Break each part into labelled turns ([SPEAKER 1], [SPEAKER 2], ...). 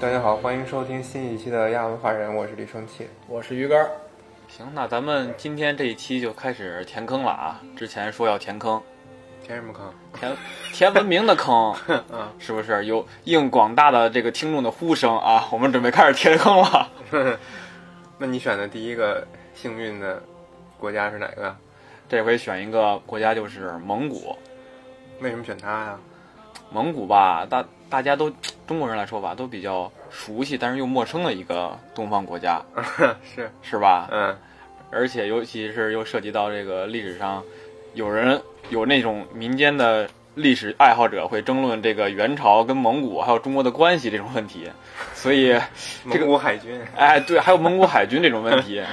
[SPEAKER 1] 大家好，欢迎收听新一期的亚文化人，我是李生气。
[SPEAKER 2] 我是鱼竿儿，
[SPEAKER 3] 行，那咱们今天这一期就开始填坑了啊！之前说要填坑，
[SPEAKER 1] 填什么坑？
[SPEAKER 3] 填填文明 的坑，
[SPEAKER 2] 嗯
[SPEAKER 3] 是不是？有应广大的这个听众的呼声啊，我们准备开始填坑了。
[SPEAKER 1] 那你选的第一个幸运的国家是哪个？
[SPEAKER 3] 这回选一个国家就是蒙古，
[SPEAKER 1] 为什么选它呀、
[SPEAKER 3] 蒙古吧，大大家都中国人来说吧，都比较熟悉，但是又陌生的一个东方国家，
[SPEAKER 1] 是，
[SPEAKER 3] 是吧？
[SPEAKER 1] 嗯，
[SPEAKER 3] 而且尤其是又涉及到这个历史上，有人有那种民间的历史爱好者会争论这个元朝跟蒙古还有中国的关系这种问题，所以，
[SPEAKER 1] 蒙
[SPEAKER 3] 这个
[SPEAKER 1] 古海军。
[SPEAKER 3] 哎，对，还有蒙古海军这种 问题，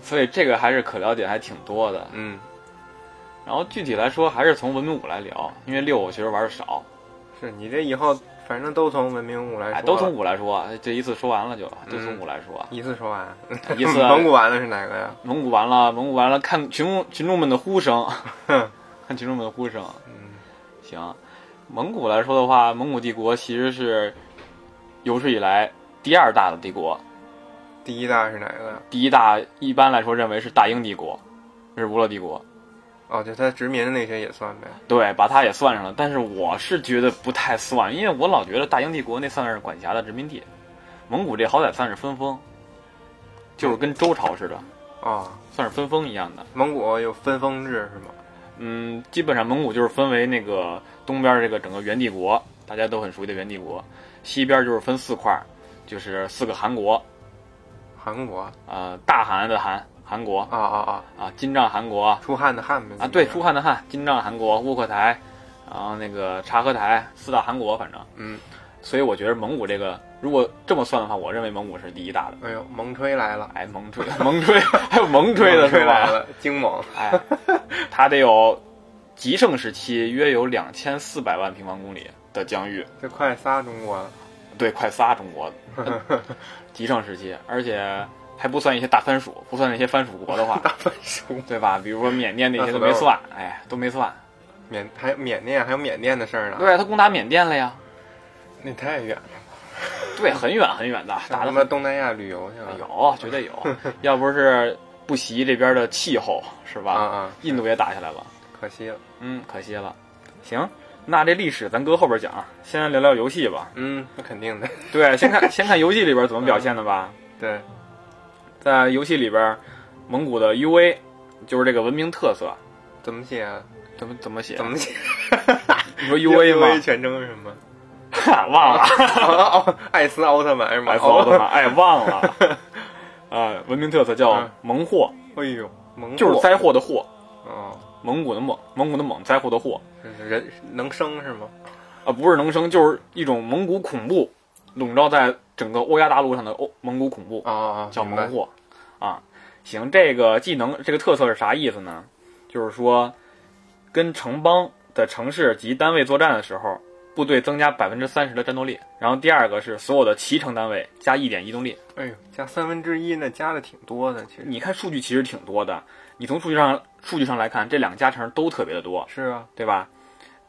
[SPEAKER 3] 所以这个还是可了解还挺多的。
[SPEAKER 1] 嗯，
[SPEAKER 3] 然后具体来说，还是从文明五来聊，因为六我确实玩的少，
[SPEAKER 1] 是你这以后反正都从文明五来说
[SPEAKER 3] 哎，
[SPEAKER 1] 了，
[SPEAKER 3] 都从五来说，这一次说完了就都从五来说，
[SPEAKER 1] 一次啊说完。
[SPEAKER 3] 一次
[SPEAKER 1] 嗯蒙古完了是哪个呀？
[SPEAKER 3] 蒙古完了，蒙古完了，看群众群众们的 呼声，看群众们的呼声。
[SPEAKER 1] 嗯，
[SPEAKER 3] 行，蒙古来说的话，蒙古帝国其实是有史以来第二大的帝国，
[SPEAKER 1] 第一大是哪个呀？
[SPEAKER 3] 第一大一般来说认为是大英帝国，是无勒帝国。
[SPEAKER 1] 哦，就他殖民的那些也算呗。
[SPEAKER 3] 对，把它也算上了，但是我是觉得不太算，因为我老觉得大英帝国那算是管辖的殖民地，蒙古这好歹算是分封，就是跟周朝似的，
[SPEAKER 1] 哦，
[SPEAKER 3] 算是分封一样的。
[SPEAKER 1] 蒙古有分封制是吗？
[SPEAKER 3] 嗯，基本上蒙古就是分为那个东边这个整个元帝国，大家都很熟悉的元帝国，西边就是分四块儿，就是四个韩国，
[SPEAKER 1] 韩国啊
[SPEAKER 3] 呃，大韩的韩韩国
[SPEAKER 1] 啊啊！
[SPEAKER 3] 啊，金帐韩国
[SPEAKER 1] 出汗的汗呗
[SPEAKER 3] 啊，对，出。汗的汗，金帐韩国，乌克台，然后那个察合台，四大韩国，反正，
[SPEAKER 1] 嗯，
[SPEAKER 3] 所以我觉得蒙古这个，如果这么算的话，我认为蒙古是第一大的。
[SPEAKER 1] 哎呦，猛吹来了，
[SPEAKER 3] 哎，蒙吹， 蒙吹，还有蒙吹的
[SPEAKER 1] 猛
[SPEAKER 3] 是
[SPEAKER 1] 吹
[SPEAKER 3] 吧
[SPEAKER 1] 来了，惊猛。
[SPEAKER 3] 哎，它得有极盛时期约有两千四百万平方公里的疆域，
[SPEAKER 1] 这快仨中国了，
[SPEAKER 3] 对，快仨中国的极盛时期，而且还不算一些大番薯，不算那些番薯国的 话，
[SPEAKER 1] 大番薯，
[SPEAKER 3] 对吧？比如说缅甸那些都没算，哎，都没算。
[SPEAKER 1] 缅还有缅甸还有缅甸的事儿呢，
[SPEAKER 3] 对，他啊攻打缅甸了呀，
[SPEAKER 1] 那太远了，
[SPEAKER 3] 对，很远很远的，
[SPEAKER 1] 上
[SPEAKER 3] 打
[SPEAKER 1] 他
[SPEAKER 3] 的
[SPEAKER 1] 妈东南亚旅游去了，
[SPEAKER 3] 有，绝 对有。要不是不习这边的气候，是
[SPEAKER 1] 啊
[SPEAKER 3] 吧？
[SPEAKER 1] 啊，
[SPEAKER 3] 印度也打下来了，
[SPEAKER 1] 可惜了，
[SPEAKER 3] 嗯，可惜了。行，那这历史咱搁后边讲，先聊聊游戏吧。
[SPEAKER 1] 嗯，那肯定的，
[SPEAKER 3] 对，先看先看游戏里边怎么表现的吧。
[SPEAKER 1] 对，
[SPEAKER 3] 在游戏里边，蒙古的 UA 就是这个文明特色，
[SPEAKER 1] 怎么写啊？
[SPEAKER 3] 怎么怎么写？
[SPEAKER 1] 怎么写
[SPEAKER 3] 你说 UA 吗？
[SPEAKER 1] 全称是什么？
[SPEAKER 3] 忘了，
[SPEAKER 1] 哦哦， 艾斯奥特曼是吗？
[SPEAKER 3] 艾斯奥特曼，哎，忘了。 啊，文明特色叫
[SPEAKER 1] 嗯
[SPEAKER 3] 蒙祸，
[SPEAKER 1] 哦，哎呦，蒙古
[SPEAKER 3] 就是灾祸的祸，
[SPEAKER 1] 哦，
[SPEAKER 3] 蒙古的蒙，蒙古的蒙，灾祸的祸。
[SPEAKER 1] 人能生是吗？
[SPEAKER 3] 啊，不是能生，就是一种蒙古恐怖，笼罩在整个欧亚大陆上的欧蒙古恐怖，
[SPEAKER 1] 哦哦，
[SPEAKER 3] 啊叫
[SPEAKER 1] 明白
[SPEAKER 3] 蒙祸啊。行，这个技能这个特色是啥意思呢？就是说，跟城邦的城市及单位作战的时候，部队增加百分之三十的战斗力。然后第二个是所有的骑乘单位加一点移动力。
[SPEAKER 1] 哎呦，加三分之一那加的挺多的，其实
[SPEAKER 3] 你看数据其实挺多的，你从数据上数据上来看，这两个加成都特别的多，
[SPEAKER 1] 是啊。
[SPEAKER 3] 对吧？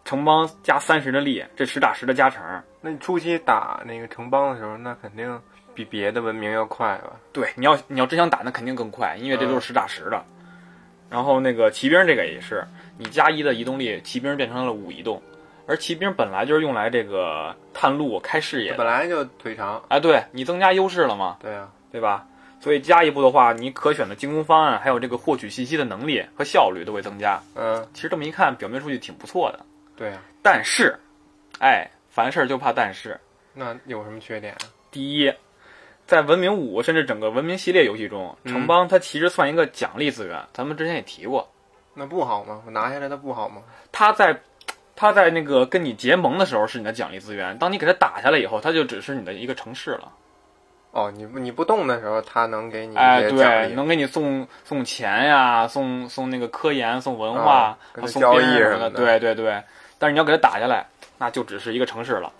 [SPEAKER 3] 城邦加三十的力，这实打实的加成。
[SPEAKER 1] 那你初期打那个城邦的时候，那肯定比别的文明要快吧？
[SPEAKER 3] 对，你要你要真想打，那肯定更快，因为这都
[SPEAKER 1] 嗯
[SPEAKER 3] 是实打实的。然后那个骑兵这个也是，你加一的移动力，骑兵变成了五移动，而骑兵本来就是用来这个探路、开视野的。
[SPEAKER 1] 本来就腿长，
[SPEAKER 3] 哎，对你增加优势了嘛，
[SPEAKER 1] 对啊，
[SPEAKER 3] 对吧？所以加一步的话，你可选的进攻方案，还有这个获取信息的能力和效率都会增加。
[SPEAKER 1] 嗯，
[SPEAKER 3] 其实这么一看，表面数据挺不错的，
[SPEAKER 1] 对啊。
[SPEAKER 3] 但是，哎，凡事就怕但是。
[SPEAKER 1] 那有什么缺点啊？
[SPEAKER 3] 第一，在文明五甚至整个文明系列游戏中，
[SPEAKER 1] 嗯
[SPEAKER 3] 城邦它其实算一个奖励资源。咱们之前也提过，
[SPEAKER 1] 那不好吗？我拿下来它不好吗？
[SPEAKER 3] 它在它在那个跟你结盟的时候是你的奖励资源，当你给它打下来以后，它就只是你的一个城市了。
[SPEAKER 1] 哦，你不你不动的时候，它能嗯给你一
[SPEAKER 3] 哎，
[SPEAKER 1] 些奖
[SPEAKER 3] 对，
[SPEAKER 1] 励，
[SPEAKER 3] 能给你送送钱呀，送送那个科研，送文化，
[SPEAKER 1] 啊
[SPEAKER 3] 啊
[SPEAKER 1] 跟它
[SPEAKER 3] 送
[SPEAKER 1] 交
[SPEAKER 3] 兵
[SPEAKER 1] 易
[SPEAKER 3] 什
[SPEAKER 1] 什么的
[SPEAKER 3] 对对对，但是你要给它打下来，那就只是一个城市了。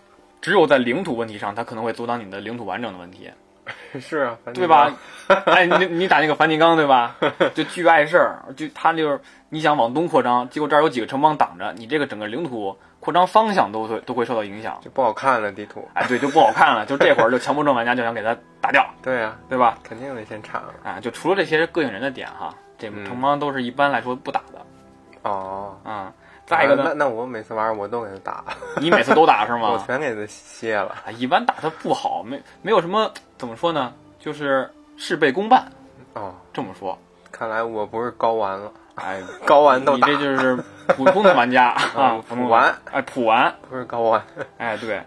[SPEAKER 3] 只有在领土问题上，它可能会阻挡你的领土完整的问题。
[SPEAKER 1] 是啊，梵蒂
[SPEAKER 3] 对
[SPEAKER 1] 冈
[SPEAKER 3] 吧？？哎，你你打那个梵蒂冈对 吧？就巨碍事儿，就他就是你想往东扩张，结果这儿有几个城邦挡着，你这个整个领土扩张方向都会都会受到影响。
[SPEAKER 1] 就不好看了地图。
[SPEAKER 3] 哎，对，就不好看了。就这会儿就强迫症玩家就想给他打掉，
[SPEAKER 1] 对啊，
[SPEAKER 3] 对吧？
[SPEAKER 1] 肯定得先铲了。
[SPEAKER 3] 啊，就除了这些膈应人的点哈，这
[SPEAKER 1] 嗯
[SPEAKER 3] 城邦都是一般来说不打的
[SPEAKER 1] 哦，
[SPEAKER 3] 啊。再一个
[SPEAKER 1] 啊
[SPEAKER 3] 呢啊
[SPEAKER 1] 那，那我每次玩我都给他打，
[SPEAKER 3] 你每次都打是
[SPEAKER 1] 我
[SPEAKER 3] 吗？
[SPEAKER 1] 全给他卸了。
[SPEAKER 3] 啊，一般打他不好，没没有什么怎么说呢，就是事倍功半
[SPEAKER 1] 哦，
[SPEAKER 3] 这么说。
[SPEAKER 1] 看来我不是高玩了，
[SPEAKER 3] 哎，
[SPEAKER 1] 高玩都
[SPEAKER 3] 你
[SPEAKER 1] 打
[SPEAKER 3] 这， 就是普通的玩家啊，普通的玩家哎普玩
[SPEAKER 1] 不是高玩。
[SPEAKER 3] 哎对。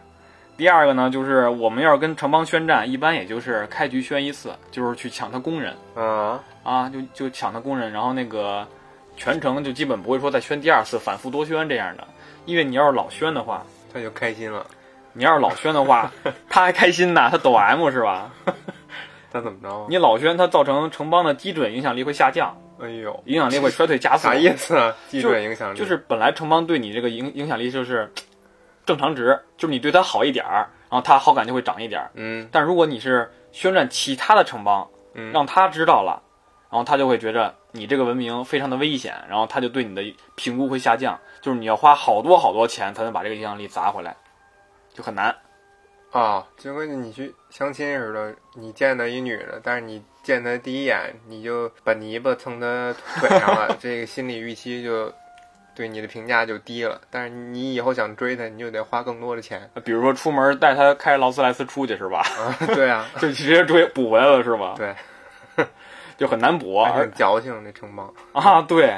[SPEAKER 3] 第二个呢，就是我们要是跟城邦宣战，一般也就是开局宣一次，就是去抢他工人
[SPEAKER 1] 嗯，
[SPEAKER 3] 啊，就就抢他工人，然后那个全程就基本不会说再宣第二次，反复多宣这样的，因为你要是老宣的话，
[SPEAKER 1] 他就开心了。
[SPEAKER 3] 你要是老宣的话，他还开心呢，他抖 M 是吧？
[SPEAKER 1] 他怎么着？
[SPEAKER 3] 你老宣，它造成城邦的基准影响力会下降，
[SPEAKER 1] 哎呦，
[SPEAKER 3] 影响力会衰退加速
[SPEAKER 1] 啥。意思啊？基准影响力
[SPEAKER 3] 就是本来城邦对你这个影影响力就是正常值，就是你对它好一点儿，然后它好感就会涨一点儿。
[SPEAKER 1] 嗯
[SPEAKER 3] 但如果你是宣战其他的城邦，
[SPEAKER 1] 嗯
[SPEAKER 3] 让他知道了，然后他就会觉着你这个文明非常的危险，然后他就对你的评估会下降，就是你要花好多好多钱才能把这个影响力砸回来，就很难。
[SPEAKER 1] 啊，就跟你去相亲似的，你见到一女的，但是你见她第一眼你就把泥巴蹭她腿上 了，这个心理预期就对你的评价就低了。但是你以后想追她，你就得花更多的 钱
[SPEAKER 3] 比如说出门带他开劳斯莱斯出去是吧？
[SPEAKER 1] 啊。对啊，
[SPEAKER 3] 就直接追补回来了是吧？
[SPEAKER 1] 对，
[SPEAKER 3] 就很难补，
[SPEAKER 1] 还
[SPEAKER 3] 而
[SPEAKER 1] 挺矫情这城邦。
[SPEAKER 3] 啊对，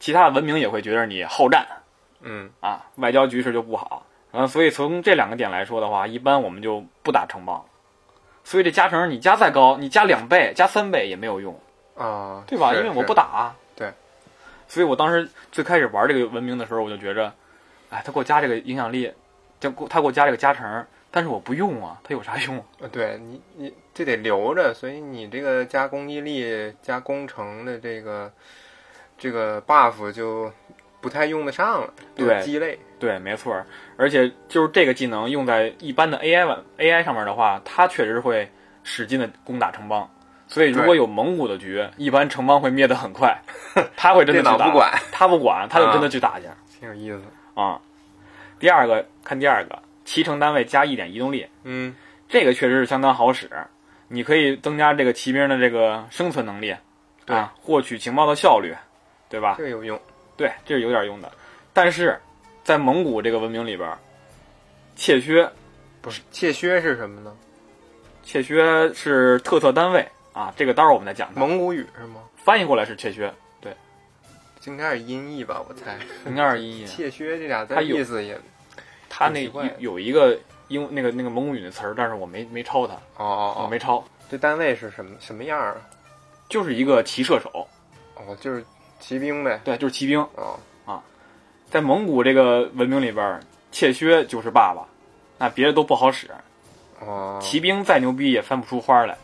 [SPEAKER 3] 其他的文明也会觉得你好战
[SPEAKER 1] 嗯
[SPEAKER 3] 啊，外交局势就不好。嗯，所以从这两个点来说的话，一般我们就不打城邦。所以这加成你加再高，你加两倍、加三倍也没有用，
[SPEAKER 1] 啊，
[SPEAKER 3] 对吧？
[SPEAKER 1] 是
[SPEAKER 3] 因为我
[SPEAKER 1] 是
[SPEAKER 3] 不打。啊
[SPEAKER 1] 对。
[SPEAKER 3] 所以我当时最开始玩这个文明的时候，我就觉着，哎，他给我加这个影响力，就给我他给我加这个加成，但是我不用啊，他有啥用啊？
[SPEAKER 1] 呃对你，你这得留着，所以你这个加攻击力、加工程的这个这个 buff 就不太用得上了，就是
[SPEAKER 3] 对
[SPEAKER 1] 鸡肋。
[SPEAKER 3] 对，没错儿，而且就是这个技能用在一般的 AI 玩 AI 上面的话，它确实会使劲的攻打城邦。所以如果
[SPEAKER 1] 对
[SPEAKER 3] 有蒙古的局，一般城邦会灭得 很快，他会真的
[SPEAKER 1] 电
[SPEAKER 3] 去打，
[SPEAKER 1] 脑不管，嗯
[SPEAKER 3] 他不管，他就真的去打去啊、
[SPEAKER 1] 挺有意思。
[SPEAKER 3] 第二个，看第二个，骑乘单位加一点移动力，
[SPEAKER 1] 嗯，
[SPEAKER 3] 这个确实是相当好使，你可以增加这个骑兵的这个生存能力，
[SPEAKER 1] 对
[SPEAKER 3] 啊，获取情报的效率，对吧？
[SPEAKER 1] 这个有用。
[SPEAKER 3] 对，这是有点用的。但是在蒙古这个文明里边儿，切削
[SPEAKER 1] 切削是什么呢？
[SPEAKER 3] 切削是特色单位啊，这个待会儿我们再讲它。
[SPEAKER 1] 蒙古语是吗？
[SPEAKER 3] 翻译过来是切 削，
[SPEAKER 1] 应该是音译吧，我猜。
[SPEAKER 3] 零二一，
[SPEAKER 1] 切削这俩字
[SPEAKER 3] 它有
[SPEAKER 1] 意思也……
[SPEAKER 3] 它那
[SPEAKER 1] 挺奇怪的
[SPEAKER 3] 有一个英那个那个蒙古语的词儿，但是我没没抄它，
[SPEAKER 1] 哦哦
[SPEAKER 3] 我
[SPEAKER 1] 哦，
[SPEAKER 3] 没抄，
[SPEAKER 1] 这单位是什么什么样儿啊？
[SPEAKER 3] 就是一个骑射手，
[SPEAKER 1] 哦，就是骑兵呗。
[SPEAKER 3] 对，就是骑兵。
[SPEAKER 1] 哦，
[SPEAKER 3] 在蒙古这个文明里边儿，切削就是爸爸，那别的都不好使，
[SPEAKER 1] 哦，
[SPEAKER 3] 骑兵再牛逼也翻不出花来。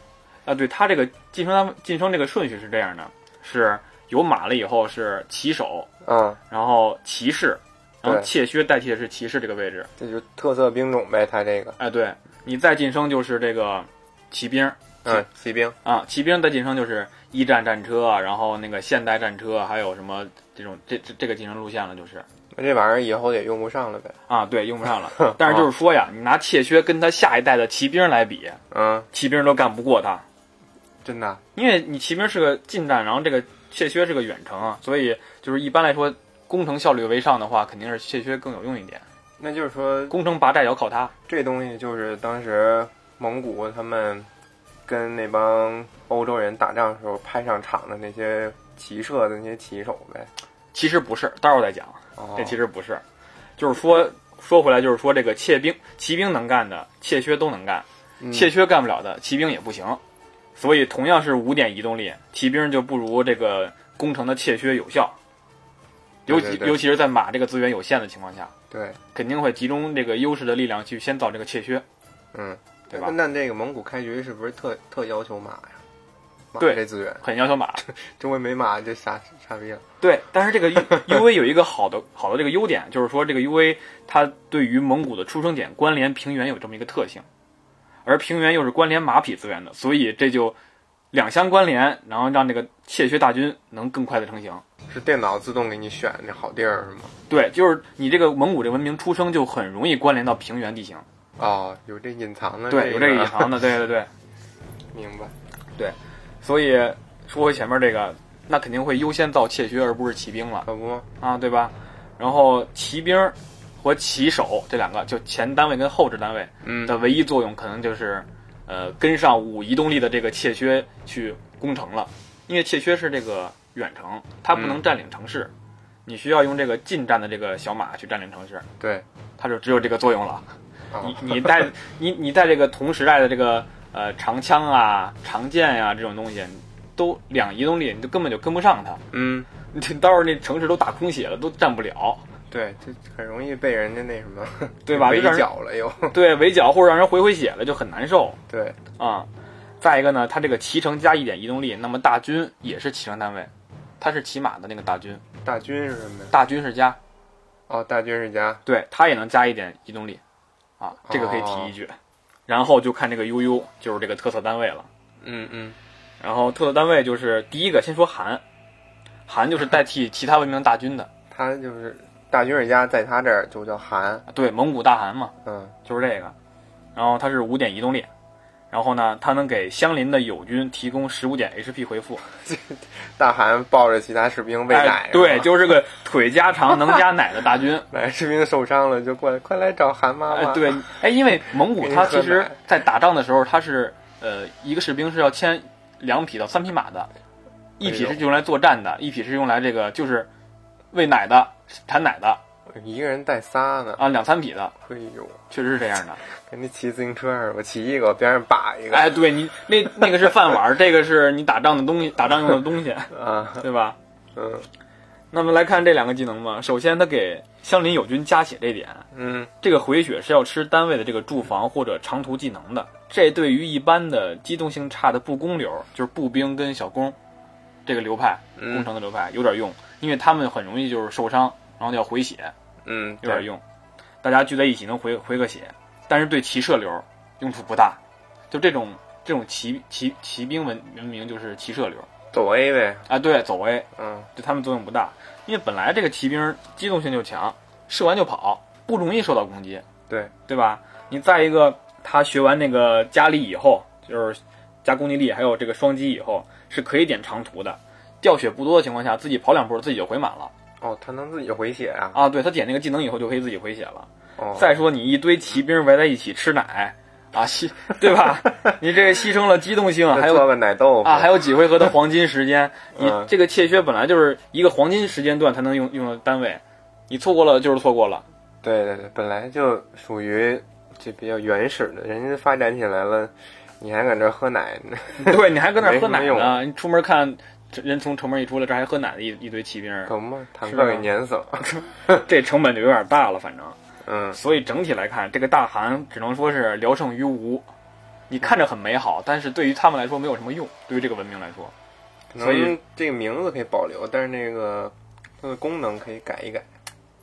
[SPEAKER 3] 啊，对，它这个晋升单位晋升这个顺序是这样的，是有马了以后是骑手，
[SPEAKER 1] 嗯，
[SPEAKER 3] 然后骑士，然后
[SPEAKER 1] 对
[SPEAKER 3] 切削代替的是骑士这个位置。
[SPEAKER 1] 这就是特色兵种呗，它这个，
[SPEAKER 3] 哎，对你再晋升就是这个骑兵
[SPEAKER 1] 嗯，骑兵，
[SPEAKER 3] 啊，骑兵再晋升就是一战战车啊，然后那个现代战车，还有什么这种这这这个晋升路线了，就是
[SPEAKER 1] 那这玩意儿以后也用不上了呗。
[SPEAKER 3] 啊，对，用不上了。但是就是说呀，你拿切削跟他下一代的骑兵来比，
[SPEAKER 1] 嗯，
[SPEAKER 3] 骑兵都干不过他，
[SPEAKER 1] 真的啊，
[SPEAKER 3] 因为你骑兵是个近战，然后这个切削是个远程啊，所以就是一般来说。工程效率为上的话，肯定是切削更有用一点。
[SPEAKER 1] 那就是说
[SPEAKER 3] 工程拔寨也要靠它。
[SPEAKER 1] 这东西就是当时蒙古他们跟那帮欧洲人打仗的时候派上场的那些骑射的那些骑手呗。
[SPEAKER 3] 其实不是，待会儿再讲。
[SPEAKER 1] 哦，
[SPEAKER 3] 这其实不是，就是说说回来，就是说这个切兵、骑兵能干的，切削都能干；
[SPEAKER 1] 嗯
[SPEAKER 3] 切削干不了的，骑兵也不行。所以同样是五点移动力，骑兵就不如这个工程的切削有效。尤其
[SPEAKER 1] 对对对
[SPEAKER 3] 尤其是在马这个资源有限的情况下，
[SPEAKER 1] 对，
[SPEAKER 3] 肯定会集中这个优势的力量去先造这个切削。
[SPEAKER 1] 嗯，
[SPEAKER 3] 对吧
[SPEAKER 1] 那那这个蒙古开局是不是特特要求马呀？马
[SPEAKER 3] 对
[SPEAKER 1] 这资源，
[SPEAKER 3] 很要求马，
[SPEAKER 1] 中国没马就傻傻逼了。
[SPEAKER 3] 对，但是这个 U V 有一个好的好的这个优点，就是说这个 U V 它对于蒙古的出生点关联平原有这么一个特性，而平原又是关联马匹资源的，所以这就两相关联，然后让这个怯薛大军能更快的成型。
[SPEAKER 1] 是电脑自动给你选这好地儿是吗？
[SPEAKER 3] 对，就是你这个蒙古这文明出生就很容易关联到平原地形，
[SPEAKER 1] 哦，有这隐藏的，
[SPEAKER 3] 对，有 这个隐
[SPEAKER 1] 个，
[SPEAKER 3] 藏的，对对对，
[SPEAKER 1] 明白。
[SPEAKER 3] 所以说回前面这个，那肯定会优先造怯薛而不是骑兵了
[SPEAKER 1] 可不吗，
[SPEAKER 3] 啊，对吧？然后骑兵和骑手这两个，就前单位跟后置单位，
[SPEAKER 1] 嗯，
[SPEAKER 3] 的唯一作用可能就是，呃，跟上五移动力的这个怯薛去攻城了，因为怯薛是这个远程，它不能占领城市，你需要用这个近战的这个小马去占领城市，
[SPEAKER 1] 对，
[SPEAKER 3] 它就只有这个作用了。
[SPEAKER 1] 哦
[SPEAKER 3] 你，你带你你带这个同时代的这个呃长枪啊、长剑呀、这种东西，都两移动力，你就根本就跟不上它，
[SPEAKER 1] 嗯，
[SPEAKER 3] 你到时候那城市都打空血了，都占不了，
[SPEAKER 1] 对，这很容易被人家那什么，
[SPEAKER 3] 对吧？就
[SPEAKER 1] 围
[SPEAKER 3] 让人
[SPEAKER 1] 剿了又，
[SPEAKER 3] 对围剿或者让人回回血了，就很难受。
[SPEAKER 1] 对，
[SPEAKER 3] 啊、再一个呢，它这个骑乘加一点移动力，那么大军也是骑乘单位，它是骑马的那个大军，
[SPEAKER 1] 大军是什么呀？
[SPEAKER 3] 大军是加，
[SPEAKER 1] 哦，大军是家，
[SPEAKER 3] 对，它也能加一点移动力，啊，这个可以提一句。然后就看这个悠悠，就是这个特色单位了。
[SPEAKER 1] 嗯嗯，
[SPEAKER 3] 然后特色单位就是第一个，先说韩，韩就是代替其他文明大军的，
[SPEAKER 1] 他就是大军是家，在他这儿就叫韩，
[SPEAKER 3] 对，蒙古大汗嘛，
[SPEAKER 1] 嗯，
[SPEAKER 3] 就是这个。然后它是五点移动力，然后呢，它能给相邻的友军提供十五点 HP 回复，
[SPEAKER 1] 大韩抱着其他士兵喂奶
[SPEAKER 3] 哎，
[SPEAKER 1] 是吧
[SPEAKER 3] 对，就是个腿加 长能加奶的大军。
[SPEAKER 1] 奶士兵受伤了就过来，快来找韩妈
[SPEAKER 3] 哎
[SPEAKER 1] 妈，，
[SPEAKER 3] 对，哎，因为蒙古它
[SPEAKER 1] 给你喝
[SPEAKER 3] 其实
[SPEAKER 1] 奶，
[SPEAKER 3] 在打仗的时候，它是呃，一个士兵是要牵两匹到三匹马的，一匹是用来作战的，一匹是用来这个就是喂奶的、产奶的
[SPEAKER 1] 一个人带仨呢，
[SPEAKER 3] 啊，两三匹的，
[SPEAKER 1] 哎呦，
[SPEAKER 3] 确实是这样的。
[SPEAKER 1] 跟那骑自行车似的，我骑一个，我边上把一个，
[SPEAKER 3] 哎，对你那那个是饭碗儿，这个是你打仗的东西，打仗用的东西，
[SPEAKER 1] 啊，
[SPEAKER 3] 对 吧？
[SPEAKER 1] 嗯
[SPEAKER 3] 那么来看这两个技能吧。首先，它给相邻友军加血这一点，
[SPEAKER 1] 嗯，
[SPEAKER 3] 这个回血是要吃单位的这个驻防或者长途技能的，这对于一般的机动性差的步弓流，就是步兵跟小弓这个流派，
[SPEAKER 1] 嗯
[SPEAKER 3] 工程的流派有点用，因为他们很容易就是受伤，然后要回血，
[SPEAKER 1] 嗯，
[SPEAKER 3] 有点用。大家聚在一起能回回个血，但是对骑射流用处不大，就这种这种骑骑骑兵文文明就是骑射流
[SPEAKER 1] 走 A 呗，
[SPEAKER 3] 啊，对，走 A
[SPEAKER 1] 嗯
[SPEAKER 3] 对他们作用不大，因为本来这个骑兵机动性就强，射完就跑，不容易受到攻击。
[SPEAKER 1] 对
[SPEAKER 3] 对吧？你再一个，他学完那个加力以后，就是加攻击力还有这个双击以后，是可以点长途的。掉血不多的情况下，自己跑两步自己就回满了
[SPEAKER 1] 哦，他能自己回血啊，
[SPEAKER 3] 啊！对他点那个技能以后就可以自己回血了。
[SPEAKER 1] 哦，
[SPEAKER 3] 再说你一堆骑兵围在一起吃奶啊，牺 对吧？你这牺牲了机 动性，还有
[SPEAKER 1] 做个奶豆腐
[SPEAKER 3] 啊，还有几 回合的黄金时间，你
[SPEAKER 1] 嗯
[SPEAKER 3] 这个切削本来就是一个黄金时间段才能用用的单位，你错过了就是错 过了。
[SPEAKER 1] 对对对，本来就属于这比较原始的，人家发展起来了，你还搁这喝奶呢？
[SPEAKER 3] 对，你还搁那儿喝奶
[SPEAKER 1] 没什么
[SPEAKER 3] 呢，你出门看这人从城门一出来，这还喝奶的一一堆骑兵儿，
[SPEAKER 1] 可不嘛，坦
[SPEAKER 3] 是
[SPEAKER 1] 克
[SPEAKER 3] 啊
[SPEAKER 1] 给碾死了。
[SPEAKER 3] 这成本就有点大了，反正。
[SPEAKER 1] 嗯，
[SPEAKER 3] 所以整体来看，这个大韩只能说是聊胜于无。你看着很美好，但是对于他们来说没有什么用，对于这个文明来说，
[SPEAKER 1] 可
[SPEAKER 3] 所以
[SPEAKER 1] 能这个名字可以保留，但是那个它的功能可以改一改。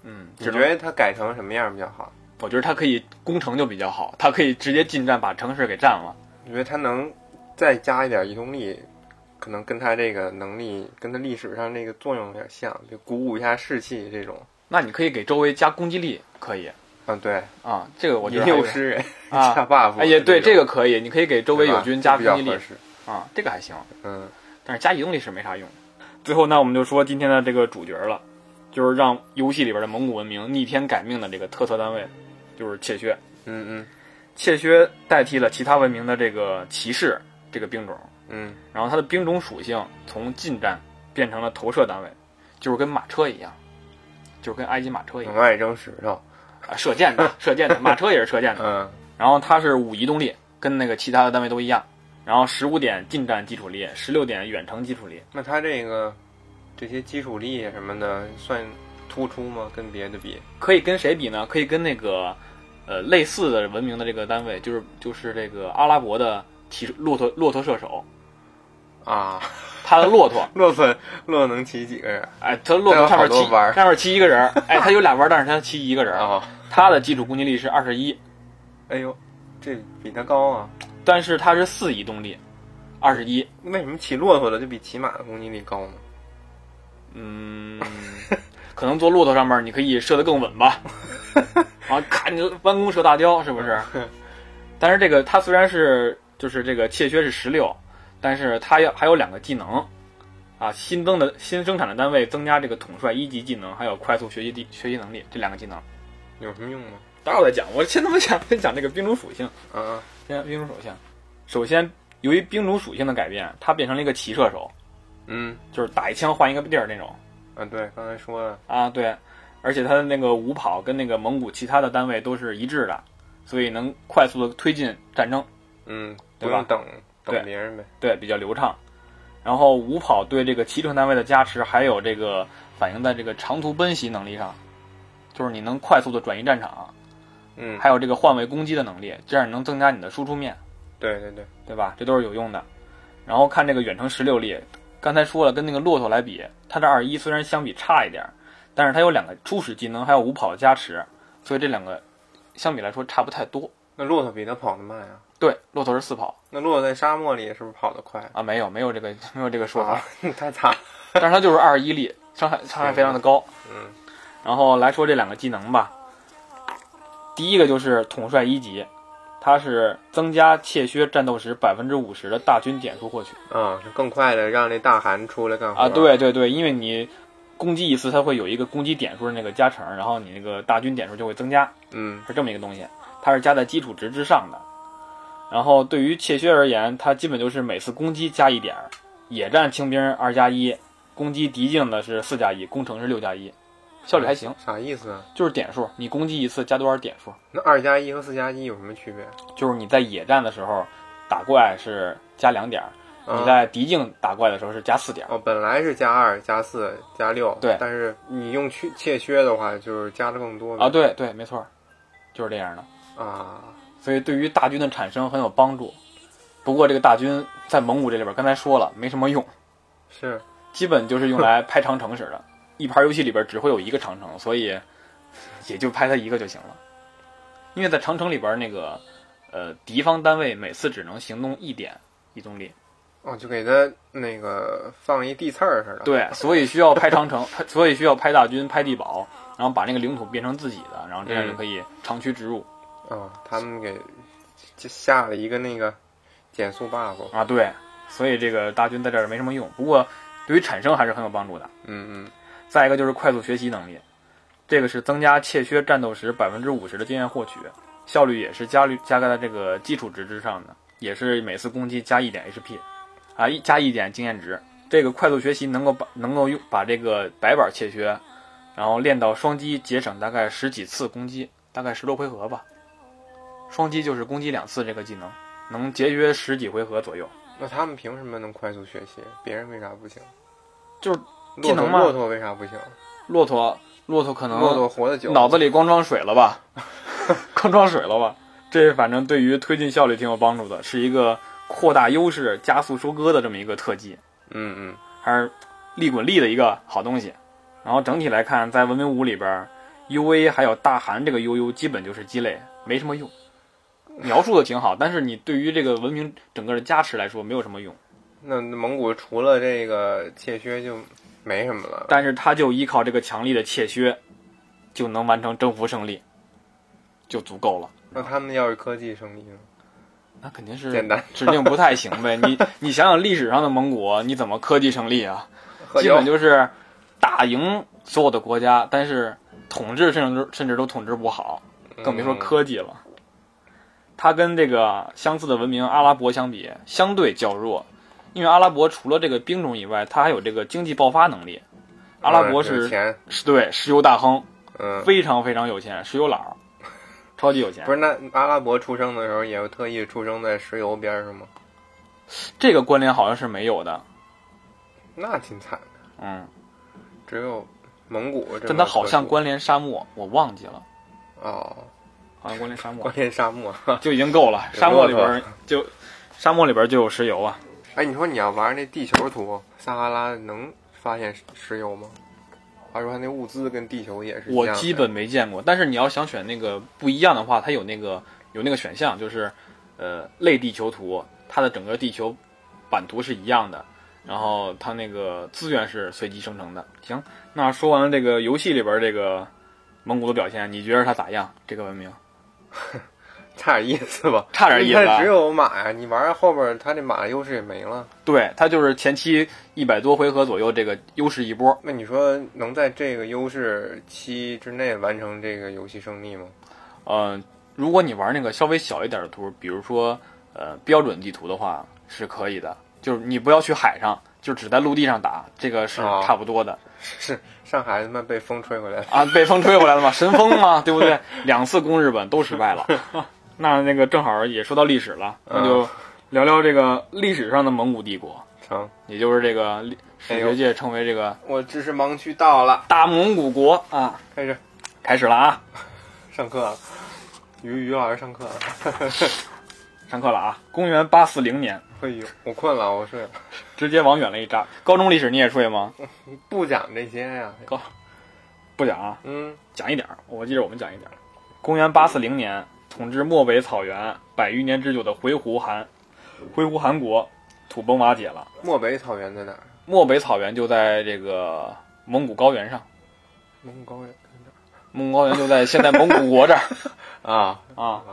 [SPEAKER 3] 嗯，
[SPEAKER 1] 你
[SPEAKER 3] 只
[SPEAKER 1] 觉
[SPEAKER 3] 能
[SPEAKER 1] 得它改成什么样比较好？
[SPEAKER 3] 我觉得它可以攻城就比较好，它可以直接进占把城市给占了。
[SPEAKER 1] 你觉得它能再加一点移动力？可能跟它这个能力，跟它历史上这个作用有点像，就鼓舞一下士气这种。
[SPEAKER 3] 那你可以给周围加攻击力，可以
[SPEAKER 1] 啊，对，
[SPEAKER 3] 啊，这个我觉
[SPEAKER 1] 吟
[SPEAKER 3] 得还
[SPEAKER 1] 游
[SPEAKER 3] 有
[SPEAKER 1] 诗人
[SPEAKER 3] 啊，
[SPEAKER 1] 加 buff，
[SPEAKER 3] 哎也对，这
[SPEAKER 1] 个
[SPEAKER 3] 个可以，你可以给周围友军加
[SPEAKER 1] 比
[SPEAKER 3] 攻
[SPEAKER 1] 较
[SPEAKER 3] 击力
[SPEAKER 1] 合适。
[SPEAKER 3] 啊，这个还行。
[SPEAKER 1] 嗯，
[SPEAKER 3] 但是加移动力是没啥用。最后呢，我们就说今天的这个主角了，就是让游戏里边的蒙古文明逆天改命的这个特色单位，就是怯薛。
[SPEAKER 1] 嗯
[SPEAKER 3] 怯薛代替了其他文明的这个骑士这个兵种，
[SPEAKER 1] 嗯
[SPEAKER 3] 然后它的兵种属性从近战变成了投射单位，就是跟马车一样，就是跟埃及马车一
[SPEAKER 1] 嗯，
[SPEAKER 3] 样
[SPEAKER 1] 我爱扔石头。
[SPEAKER 3] 啊，射箭的，射箭的，马车也是射箭的。
[SPEAKER 1] 嗯
[SPEAKER 3] 然后它是五移动力，跟那个其他的单位都一样。然后十五点近战基础力，十六点远程基础力，
[SPEAKER 1] 那他这个这些基础力啊什么的算突出吗？跟别的比？
[SPEAKER 3] 可以跟谁比呢？可以跟那个呃类似的文明的这个单位，就是就是这个阿拉伯的骑骆驼骆驼射手，
[SPEAKER 1] 啊，
[SPEAKER 3] 他的骆驼，
[SPEAKER 1] 骆驼骆驼能骑几个人
[SPEAKER 3] 哎，他的骆驼上面
[SPEAKER 1] 还有好多
[SPEAKER 3] 骑
[SPEAKER 1] 弯儿哦
[SPEAKER 3] 上面骑一 个人儿，哎，他有俩弯儿，但是他骑一个人儿，
[SPEAKER 1] 啊？
[SPEAKER 3] 他的基础攻击力是二十一，
[SPEAKER 1] 哎呦，这比它高啊。
[SPEAKER 3] 但是它是四移动力，二十一，
[SPEAKER 1] 为什么骑骆驼的就比骑马的攻击力高呢？
[SPEAKER 3] 嗯，可能坐骆驼上面你可以射得更稳吧，啊，咔，你就弯弓射大雕，是不是？但是这个它虽然是就是这个切削是十六，但是它要还有两个技能，啊，新增的新生产的单位增加这个统帅一级技能，还有快速学习地学习能力这两个技能。
[SPEAKER 1] 有什么用吗？
[SPEAKER 3] 待会儿我再讲，我先他妈讲先讲这个兵种属性，
[SPEAKER 1] 啊，
[SPEAKER 3] 先兵种属性。首先，由于兵种属性的改变，它变成了一个骑射手，
[SPEAKER 1] 嗯
[SPEAKER 3] 就是打一枪换一个地儿那种。
[SPEAKER 1] 啊，对，刚才说了，
[SPEAKER 3] 啊，对，而且它的那个舞跑跟那个蒙古其他的单位都是一致的，所以能快速的推进战争，
[SPEAKER 1] 嗯，不
[SPEAKER 3] 对吧
[SPEAKER 1] 用等
[SPEAKER 3] 对
[SPEAKER 1] 等别人呗。
[SPEAKER 3] 对，比较流畅。然后舞跑对这个骑乘单位的加持，还有这个反映在这个长途奔袭能力上，就是你能快速的转移战场，
[SPEAKER 1] 嗯，
[SPEAKER 3] 还有这个换位攻击的能力，这样你能增加你的输出面，
[SPEAKER 1] 对对对，
[SPEAKER 3] 对吧？这都是有用的。然后看这个远程十六力，刚才说了，跟那个骆驼来比，它的二一虽然相比差一点儿，但是它有两个初始技能，还有舞跑的加持，所以这两个相比来说差不太多。
[SPEAKER 1] 那骆驼比它跑得慢啊。
[SPEAKER 3] 对，骆驼是四跑
[SPEAKER 1] 那骆驼在沙漠里是不是跑得快？
[SPEAKER 3] 啊，没有没有这个 没有这个说法，
[SPEAKER 1] 啊， 太惨。
[SPEAKER 3] 但是它就是二一力，伤害伤害非常的高。
[SPEAKER 1] 嗯
[SPEAKER 3] 然后来说这两个技能吧，第一个就是统帅一级，它是增加切削战斗时百分之五十的大军点数获取。
[SPEAKER 1] 啊，就更快的让这大汗出来干活
[SPEAKER 3] 啊，对对对，因为你攻击一次，它会有一个攻击点数的那个加成，然后你那个大军点数就会增加，
[SPEAKER 1] 嗯
[SPEAKER 3] 是这么一个东西，它是加在基础值之上的。然后对于切削而言，它基本就是每次攻击加一点儿，野战清兵二加一，攻击敌境的是四加一，攻城是六加一，效率还行，
[SPEAKER 1] 啥意思啊？
[SPEAKER 3] 就是点数，你攻击一次加多少点数，
[SPEAKER 1] 那二加一和四加一有什么区别？
[SPEAKER 3] 就是你在野战的时候打怪是加两点儿，
[SPEAKER 1] 啊
[SPEAKER 3] 你在敌境打怪的时候是加四点儿，
[SPEAKER 1] 哦，本来是加二、加四、加六，
[SPEAKER 3] 对
[SPEAKER 1] 但是你用去切削的话，就是加的更多呗
[SPEAKER 3] 啊，对对，没错儿，就是这样的。
[SPEAKER 1] 啊，
[SPEAKER 3] 所以对于大军的产生很有帮助。不过这个大军在蒙古这里边，刚才说了没什么用，
[SPEAKER 1] 是
[SPEAKER 3] 基本就是用来拍长城使的。一盘游戏里边只会有一个长城，所以也就拍它一个就行了。因为在长城里边，那个呃敌方单位每次只能行动一点移动力，
[SPEAKER 1] 哦，就给它那个放一地刺儿似的。，
[SPEAKER 3] 对，所以需要拍长城，拍所以需要拍大军、拍地堡，然后把那个领土变成自己的，然后这样就可以长驱直入。
[SPEAKER 1] 哦，他们给就下了一个那个减速 buff，
[SPEAKER 3] 啊，对，所以这个大军在这儿没什么用，不过对于产生还是很有帮助的。
[SPEAKER 1] 嗯嗯，
[SPEAKER 3] 再一个就是快速学习能力，这个是增加切削战斗时百分之五十的经验获取，效率也是加率加在这个基础值之上的，也是每次攻击加一点 HP，啊一加一点经验值。这个快速学习能够把能够用把这个白板切削，然后练到双击，节省大概十几次攻击，大概十多回合吧。双击就是攻击两次这个技能，能节约十几回合左右。
[SPEAKER 1] 那他们凭什么能快速学习？别人为啥不行？
[SPEAKER 3] 就是技
[SPEAKER 1] 骆驼
[SPEAKER 3] 能嘛
[SPEAKER 1] 骆驼为啥不行？
[SPEAKER 3] 骆驼，骆驼可能
[SPEAKER 1] 骆驼活得久，
[SPEAKER 3] 脑子里光装水了吧？ 光装水了吧？这反正对于推进效率挺有帮助的，是一个扩大优势、加速收割的这么一个特技，
[SPEAKER 1] 嗯嗯，
[SPEAKER 3] 还是利滚利的一个好东西。然后整体来看，在文明五里边，U A 还有大韩这个 U U 基本就是鸡肋，没什么用。描述的挺好，但是你对于这个文明整个的加持来说没有什么用。
[SPEAKER 1] 那那蒙古除了这个切削就没什么了。
[SPEAKER 3] 但是他就依靠这个强力的切削，就能完成征服胜利，就足够了。
[SPEAKER 1] 那他们要是科技胜利呢？
[SPEAKER 3] 嗯那肯定是
[SPEAKER 1] 简单，
[SPEAKER 3] 指定不太行呗。你 你想想历史上的蒙古，你怎么科技胜利啊？
[SPEAKER 1] 喝
[SPEAKER 3] 基
[SPEAKER 1] 酒
[SPEAKER 3] 本就是打赢所有的国家，但是统治甚至甚至都统治不好，更别说
[SPEAKER 1] 嗯
[SPEAKER 3] 科技了。它跟这个相似的文明阿拉伯相比，相对较弱，因为阿拉伯除了这个兵种以外，它还有这个经济爆发能力。阿拉伯
[SPEAKER 1] 嗯有
[SPEAKER 3] 是
[SPEAKER 1] 钱，
[SPEAKER 3] 是对石油大亨，
[SPEAKER 1] 嗯，
[SPEAKER 3] 非常非常有钱，石油佬儿，超级有钱
[SPEAKER 1] 不。是那阿拉伯出生的时候也特意出生在石油边儿是吗？
[SPEAKER 3] 这个关联好像是没有的，
[SPEAKER 1] 那挺惨的，
[SPEAKER 3] 嗯，
[SPEAKER 1] 只有蒙古这么特殊。
[SPEAKER 3] 但它好像关联沙漠，我忘记了，
[SPEAKER 1] 哦，
[SPEAKER 3] 好像关联沙漠
[SPEAKER 1] 关联沙漠。
[SPEAKER 3] 就已经够了。沙漠里边儿就，沙漠里边儿就有石油啊，
[SPEAKER 1] 哎，你说你要玩那地球图，撒哈拉能发现石油吗？话说他那物资跟地球也是一样
[SPEAKER 3] 我
[SPEAKER 1] 的
[SPEAKER 3] 基本没见过。但是你要想选那个不一样的话，它有那个有那个选项，就是呃类地球图，它的整个地球版图是一样的，然后它那个资源是随机生成的。行，那说完了这个游戏里边这个蒙古的表现，你觉得它咋样？这个文明
[SPEAKER 1] 差点意思吧？
[SPEAKER 3] 差点意思啊
[SPEAKER 1] 你看
[SPEAKER 3] 吧
[SPEAKER 1] 只？有马呀，你玩到后边，他这马的优势也没了。
[SPEAKER 3] 对，它就是前期一百多回合左右这个优势一波，
[SPEAKER 1] 那你说能在这个优势期之内完成这个游戏胜利吗？
[SPEAKER 3] 呃，如果你玩那个稍微小一点的图，比如说呃标准地图的话，是可以的。就是你不要去海上，就只在陆地上打，这个是
[SPEAKER 1] 哦
[SPEAKER 3] 差不多的。
[SPEAKER 1] 是上海他妈被风吹回来了，
[SPEAKER 3] 啊，被风吹回来了嘛，神风嘛，对不 对？两次攻日本都失败了。 嗯那那个正好也说到历史了，那就聊聊这个历史上的蒙古帝国，
[SPEAKER 1] 成。
[SPEAKER 3] 也就是这个历史
[SPEAKER 1] 哎呦
[SPEAKER 3] 学界称为这个
[SPEAKER 1] 我知识盲区到了，
[SPEAKER 3] 大蒙古国啊。
[SPEAKER 1] 开始
[SPEAKER 3] 开始了啊，
[SPEAKER 1] 上课了。于于老师上课了，
[SPEAKER 3] 上课了啊。公元八四零年，
[SPEAKER 1] 哎呦，我困了，我睡了。
[SPEAKER 3] 直接往远了一扎。高中历史你也睡吗？
[SPEAKER 1] 不讲这些呀、
[SPEAKER 3] 不讲啊，
[SPEAKER 1] 嗯，
[SPEAKER 3] 讲一点儿，我记得我们讲一点儿。公元八四零年，统治漠北草原百余年之久的回鹘汗，回鹘汗国土崩瓦解了。
[SPEAKER 1] 漠北草原在哪儿？
[SPEAKER 3] 漠北草原就在这个蒙古高原上，
[SPEAKER 1] 蒙古高原
[SPEAKER 3] 蒙古高原就在现在蒙古国这儿
[SPEAKER 1] 啊
[SPEAKER 3] 啊，
[SPEAKER 1] 啊，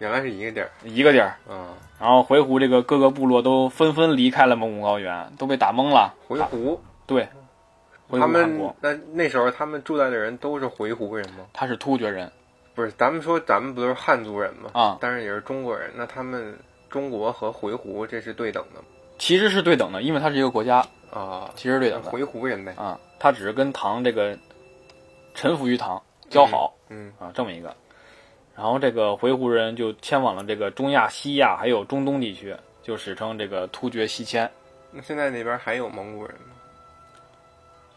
[SPEAKER 1] 原来是一个地儿
[SPEAKER 3] 一个地儿。
[SPEAKER 1] 啊。
[SPEAKER 3] 然后回鹘这个各个部落都纷纷离开了蒙古高原，都被打懵了。
[SPEAKER 1] 回
[SPEAKER 3] 打
[SPEAKER 1] 鹘，
[SPEAKER 3] 对，啊回
[SPEAKER 1] 他
[SPEAKER 3] 鹘汗
[SPEAKER 1] 们
[SPEAKER 3] 国，
[SPEAKER 1] 那那时候他们住在的人都是回鹘人吗？
[SPEAKER 3] 他是突厥人
[SPEAKER 1] 不是，咱们说咱们不都是汉族人吗？
[SPEAKER 3] 啊，
[SPEAKER 1] 但是也是中国人，那他们中国和回鹘这是对等的吗？
[SPEAKER 3] 其实是对等的，因为它是一个国家，
[SPEAKER 1] 啊，
[SPEAKER 3] 其实是对等的。
[SPEAKER 1] 回鹘人呗。
[SPEAKER 3] 啊，他只是跟唐这个臣服于唐交好、
[SPEAKER 1] 嗯
[SPEAKER 3] 啊，这么一个。然后这个回鹘人就迁往了这个中亚、西亚还有中东地区，就史称这个突厥西迁。
[SPEAKER 1] 那现在那边还有蒙古人吗？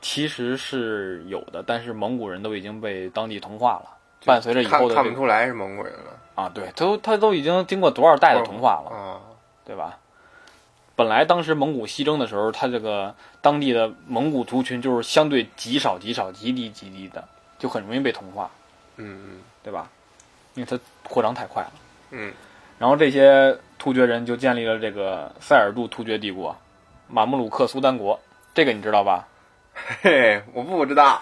[SPEAKER 3] 其实是有的，但是蒙古人都已经被当地同化了，伴随着以
[SPEAKER 1] 看
[SPEAKER 3] 后的
[SPEAKER 1] 看
[SPEAKER 3] 这
[SPEAKER 1] 不
[SPEAKER 3] 个
[SPEAKER 1] 出来是蒙古人了
[SPEAKER 3] 啊，对，都他都已经经过多少代的同化了，
[SPEAKER 1] 啊。
[SPEAKER 3] 对吧？本来当时蒙古西征的时候，他这个当地的蒙古族群就是相对极少、极少、极低、极低的，就很容易被同化。
[SPEAKER 1] 嗯
[SPEAKER 3] 对吧？因为它扩张太快了。
[SPEAKER 1] 嗯
[SPEAKER 3] 然后这些突厥人就建立了这个塞尔柱突厥帝国，马穆鲁克苏丹国，这个你知道吧？
[SPEAKER 1] 嗯，嘿，我不知道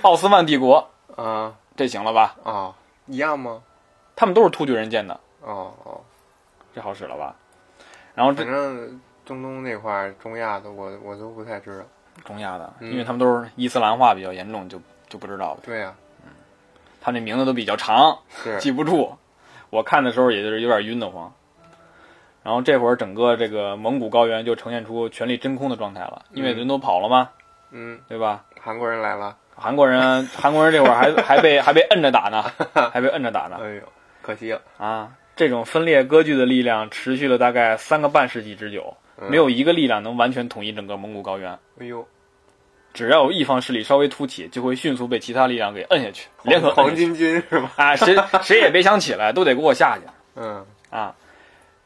[SPEAKER 3] 奥斯曼帝国，
[SPEAKER 1] 啊
[SPEAKER 3] 这行了吧？
[SPEAKER 1] 啊，一样吗？
[SPEAKER 3] 他们都是突厥人建的，
[SPEAKER 1] 哦哦，
[SPEAKER 3] 这好使了吧？然后这
[SPEAKER 1] 反正中东那块儿、中亚的我我都不太知道。
[SPEAKER 3] 中亚的，
[SPEAKER 1] 嗯
[SPEAKER 3] 因为他们都是伊斯兰化比较严重，就就不知道了。
[SPEAKER 1] 对呀、
[SPEAKER 3] 他们这名字都比较长，
[SPEAKER 1] 是
[SPEAKER 3] 记不住。我看的时候也就是有点晕得慌。然后这会儿整个这个蒙古高原就呈现出权力真空的状态了，因为
[SPEAKER 1] 嗯
[SPEAKER 3] 人都跑了嘛，
[SPEAKER 1] 嗯，
[SPEAKER 3] 对吧？
[SPEAKER 1] 韩国人来了，
[SPEAKER 3] 韩 国人，韩国人这会儿还还被还被摁着打呢，还被摁着打呢
[SPEAKER 1] 哎呦，可惜了，
[SPEAKER 3] 啊！这种分裂割据的力量持续了大概三个半世纪之久，
[SPEAKER 1] 嗯
[SPEAKER 3] 没有一个力量能完全统一整个蒙古高原。
[SPEAKER 1] 哎呦，
[SPEAKER 3] 只要有一方势力稍微凸起，就会迅速被其他力量给摁下去，联合
[SPEAKER 1] 黄
[SPEAKER 3] 摁下去
[SPEAKER 1] 巾军是吧？
[SPEAKER 3] 啊！谁谁也别想起来，都得给我下去
[SPEAKER 1] 嗯
[SPEAKER 3] 啊！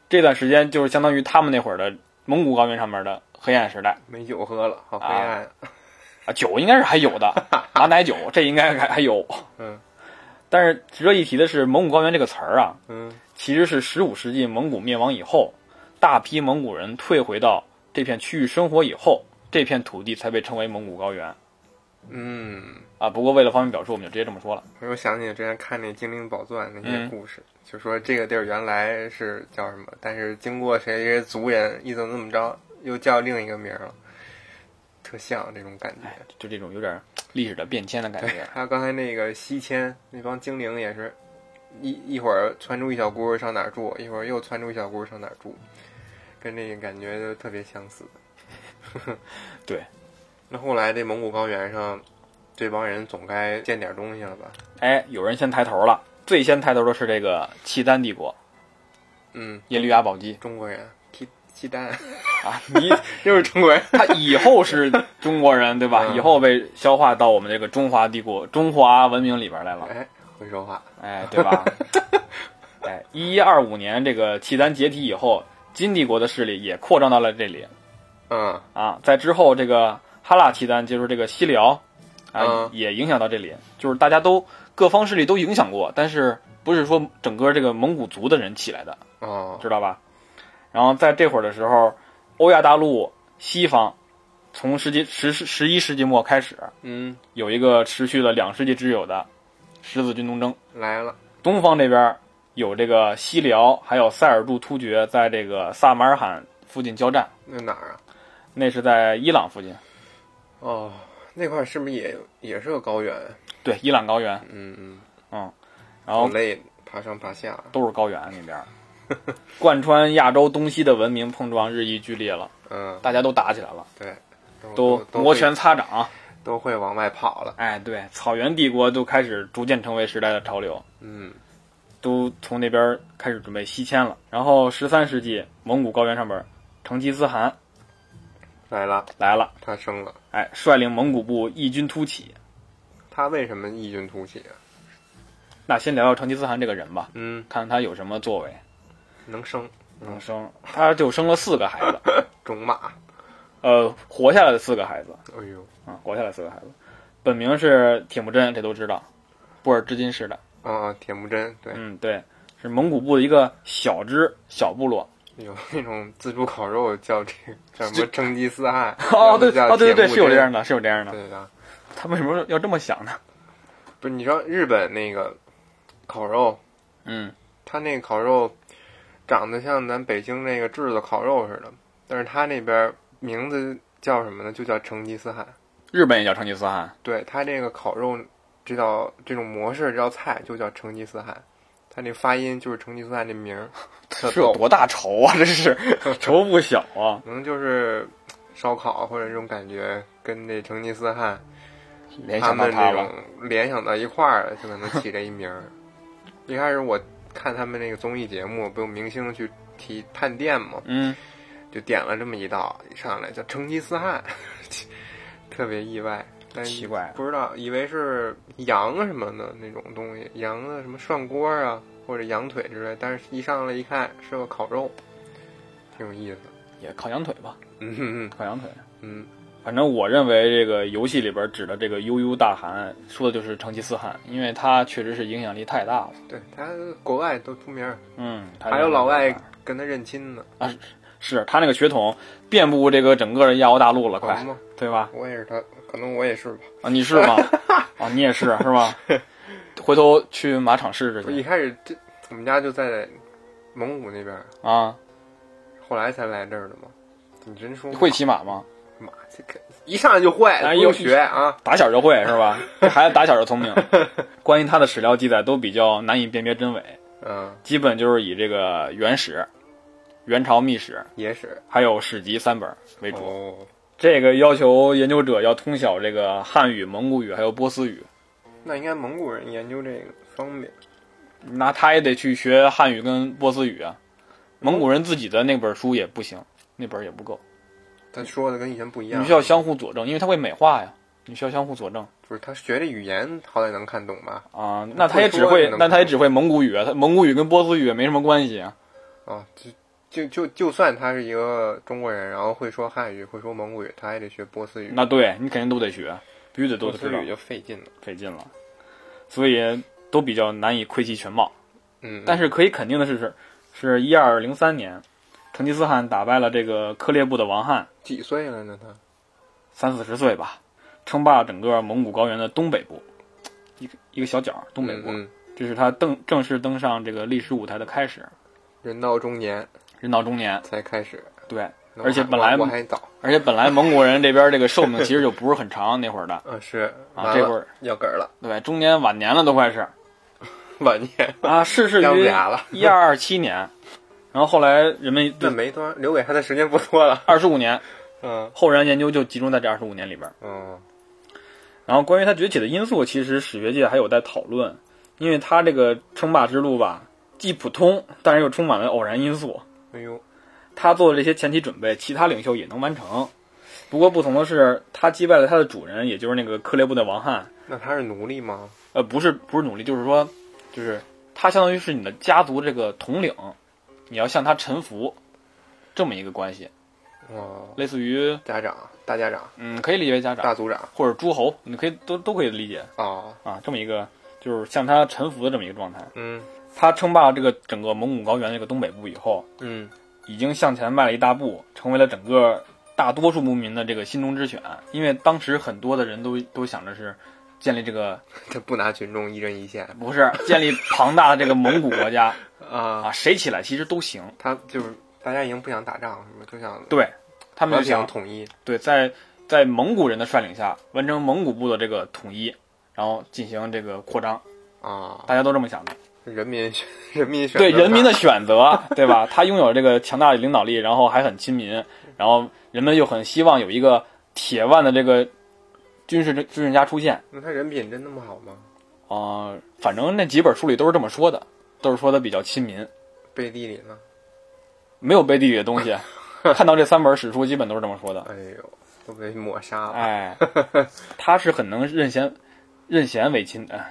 [SPEAKER 3] 这段时间就是相当于他们那会儿的蒙古高原上面的黑暗时代。
[SPEAKER 1] 没酒喝了，好黑暗啊。
[SPEAKER 3] 啊，酒应该是还有的， 马奶酒这应该还还有。
[SPEAKER 1] 嗯，
[SPEAKER 3] 但是值得一提的是，蒙古高原这个词儿啊，
[SPEAKER 1] 嗯，
[SPEAKER 3] 其实是15世纪蒙古灭亡以后，大批蒙古人退回到这片区域生活以后，这片土地才被称为蒙古高原
[SPEAKER 1] 嗯，
[SPEAKER 3] 啊。不过为了方便表述，我们就直接这么说了。
[SPEAKER 1] 我又想起之前看那《精灵宝钻》那些
[SPEAKER 3] 嗯
[SPEAKER 1] 故事，就说这个地儿原来是叫什么，但是经过谁谁族人一怎么怎么着，又叫另一个名儿了，特像这种感觉。
[SPEAKER 3] 哎，就这种有点儿历史的变迁的感
[SPEAKER 1] 对
[SPEAKER 3] 觉，
[SPEAKER 1] 还有刚才那个西迁那帮精灵也是，一一会儿窜出一小姑上哪儿住，一会儿又窜出一小姑上哪儿住，跟这个感觉就特别相似。
[SPEAKER 3] 对。
[SPEAKER 1] 那后来这蒙古高原上，这帮人总该建点东西了吧？
[SPEAKER 3] 哎，有人先抬头了，最先抬头的是这个契丹帝国
[SPEAKER 1] 嗯，
[SPEAKER 3] 耶律阿 保机
[SPEAKER 1] 中国人契契丹
[SPEAKER 3] 啊，你
[SPEAKER 1] 又是中国人。
[SPEAKER 3] 他以后是中国人，对吧？
[SPEAKER 1] 嗯
[SPEAKER 3] 以后被消化到我们这个中华帝国、中华文明里边来了，
[SPEAKER 1] 哎，会说话。
[SPEAKER 3] 哎，对吧？哎，一二五年这个契丹解体以后，金帝国的势力也扩张到了这里
[SPEAKER 1] 嗯
[SPEAKER 3] 啊。在之后，这个哈腊契丹，就是这个西辽啊，
[SPEAKER 1] 嗯
[SPEAKER 3] 也影响到这里，就是大家都各方势力都影响过，但是不是说整个这个蒙古族的人起来的，
[SPEAKER 1] 哦，
[SPEAKER 3] 知道吧？然后在这会儿的时候，欧亚大陆西方从十几十十一世纪末开始，
[SPEAKER 1] 嗯，
[SPEAKER 3] 有一个持续了两世纪之久的十字军东征。
[SPEAKER 1] 来了，
[SPEAKER 3] 东方这边有这个西辽，还有塞尔柱突厥在这个萨马尔罕附近交战，
[SPEAKER 1] 那哪儿啊？
[SPEAKER 3] 那是在伊朗附近，
[SPEAKER 1] 哦，那块儿是不是也有也是个高原？
[SPEAKER 3] 对，伊朗高原，
[SPEAKER 1] 嗯嗯，
[SPEAKER 3] 然
[SPEAKER 1] 好
[SPEAKER 3] 后
[SPEAKER 1] 累，爬上爬下。
[SPEAKER 3] 都是高原那边儿。 贯穿亚洲东西的文明碰撞日益剧烈了，
[SPEAKER 1] 嗯，
[SPEAKER 3] 大家都打起来了，
[SPEAKER 1] 都都
[SPEAKER 3] 摩
[SPEAKER 1] 会
[SPEAKER 3] 拳擦掌。
[SPEAKER 1] 都会往外跑了。
[SPEAKER 3] 哎，对，草原帝国就开始逐渐成为时代的潮流，
[SPEAKER 1] 嗯，
[SPEAKER 3] 都从那边儿开始准备西迁了。然后十三世纪蒙古高原上边儿，成吉思汗
[SPEAKER 1] 来了，
[SPEAKER 3] 来了，
[SPEAKER 1] 他生了。
[SPEAKER 3] 哎，率领蒙古部异军突起。
[SPEAKER 1] 他为什么异军突起啊？
[SPEAKER 3] 那先聊聊成吉思汗这个人吧，
[SPEAKER 1] 嗯，
[SPEAKER 3] 看看他有什么作为。
[SPEAKER 1] 能生
[SPEAKER 3] 能生，他就生了四个孩子，
[SPEAKER 1] 种马。
[SPEAKER 3] 呃，活下来的四个孩子
[SPEAKER 1] 哎呦，
[SPEAKER 3] 啊，活下来四个孩子，本名是铁木真，这都知道，布尔支金氏的，
[SPEAKER 1] 哦，铁木真，对，
[SPEAKER 3] 嗯，对，是蒙古部的一个小支小部落。
[SPEAKER 1] 有那种自助烤肉叫这个叫什
[SPEAKER 3] 这
[SPEAKER 1] 么成吉思汗？
[SPEAKER 3] 哦，对，
[SPEAKER 1] 要
[SPEAKER 3] 哦，
[SPEAKER 1] 么叫
[SPEAKER 3] 对对
[SPEAKER 1] 铁
[SPEAKER 3] 对，
[SPEAKER 1] 木
[SPEAKER 3] 是有这
[SPEAKER 1] 真
[SPEAKER 3] 样的，是有这样的。
[SPEAKER 1] 对的。
[SPEAKER 3] 他为什么要这么想呢？
[SPEAKER 1] 不是你说日本那个烤肉，
[SPEAKER 3] 嗯，
[SPEAKER 1] 它那烤肉长得像咱北京那个炙子烤肉似的，但是它那边名字叫什么呢？就叫成吉思汗。
[SPEAKER 3] 日本也叫成吉思汗，
[SPEAKER 1] 对它这个烤肉这道这种模式这道菜就叫成吉思汗，它那发音就是成吉思汗这名 儿，特
[SPEAKER 3] 是有
[SPEAKER 1] 逗，
[SPEAKER 3] 多大仇啊？这是仇不小啊！
[SPEAKER 1] 可能就是烧烤或者这种感觉跟这成吉思汗
[SPEAKER 3] 联
[SPEAKER 1] 他
[SPEAKER 3] 想到
[SPEAKER 1] 们
[SPEAKER 3] 他
[SPEAKER 1] 这
[SPEAKER 3] 了，
[SPEAKER 1] 种联想到一块儿了，就可能起这一名儿。 一开始我看他们那个综艺节目，不有明星去提探店嘛，
[SPEAKER 3] 嗯，
[SPEAKER 1] 就点了这么一道，一上来叫成吉思汗， 特别意外。但是
[SPEAKER 3] 奇怪
[SPEAKER 1] 不知道，以为是羊什么的那种东西，羊的什么涮锅啊，或者羊腿之类。但是一上来一看是个烤肉，挺有意思。
[SPEAKER 3] 也烤羊腿吧，
[SPEAKER 1] 嗯哼哼
[SPEAKER 3] 烤羊腿。
[SPEAKER 1] 嗯，
[SPEAKER 3] 反正我认为这个游戏里边指的这个悠悠大汗，说的就是成吉思汗，因为他确实是影响力太大了。
[SPEAKER 1] 对他国外都出名儿，
[SPEAKER 3] 嗯，他
[SPEAKER 1] 还有老外跟他认亲呢，
[SPEAKER 3] 是他那个血统遍布这个整个的亚欧大陆了，快
[SPEAKER 1] 好，哦吗？
[SPEAKER 3] 对吧？
[SPEAKER 1] 我也是他，可能我也是吧。
[SPEAKER 3] 啊，你是 吗？啊，你也是是吧？回头去马场试试
[SPEAKER 1] 我一
[SPEAKER 3] 去
[SPEAKER 1] 开始这我们家就在蒙古那边儿，
[SPEAKER 3] 啊！
[SPEAKER 1] 后来才来这儿的嘛。你真说
[SPEAKER 3] 你会骑马吗？
[SPEAKER 1] 马这个一上来就会，
[SPEAKER 3] 哎
[SPEAKER 1] 不
[SPEAKER 3] 呦
[SPEAKER 1] 用学啊。
[SPEAKER 3] 打小就会是 吧？这孩子打小就聪明。关于他的史料记载都比较难以辨别真伪，
[SPEAKER 1] 嗯，
[SPEAKER 3] 基本就是以这个元史、元朝秘史
[SPEAKER 1] 野史
[SPEAKER 3] 还有史籍三本为主。
[SPEAKER 1] 哦，
[SPEAKER 3] 这个要求研究者要通晓这个汉语、蒙古语还有波斯语，
[SPEAKER 1] 那应该蒙古人研究这个方便。
[SPEAKER 3] 那他也得去学汉语跟波斯语啊。蒙古人自己的那本书也不行，那本也不够，
[SPEAKER 1] 他说的跟以前不一样，
[SPEAKER 3] 你需要相互佐证，因为他会美化呀，你需要相互佐证
[SPEAKER 1] 就是他学的语言好歹能看懂吧？
[SPEAKER 3] 啊、那他也只会，那他也只会蒙古语啊，他蒙古语跟波斯语也没什么关系啊。
[SPEAKER 1] 啊，就就就就算他是一个中国人，然后会说汉语，会说蒙古语，他还得学波斯语，
[SPEAKER 3] 那对你肯定都得学，必须得都
[SPEAKER 1] 波
[SPEAKER 3] 得
[SPEAKER 1] 斯
[SPEAKER 3] 知道
[SPEAKER 1] 语，就费劲了。
[SPEAKER 3] 费劲了，所以都比较难以窥其全貌。
[SPEAKER 1] 嗯，
[SPEAKER 3] 但
[SPEAKER 1] 是
[SPEAKER 3] 是可以肯定的是，是一二零三年，成吉思汗打败了这个克烈部的王汉，
[SPEAKER 1] 几岁了呢？他
[SPEAKER 3] 三四十岁吧，称霸整个蒙古高原的东北部，一个一个小角儿东北部，
[SPEAKER 1] 嗯嗯
[SPEAKER 3] 这是他登正式登上这个历史舞台的开始。
[SPEAKER 1] 人到中年
[SPEAKER 3] 人到中年，
[SPEAKER 1] 才开始，
[SPEAKER 3] 对，
[SPEAKER 1] 那
[SPEAKER 3] 而且
[SPEAKER 1] 我还
[SPEAKER 3] 本来嗯
[SPEAKER 1] 我我还早
[SPEAKER 3] 而且本来蒙古人这边这个寿命其实就不是很长，那会儿的，
[SPEAKER 1] 啊，是
[SPEAKER 3] 啊这会
[SPEAKER 1] 儿
[SPEAKER 3] 儿
[SPEAKER 1] 要嗝儿了，
[SPEAKER 3] 对，中年晚年了都快是
[SPEAKER 1] 晚年
[SPEAKER 3] 啊，逝世
[SPEAKER 1] 当
[SPEAKER 3] 于
[SPEAKER 1] 俩了，
[SPEAKER 3] 一二二七年，然后后来人们
[SPEAKER 1] 那
[SPEAKER 3] 对
[SPEAKER 1] 没多留给他的时间不多了。
[SPEAKER 3] 二十五年，
[SPEAKER 1] 嗯
[SPEAKER 3] 后人研究就集中在这二十五年里边儿。
[SPEAKER 1] 嗯，
[SPEAKER 3] 然后关于他崛起的因素，其实史学界还有待讨论，因为他这个称霸之路吧，既普通，但是又充满了偶然因素。
[SPEAKER 1] 哎呦，
[SPEAKER 3] 他做的这些前期准备，其他领袖也能完成。不过不同的是，他击败了他的主人，也就是那个克烈部的王汉。
[SPEAKER 1] 那他是奴隶吗？
[SPEAKER 3] 呃，不是不是努力，就是说，
[SPEAKER 1] 就是
[SPEAKER 3] 他相当于是你的家族这个统领，你要向他臣服，这么一个关系，
[SPEAKER 1] 哦，
[SPEAKER 3] 类似于
[SPEAKER 1] 家长、大家长、
[SPEAKER 3] 嗯，可以理解为家长
[SPEAKER 1] 大族长
[SPEAKER 3] 或者诸侯，你可以都都可以理解
[SPEAKER 1] 哦，
[SPEAKER 3] 啊，这么一个就是向他臣服的这么一个状态。
[SPEAKER 1] 嗯
[SPEAKER 3] 他称霸了这个整个蒙古高原这个东北部以后，
[SPEAKER 1] 嗯
[SPEAKER 3] 已经向前迈了一大步，成为了整个大多数牧民的这个心中之选。因为当时很多的人都都想着是建立这个
[SPEAKER 1] 他不拿群众一针一线
[SPEAKER 3] 不是 建立庞大的这个蒙古国家
[SPEAKER 1] 啊，
[SPEAKER 3] 啊，谁起来其实都行。
[SPEAKER 1] 他就是大家已经不想打仗，是吧？就想
[SPEAKER 3] 对，他们
[SPEAKER 1] 和
[SPEAKER 3] 就想
[SPEAKER 1] 平统一。
[SPEAKER 3] 对，在在蒙古人的率领下，完成蒙古部的这个统一，然后进行这个扩张，
[SPEAKER 1] 啊，
[SPEAKER 3] 大家都这么想的。
[SPEAKER 1] 人民选 人民选
[SPEAKER 3] 对
[SPEAKER 1] 择他
[SPEAKER 3] 人民的选择， 对吧？他拥有这个强大的领导力，然后还很亲民，然后人们又很希望有一个铁腕的这个军事军事家出现。
[SPEAKER 1] 那他人品真那么好吗？
[SPEAKER 3] 啊、反正那几本书里都是这么说的，都是说他比较亲民，
[SPEAKER 1] 背地里呢？
[SPEAKER 3] 没有背地里的东西。看到这三本史书，基本都是这么说的。
[SPEAKER 1] 哎呦，都被抹杀了。
[SPEAKER 3] 哎，他是很能任贤任贤为亲的，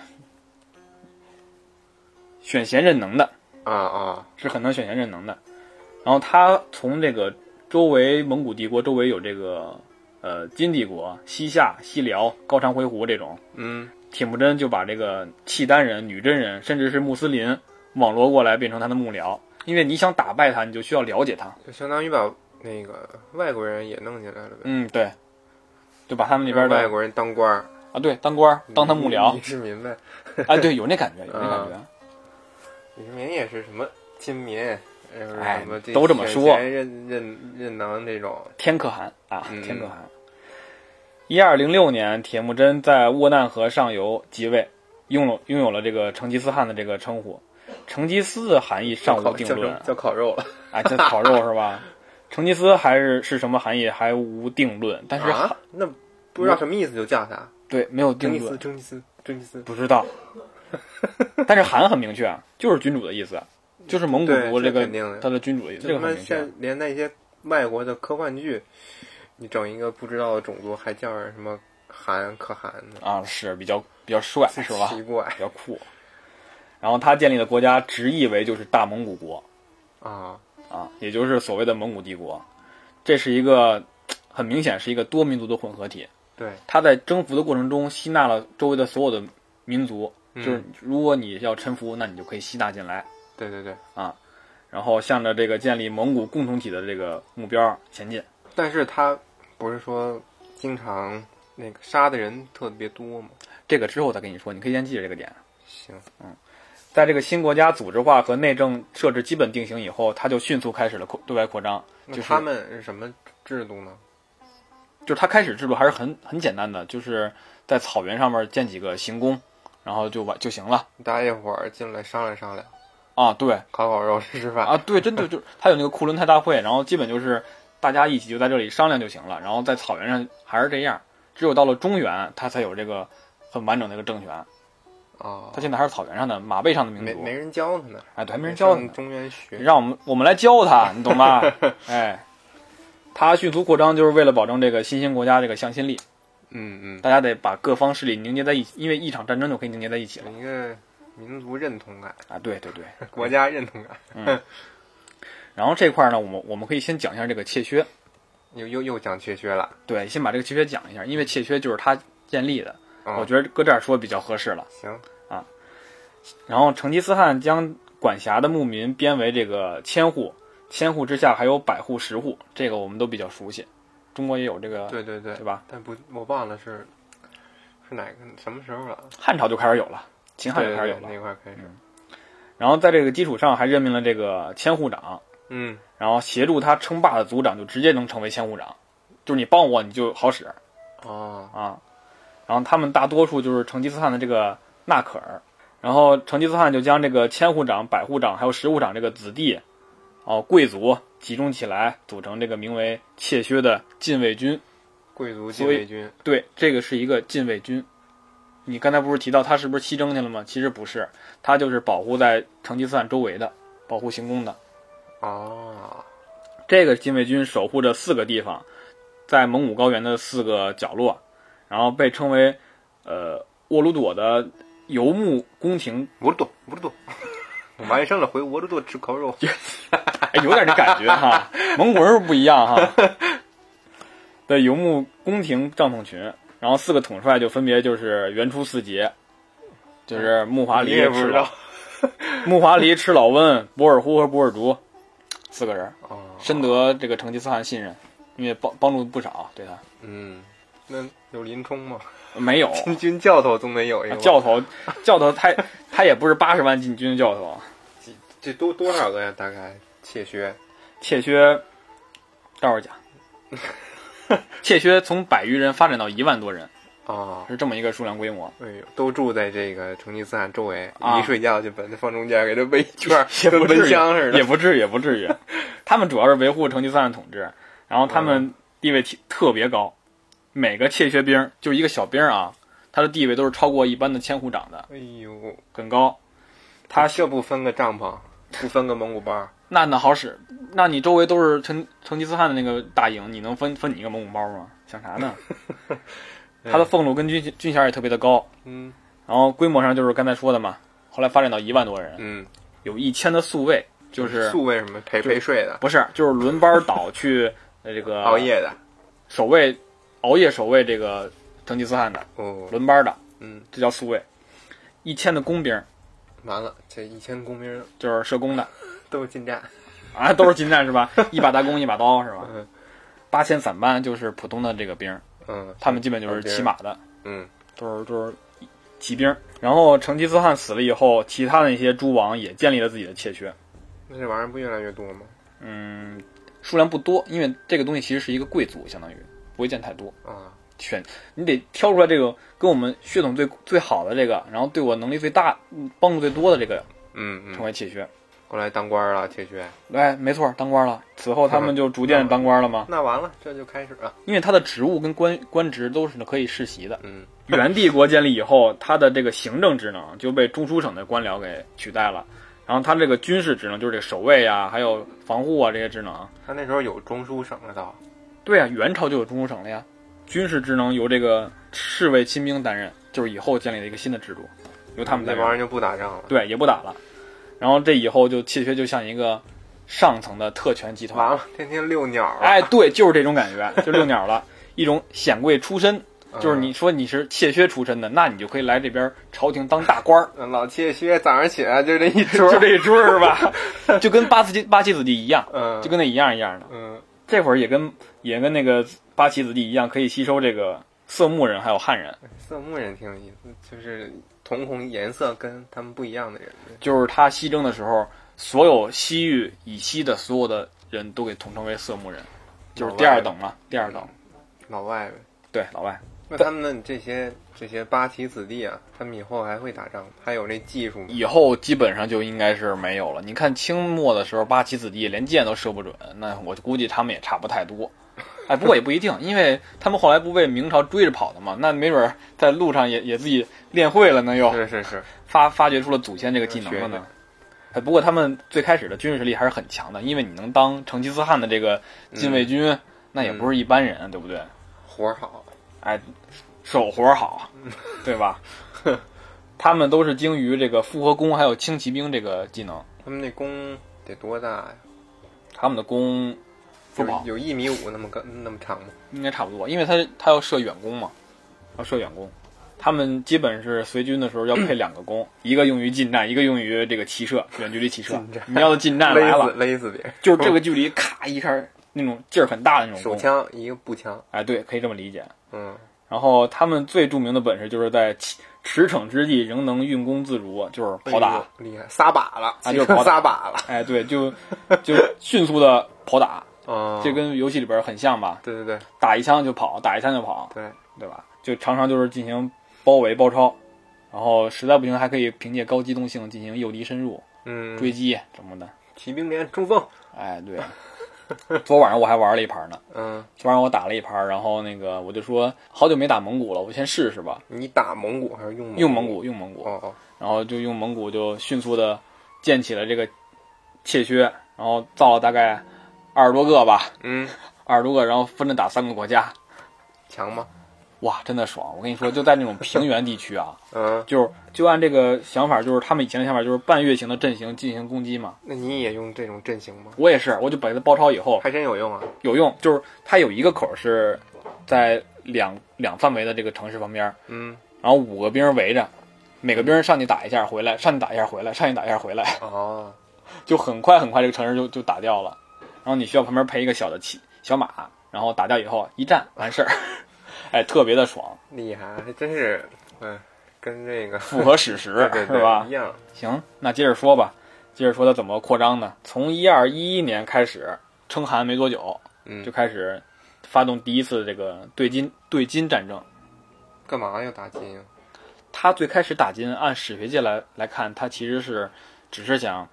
[SPEAKER 3] 选贤任能的，
[SPEAKER 1] 啊啊，
[SPEAKER 3] 是很能选贤任能的。然后他从这个周围蒙古帝国周围有这个呃金帝国、西夏、西辽、高长回鹘这种，
[SPEAKER 1] 嗯
[SPEAKER 3] 铁木真就把这个契丹人、女真人，甚至是穆斯林网罗过来，变成他的幕僚。因为你想打败他，你就需要了解他。
[SPEAKER 1] 就相当于把那个外国人也弄进来了呗。
[SPEAKER 3] 嗯，对，就把他们那
[SPEAKER 1] 那
[SPEAKER 3] 边
[SPEAKER 1] 外
[SPEAKER 3] 的
[SPEAKER 1] 国人嗯当官儿，
[SPEAKER 3] 啊，对，当官儿当他幕僚
[SPEAKER 1] 李，世民呗，
[SPEAKER 3] 哎，对，有那感觉，有那
[SPEAKER 1] 嗯
[SPEAKER 3] 感觉。
[SPEAKER 1] 李世民也是什么亲民，然后
[SPEAKER 3] 哎
[SPEAKER 1] 什么这
[SPEAKER 3] 都这么
[SPEAKER 1] 选
[SPEAKER 3] 说
[SPEAKER 1] 贤任任任能这种，
[SPEAKER 3] 天可汗啊，
[SPEAKER 1] 嗯
[SPEAKER 3] 天可汗。一二零六年，铁木真在斡难河上游即位，拥有拥有了这个成吉思汗的这个称呼。成吉思的含义尚无
[SPEAKER 1] 烤
[SPEAKER 3] 定
[SPEAKER 1] 叫
[SPEAKER 3] 论
[SPEAKER 1] 叫，叫烤肉了
[SPEAKER 3] 哎，这烤肉 是吧？成吉思还是是什么含义还无定论，但是、
[SPEAKER 1] 啊？那不知道什么意思就叫他
[SPEAKER 3] 对没有
[SPEAKER 1] 成
[SPEAKER 3] 定
[SPEAKER 1] 吉思，
[SPEAKER 3] 论，
[SPEAKER 1] 成吉思，成吉思。
[SPEAKER 3] 不知道。 但是汗很明确，啊，就是君主的意思，就是蒙古
[SPEAKER 1] 对
[SPEAKER 3] 国这
[SPEAKER 1] 这
[SPEAKER 3] 个
[SPEAKER 1] 肯定的
[SPEAKER 3] 他的君主的意思，这
[SPEAKER 1] 就
[SPEAKER 3] 个
[SPEAKER 1] 他妈
[SPEAKER 3] 很明
[SPEAKER 1] 现
[SPEAKER 3] 确啊
[SPEAKER 1] 在。连那些外国的科幻剧，你整一个不知道的种族还叫人什么韩可汗呢？
[SPEAKER 3] 啊，是比较比较帅是吧？
[SPEAKER 1] 奇怪
[SPEAKER 3] 比较酷。然后他建立的国家直译为就是大蒙古国
[SPEAKER 1] 啊！
[SPEAKER 3] 啊，也就是所谓的蒙古帝国。这是一个很明显是一个多民族的混合体。
[SPEAKER 1] 对，
[SPEAKER 3] 他在征服的过程中吸纳了周围的所有的民族，
[SPEAKER 1] 嗯
[SPEAKER 3] 就是如果你要臣服，那你就可以吸纳进来，
[SPEAKER 1] 对对对。
[SPEAKER 3] 然后向着这个建立蒙古共同体的这个目标前进。
[SPEAKER 1] 但是他不是说经常那个杀的人特别多吗？
[SPEAKER 3] 这个之后再跟你说，你可以先记着这个点。嗯
[SPEAKER 1] 行，
[SPEAKER 3] 在这个新国家组织化和内政设置基本定型以后，他就迅速开始了扩对外扩张。
[SPEAKER 1] 那
[SPEAKER 3] 就是
[SPEAKER 1] 他们是什么制度呢？
[SPEAKER 3] 就是他开始制度还是很很简单的，就是在草原上面建几个行宫，然后就完就行了
[SPEAKER 1] 大家一伙儿进来商量商量，
[SPEAKER 3] 啊。对
[SPEAKER 1] 烤烤肉吃吃饭。
[SPEAKER 3] 啊，对，真的就是他有那个库伦泰大会，然后基本就是大家一起就在这里商量就行了，然后在草原上还是这样，只有到了中原，他才有这个很完整的一个政权。
[SPEAKER 1] 啊
[SPEAKER 3] 他，现在还是草原上的马背上的民
[SPEAKER 1] 没
[SPEAKER 3] 族
[SPEAKER 1] 没，人教他呢，
[SPEAKER 3] 哎，对，还没人教他
[SPEAKER 1] 上
[SPEAKER 3] 呢。
[SPEAKER 1] 中原学。
[SPEAKER 3] 让我们我们来教他，你懂吧？哎，他迅速扩张就是为了保证这个新兴国家这个向心力，
[SPEAKER 1] 嗯
[SPEAKER 3] 大家得把各方势力凝结在一起，因为一场战争就可以凝结在一起了。
[SPEAKER 1] 嗯，一个民族认同感、
[SPEAKER 3] 啊，对对对。
[SPEAKER 1] 国家认同感，
[SPEAKER 3] 然后这块儿呢，我们我们可以先讲一下这个怯薛，
[SPEAKER 1] 又又又讲缺缺了。
[SPEAKER 3] 对，先把这个怯薛讲一下，因为怯薛就是他建立的，
[SPEAKER 1] 嗯
[SPEAKER 3] 我觉得搁这儿说比较合适了。啊
[SPEAKER 1] 行，
[SPEAKER 3] 然后成吉思汗将管辖的牧民编为这个千户，千户之下还有百户、十户，这个我们都比较熟悉，中国也有这个，
[SPEAKER 1] 对对对
[SPEAKER 3] 对，啊吧？
[SPEAKER 1] 但不，我忘了是是哪个什么时候了，
[SPEAKER 3] 汉朝就开始有了，秦汉
[SPEAKER 1] 对
[SPEAKER 3] 就
[SPEAKER 1] 对
[SPEAKER 3] 开始有
[SPEAKER 1] 对，
[SPEAKER 3] 了。
[SPEAKER 1] 那块儿开始，
[SPEAKER 3] 然后在这个基础上还任命了这个千户长，
[SPEAKER 1] 嗯，
[SPEAKER 3] 然后协助他称霸的族长就直接能成为千户长，就是你帮我你就好使。
[SPEAKER 1] 哦，
[SPEAKER 3] 啊，然后他们大多数就是成吉思汗的这个纳可儿，然后成吉思汗就将这个千户长、百户长还有十户长这个子弟，哦、贵族集中起来，组成这个名为怯薛的禁卫军。
[SPEAKER 1] 贵族禁
[SPEAKER 3] 所以
[SPEAKER 1] 卫军，
[SPEAKER 3] 对，这个是一个禁卫军。你刚才不是提到他是不是西征去了吗？其实不是，他就是保护在成吉思汗周围的，保护行宫的。
[SPEAKER 1] 哦，
[SPEAKER 3] 这个禁卫军守护着四个地方，在蒙古高原的四个角落，然后被称为呃沃鲁朵的游牧宫廷，
[SPEAKER 1] 乌鲁多，乌鲁多，我完胜了，回乌鲁多吃烤 肉，
[SPEAKER 3] 哎，有点这感觉哈，蒙古人是不一样哈。的游牧宫廷帐篷群，然后四个统帅就分别就是元初四杰，就是木华
[SPEAKER 1] 你
[SPEAKER 3] 黎
[SPEAKER 1] 也不
[SPEAKER 3] 吃
[SPEAKER 1] 知
[SPEAKER 3] 老
[SPEAKER 1] 道
[SPEAKER 3] 木华黎吃老温、博尔忽和博尔竹四个人，
[SPEAKER 1] 哦，
[SPEAKER 3] 深得这个成吉思汗信任，因为帮帮助不少对他。
[SPEAKER 1] 嗯，那有林冲吗？
[SPEAKER 3] 没有
[SPEAKER 1] 禁军教头总得有一个吧，
[SPEAKER 3] 教头，教头他他也不是八十万禁军的教头，
[SPEAKER 1] 这多多少个呀？大概切削
[SPEAKER 3] 怯薛，待 会儿讲。怯薛从百余人发展到一万多人，
[SPEAKER 1] 哦，
[SPEAKER 3] 是这么一个数量规模。
[SPEAKER 1] 哎呦，都住在这个成吉思汗周围，
[SPEAKER 3] 啊
[SPEAKER 1] 一睡觉就把它放中间，给它围一圈儿，
[SPEAKER 3] 也
[SPEAKER 1] 跟
[SPEAKER 3] 不至于
[SPEAKER 1] 蚊香似的
[SPEAKER 3] 也。不至于， 也不至于。他们主要是维护成吉思汗的统治，然后他
[SPEAKER 1] 嗯
[SPEAKER 3] 们地位提特别高，每个怯薛兵就是一个小兵啊，他的地位都是超过一般的千户长的，
[SPEAKER 1] 哎呦，
[SPEAKER 3] 更高。他
[SPEAKER 1] 这不分个帐篷，不分个蒙古包 儿，
[SPEAKER 3] 那那好使，那你周围都是成成吉思汗的那个大营，你能分分你一个蒙古包吗？想啥 呢？他的俸禄跟军军衔也特别的高，
[SPEAKER 1] 嗯
[SPEAKER 3] 然后规模上就是刚才说的嘛，后来发展到一万多人，
[SPEAKER 1] 嗯，
[SPEAKER 3] 有一千的宿卫，就是
[SPEAKER 1] 素为什么陪陪睡的，
[SPEAKER 3] 不是就是轮班倒去呃这个
[SPEAKER 1] 熬夜的，
[SPEAKER 3] 守卫熬夜守卫这个成吉思汗的
[SPEAKER 1] 哦，
[SPEAKER 3] 轮班的，
[SPEAKER 1] 嗯，
[SPEAKER 3] 这叫宿卫。一千的工兵
[SPEAKER 1] 完了，这一千工兵
[SPEAKER 3] 就是射弓的
[SPEAKER 1] 都进 站，
[SPEAKER 3] 啊，都是近战是 吧？一把大弓一把刀是吧
[SPEAKER 1] 嗯？
[SPEAKER 3] 八千散班就是普通的这个兵，
[SPEAKER 1] 嗯，
[SPEAKER 3] 他们基本就是骑马的，
[SPEAKER 1] 嗯
[SPEAKER 3] 都是都是骑兵。然后成吉思汗死了以后，其他的那些诸王也建立了自己的怯薛，
[SPEAKER 1] 那这玩意儿不越来越多吗？
[SPEAKER 3] 嗯，数量不多，因为这个东西其实是一个贵族，相当于不会见太多。
[SPEAKER 1] 啊，
[SPEAKER 3] 选你得挑出来这个跟我们血统最最好的这个，然后对我能力最大、嗯帮助最多的这个
[SPEAKER 1] 嗯
[SPEAKER 3] 成
[SPEAKER 1] 嗯，
[SPEAKER 3] 为契学。
[SPEAKER 1] 后来当官儿了，铁血，
[SPEAKER 3] 哎，没错，当官了。此后他们就逐渐当官了嘛，
[SPEAKER 1] 那完了，这就开始了，
[SPEAKER 3] 因为他的职务跟官官职都是可以世袭的。
[SPEAKER 1] 嗯
[SPEAKER 3] 元帝国建立以后，他的这个行政职能就被中书省的官僚给取代了，然后他这个军事职能就是这个守卫啊，还有防护啊这些职能。
[SPEAKER 1] 他那时候有中书省了都，
[SPEAKER 3] 对啊，元朝就有中书省了呀。军事职能由这个侍卫亲兵担任，就是以后建立了一个新的制度，由他们
[SPEAKER 1] 那
[SPEAKER 3] 担任
[SPEAKER 1] 帮。人就不打仗了，
[SPEAKER 3] 对，也不打了。然后这以后就契薛就像一个上层的特权集
[SPEAKER 1] 完
[SPEAKER 3] 团，
[SPEAKER 1] 了，天天遛鸟儿，
[SPEAKER 3] 哎，对，就是这种感觉，就遛鸟了，一种显贵出身，
[SPEAKER 1] 嗯，，
[SPEAKER 3] 就是你说你是契薛出身的，那你就可以来这边朝廷当大官儿
[SPEAKER 1] 嗯老切削，早上起来就这一桌
[SPEAKER 3] 就
[SPEAKER 1] 儿，
[SPEAKER 3] 这一桌儿是吧？ 就跟八旗八旗子弟一样，
[SPEAKER 1] 嗯，
[SPEAKER 3] 就跟那一样一样的。
[SPEAKER 1] 嗯
[SPEAKER 3] 这会儿也跟也跟那个八旗子弟一样，可以吸收这个色目人还有汉人，
[SPEAKER 1] 色目人挺有意思，就是瞳孔颜色跟他们不一样的人，
[SPEAKER 3] 就是他西征的时候，所有西域以西的所有的人都给统称为色目人，就是第二等嘛，第二等。
[SPEAKER 1] 老外呗。
[SPEAKER 3] 对，老外
[SPEAKER 1] 那他们这些这些八旗子弟啊，他们以后还会打仗吗，还有那技术吗？
[SPEAKER 3] 以后基本上就应该是没有了。你看清末的时候，八旗子弟连箭都射不准，那我估计他们也差不太多。哎，不过也不一定，因为他们后来不被明朝追着跑的嘛，那没准儿在路上也也自己练会了呢，又
[SPEAKER 1] 是是是，
[SPEAKER 3] 发发掘出了祖先这个技能了
[SPEAKER 1] 学
[SPEAKER 3] 呢。哎，不过他们最开始的军事实力还是很强的，因为你能当成吉思汗的这个
[SPEAKER 1] 嗯
[SPEAKER 3] 禁卫军，那也不是一般人，对不对？
[SPEAKER 1] 活儿好，
[SPEAKER 3] 手活好，
[SPEAKER 1] 嗯
[SPEAKER 3] 对 吧？他们都是精于这个复合弓还有轻骑兵这个技能，
[SPEAKER 1] 他们那弓得多大呀？
[SPEAKER 3] 他们的弓不
[SPEAKER 1] 有
[SPEAKER 3] 好，
[SPEAKER 1] 有一米五那么高那么长吗？
[SPEAKER 3] 应该差不多，因为他他要射远弓嘛，要射远弓。他们基本是随军的时候要 配两个弓，一个用于近战，一个用于这个骑射，远距离骑射
[SPEAKER 1] 近战。
[SPEAKER 3] 你要是近战
[SPEAKER 1] 勒
[SPEAKER 3] 来
[SPEAKER 1] 死
[SPEAKER 3] 了，
[SPEAKER 1] 勒死别人，
[SPEAKER 3] 就是这个距离，咔一下那种劲儿很大的那种
[SPEAKER 1] 手
[SPEAKER 3] 弓。
[SPEAKER 1] 枪一个步枪，
[SPEAKER 3] 哎，对，可以这么理解。
[SPEAKER 1] 嗯，
[SPEAKER 3] 然后他们最著名的本事就是在驰驰骋之际仍能运弓自如，就是
[SPEAKER 1] 哎
[SPEAKER 3] 跑打。
[SPEAKER 1] 呦厉害，撒把了，
[SPEAKER 3] 啊就是跑打
[SPEAKER 1] 撒把了，
[SPEAKER 3] 哎，对，就就迅速的跑打，
[SPEAKER 1] 哦，
[SPEAKER 3] 这跟游戏里边很像吧？
[SPEAKER 1] 对对对
[SPEAKER 3] 打一枪就跑，打一枪就跑，
[SPEAKER 1] 对，
[SPEAKER 3] 对吧？就常常就是进行包围包抄，然后实在不行还可以凭借高机动性进行诱敌深入、
[SPEAKER 1] 嗯，
[SPEAKER 3] 追击什么的。
[SPEAKER 1] 骑兵连冲锋，
[SPEAKER 3] 哎， 对。昨晚上我还玩了一盘呢，
[SPEAKER 1] 嗯，
[SPEAKER 3] 昨晚上我打了一盘，然后那个我就说好久没打蒙古了，我先试试吧，
[SPEAKER 1] 你打蒙古还是用
[SPEAKER 3] 用蒙
[SPEAKER 1] 蒙
[SPEAKER 3] 古用蒙古，
[SPEAKER 1] 嗯哦哦，
[SPEAKER 3] 然后就用蒙古就迅速的建起了这个怯薛，然后造了大概二十多个吧，
[SPEAKER 1] 嗯，
[SPEAKER 3] 二十多个，然后分着打三个国家，
[SPEAKER 1] 强吗？
[SPEAKER 3] 哇，真的爽！我跟你说，就在那种平原地区啊，
[SPEAKER 1] 嗯，
[SPEAKER 3] 就是就按这个想法，就是他们以前的想法，就是半月形的阵型进行攻击嘛。
[SPEAKER 1] 那你也用这种阵型吗？
[SPEAKER 3] 我也是，我就把它包抄以后
[SPEAKER 1] 还真有用啊！
[SPEAKER 3] 有用，就是它有一个口是在两两范围的这个城市旁边，
[SPEAKER 1] 嗯，
[SPEAKER 3] 然后五个兵围着，每个兵儿上去打一下，回来上去打一下，回来上去打一下，回来。
[SPEAKER 1] 哦，
[SPEAKER 3] 就很快很快这个城市就就打掉了。然后你需要旁边配一个小的骑小马，然后打掉以后一站完事儿， 哎，特别的爽，
[SPEAKER 1] 厉害，还真是，嗯，跟这个
[SPEAKER 3] 符合史实
[SPEAKER 1] 对对对
[SPEAKER 3] 是吧
[SPEAKER 1] 一？样，
[SPEAKER 3] 行，那接着说吧，接着说它怎么扩张呢？从一二一一年开始，称韩没多久
[SPEAKER 1] 嗯，
[SPEAKER 3] 就开始发动第一次这个对金对金战争。
[SPEAKER 1] 干嘛要打金呀？
[SPEAKER 3] 他最开始打金，按史学界来来看，他其实是只是想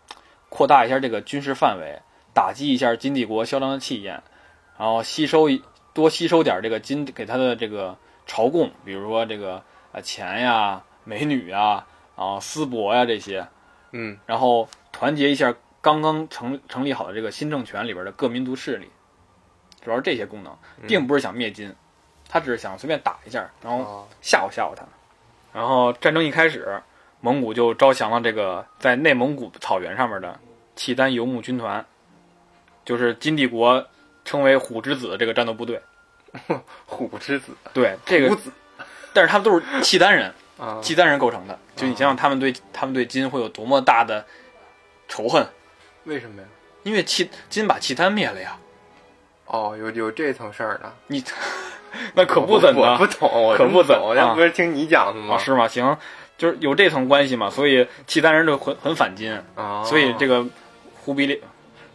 [SPEAKER 3] 扩大一下这个军事范围，打击一下金帝国嚣张的气焰，然后吸收一多吸收点这个金给他的这个朝贡，比如说这个呃钱呀、美女呀、啊然后丝帛呀这些，
[SPEAKER 1] 嗯，
[SPEAKER 3] 然后团结一下刚刚成成立好的这个新政权里边的各民族势力，主要是这些功能，
[SPEAKER 1] 嗯
[SPEAKER 3] 并不是想灭金，他只是想随便打一下，然后
[SPEAKER 1] 哦，
[SPEAKER 3] 吓唬吓唬他。然后战争一开始，蒙古就招降了这个在内蒙古草原上面的契丹游牧军团，就是金帝国称为“虎之子”的这个战斗部队。
[SPEAKER 1] 虎之子，
[SPEAKER 3] 对这
[SPEAKER 1] 虎
[SPEAKER 3] 个，
[SPEAKER 1] 子
[SPEAKER 3] 但是他们都是契丹人，
[SPEAKER 1] 啊，
[SPEAKER 3] 契丹人构成的。就你想想，他们对他们对金会有多么大的仇恨，
[SPEAKER 1] 为什么呀？
[SPEAKER 3] 因为契金把契丹灭了呀。
[SPEAKER 1] 哦，有有这层事儿呢，
[SPEAKER 3] 你那可不
[SPEAKER 1] 我
[SPEAKER 3] 怎
[SPEAKER 1] 我
[SPEAKER 3] 的
[SPEAKER 1] 不懂，我
[SPEAKER 3] 可
[SPEAKER 1] 真
[SPEAKER 3] 不
[SPEAKER 1] 不
[SPEAKER 3] 怎
[SPEAKER 1] 懂，
[SPEAKER 3] 啊
[SPEAKER 1] 这不是听你讲的
[SPEAKER 3] 啊？
[SPEAKER 1] 吗？
[SPEAKER 3] 是吗？行，就是有这层关系嘛，所以契丹人就很很反金。
[SPEAKER 1] 啊，
[SPEAKER 3] 所以这
[SPEAKER 1] 个
[SPEAKER 3] 个忽必烈，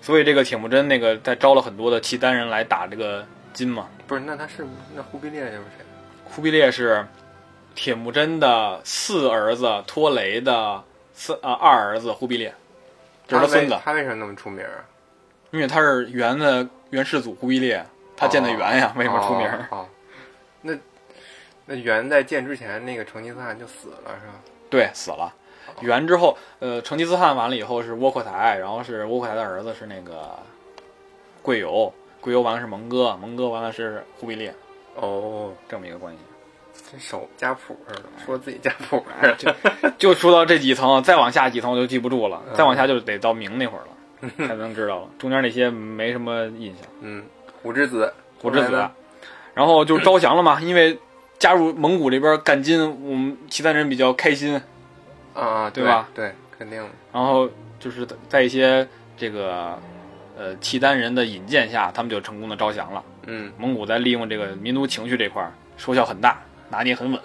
[SPEAKER 3] 所以这个铁木真那个他招了很多的契丹人来打这个金嘛。
[SPEAKER 1] 不是，那他是那忽必烈又是谁？
[SPEAKER 3] 忽必烈是铁木真的四儿子拖雷的四呃二儿子忽必烈，就是他
[SPEAKER 1] 为
[SPEAKER 3] 孙子，
[SPEAKER 1] 他为什么那么出名啊？
[SPEAKER 3] 因为他是元的元世祖忽必烈，他建的元 呀，为什么出名？
[SPEAKER 1] 哦哦那那元在建之前，那个成吉思汗就死了是吧？
[SPEAKER 3] 对，死了。元之后，呃，成吉思汗完了以后是窝阔台，然后是窝阔台的儿子是那个贵由，贵由完了是蒙哥，蒙哥完了是忽必烈，
[SPEAKER 1] 哦，
[SPEAKER 3] 这么一个关系。
[SPEAKER 1] 这手家谱似的，说自己家谱似
[SPEAKER 3] 哎
[SPEAKER 1] 的。
[SPEAKER 3] 就就说到这几层，再往下几层我就记不住了，
[SPEAKER 1] 嗯
[SPEAKER 3] 再往下就得到明那会儿 了，才能知道了。中间那些没什么印象。
[SPEAKER 1] 嗯，虎之子，
[SPEAKER 3] 火之
[SPEAKER 1] 后
[SPEAKER 3] 子
[SPEAKER 1] 来呢，
[SPEAKER 3] 然后就招降了嘛，因为加入蒙古这边干金，我们契丹人比较开心，
[SPEAKER 1] 啊，
[SPEAKER 3] 对吧？
[SPEAKER 1] 对，肯定的。
[SPEAKER 3] 然后就是在一些这个呃契丹人的引荐下，他们就成功的招降了。
[SPEAKER 1] 嗯，
[SPEAKER 3] 蒙古在利用这个民族情绪这块儿收效很大，拿捏很稳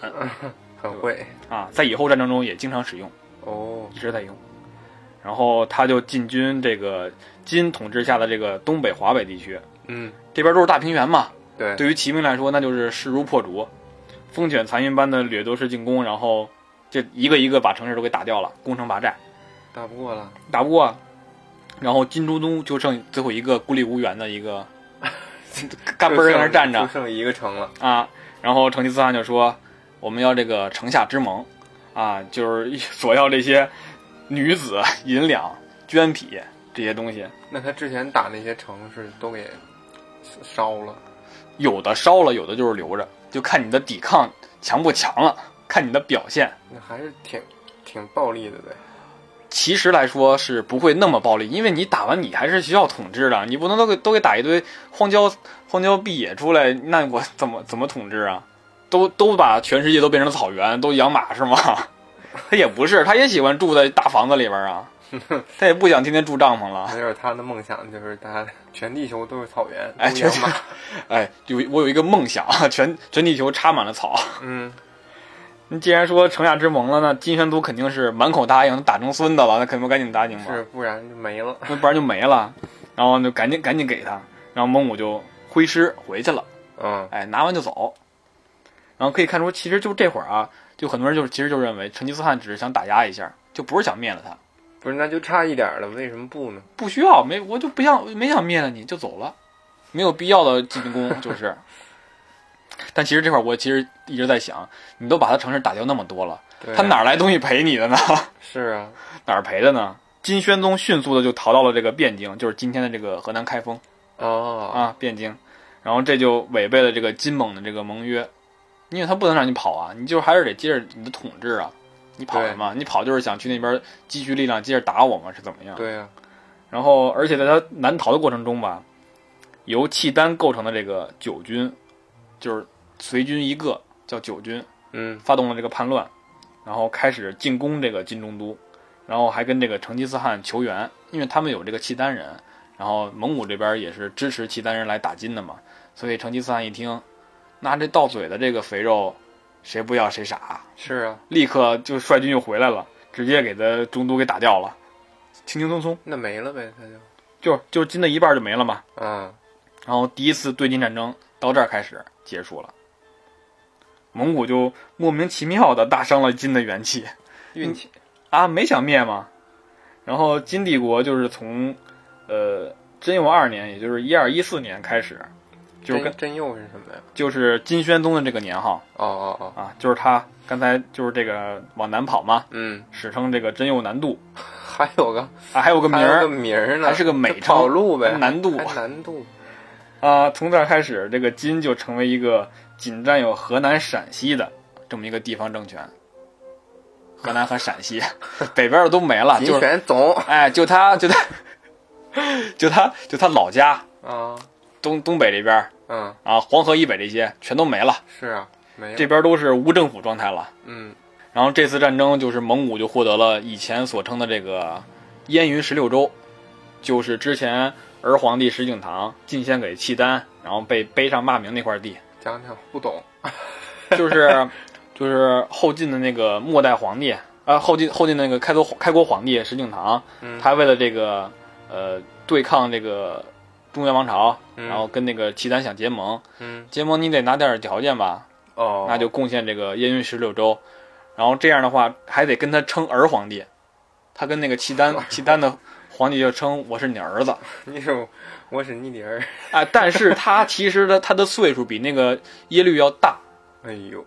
[SPEAKER 1] 很会。
[SPEAKER 3] 啊，在以后战争中也经常使用。
[SPEAKER 1] 哦，
[SPEAKER 3] 一直在用。然后他就进军这个金统治下的这个东北华北地区，
[SPEAKER 1] 嗯，
[SPEAKER 3] 这边都是大平原嘛。
[SPEAKER 1] 对，
[SPEAKER 3] 对于骑兵来说，那就是势如破竹，风卷残云般的掠夺式进攻，然后就一个一个把城市都给打掉了，攻城拔寨，
[SPEAKER 1] 打不过了。
[SPEAKER 3] 打不过，然后金都督就剩最后一个孤立无援的一个干嘣儿在那儿站着
[SPEAKER 1] 就，剩一个城了。
[SPEAKER 3] 啊，然后成吉思汗就说：“我们要这个城下之盟，啊，就是 索要这些女子、银两、绢匹这些东西，
[SPEAKER 1] 那他之前打那些城市都给烧了。
[SPEAKER 3] 有的烧了，有的就是留着，就看你的抵抗强不强了，看你的表现。
[SPEAKER 1] 那还是挺挺暴力的呗。
[SPEAKER 3] 其实来说是不会那么暴力，因为你打完你还是需要统治的，你不能都给都给打一堆荒郊荒郊蔽野出来，那我怎么怎么统治啊？都都把全世界都变成草原，都养马是吗？ 他也不是，他也喜欢住在大房子里边啊，他也不想天天住帐篷了。
[SPEAKER 1] 没准他的梦想就是他 全地球都是草原，
[SPEAKER 3] 哎
[SPEAKER 1] 都养
[SPEAKER 3] 全
[SPEAKER 1] 马。
[SPEAKER 3] 哎，有我有一个梦想，啊 全全地球插满了草。
[SPEAKER 1] 嗯，
[SPEAKER 3] 你既然说城下之盟了，那金宣都肯定是满口答应，打成孙子了，那肯定赶紧答应吧。
[SPEAKER 1] 是，不然就没了。
[SPEAKER 3] 那不然就没了。然后就赶紧赶紧给他，然后蒙古就挥师回去了，
[SPEAKER 1] 嗯，
[SPEAKER 3] 哎，拿完就走。然后可以看出，其实就这会儿啊，就很多人就是其实就认为成吉思汗只是想打压一下，就不是想灭了他，
[SPEAKER 1] 不是，那就差一点儿了，为什么不呢？
[SPEAKER 3] 不需要没我就不想没想灭了你就走了，没有必要的进攻就是。但其实这会儿我其实一直在想，你都把他城市打掉那么多了，
[SPEAKER 1] 对啊
[SPEAKER 3] 他哪儿来东西陪你的呢？
[SPEAKER 1] 是啊？
[SPEAKER 3] 哪儿陪的呢？金宣宗迅速的就逃到了这个汴京，就是今天的这个河南开封。
[SPEAKER 1] 哦，
[SPEAKER 3] 啊，汴京，然后这就违背了这个金蒙的这个盟约，因为他不能让你跑啊，你就还是得接着你的统治啊，你跑什么？你跑就是想去那边积蓄力量，接着打我们是怎么样？
[SPEAKER 1] 对呀、啊
[SPEAKER 3] 然后，而且在他南逃的过程中吧，由契丹构成的这个九军，就是随军一个叫九军，
[SPEAKER 1] 嗯
[SPEAKER 3] 发动了这个叛乱，然后开始进攻这个金中都，然后还跟这个成吉思汗求援，因为他们有这个契丹人，然后蒙古这边也是支持契丹人来打金的嘛，所以成吉思汗一听，那这到嘴的这个肥肉，谁不要谁傻，
[SPEAKER 1] 是啊，
[SPEAKER 3] 立刻就率军又回来了，直接给他中都给打掉了，轻轻松松，
[SPEAKER 1] 那没了呗，他就
[SPEAKER 3] 就就金的一半就没了嘛。
[SPEAKER 1] 啊，
[SPEAKER 3] 然后第一次对金战争到这儿开始结束了，蒙古就莫名其妙的大伤了金的元气
[SPEAKER 1] 运气
[SPEAKER 3] 啊，没想灭嘛。然后金帝国就是从呃真佑二年，也就是一二一四年开始，就是跟
[SPEAKER 1] 真真佑是什么呀？
[SPEAKER 3] 就是金宣宗的这个年号
[SPEAKER 1] 哦哦哦，
[SPEAKER 3] 啊，就是他刚才就是这个往南跑嘛，
[SPEAKER 1] 嗯，
[SPEAKER 3] 史称这个真佑南渡
[SPEAKER 1] 还有个
[SPEAKER 3] 啊，还有个名
[SPEAKER 1] 还有
[SPEAKER 3] 儿
[SPEAKER 1] 个名儿呢，
[SPEAKER 3] 还是个美
[SPEAKER 1] 这跑
[SPEAKER 3] 称
[SPEAKER 1] 路呗，
[SPEAKER 3] 南渡
[SPEAKER 1] 还南渡，
[SPEAKER 3] 啊，从这儿开始，这个金就成为一个仅占有河南、陕西的这么一个地方政权。河南和陕西 北边的都没了，就
[SPEAKER 1] 金
[SPEAKER 3] 是
[SPEAKER 1] 选总
[SPEAKER 3] 哎，就他就他就他就他老家
[SPEAKER 1] 啊，
[SPEAKER 3] 东东北这边
[SPEAKER 1] 嗯，
[SPEAKER 3] 啊，黄河以北这些全都没了，
[SPEAKER 1] 是啊，没
[SPEAKER 3] 这
[SPEAKER 1] 了，
[SPEAKER 3] 边都是无政府状态了。
[SPEAKER 1] 嗯，
[SPEAKER 3] 然后这次战争就是蒙古就获得了以前所称的这个燕云十六州，就是之前儿皇帝石景瑭进献给契丹，然后被背上骂名那块地。
[SPEAKER 1] 讲讲不懂，
[SPEAKER 3] 就是就是后晋的那个末代皇帝，啊，后晋后晋那个开国开国皇帝石敬瑭，
[SPEAKER 1] 嗯，
[SPEAKER 3] 他为了这个呃对抗这个中原王朝，
[SPEAKER 1] 嗯
[SPEAKER 3] 然后跟那个契丹想结盟，
[SPEAKER 1] 嗯
[SPEAKER 3] 结盟你得拿点条件吧，
[SPEAKER 1] 哦，
[SPEAKER 3] 那就贡献这个燕云十六州，然后这样的话还得跟他称儿皇帝，他跟那个契 丹契丹的皇帝就称我是你儿子，
[SPEAKER 1] 你是我是你的儿，
[SPEAKER 3] 啊，但是他其实的他的岁数比那个耶律要大，
[SPEAKER 1] 哎呦，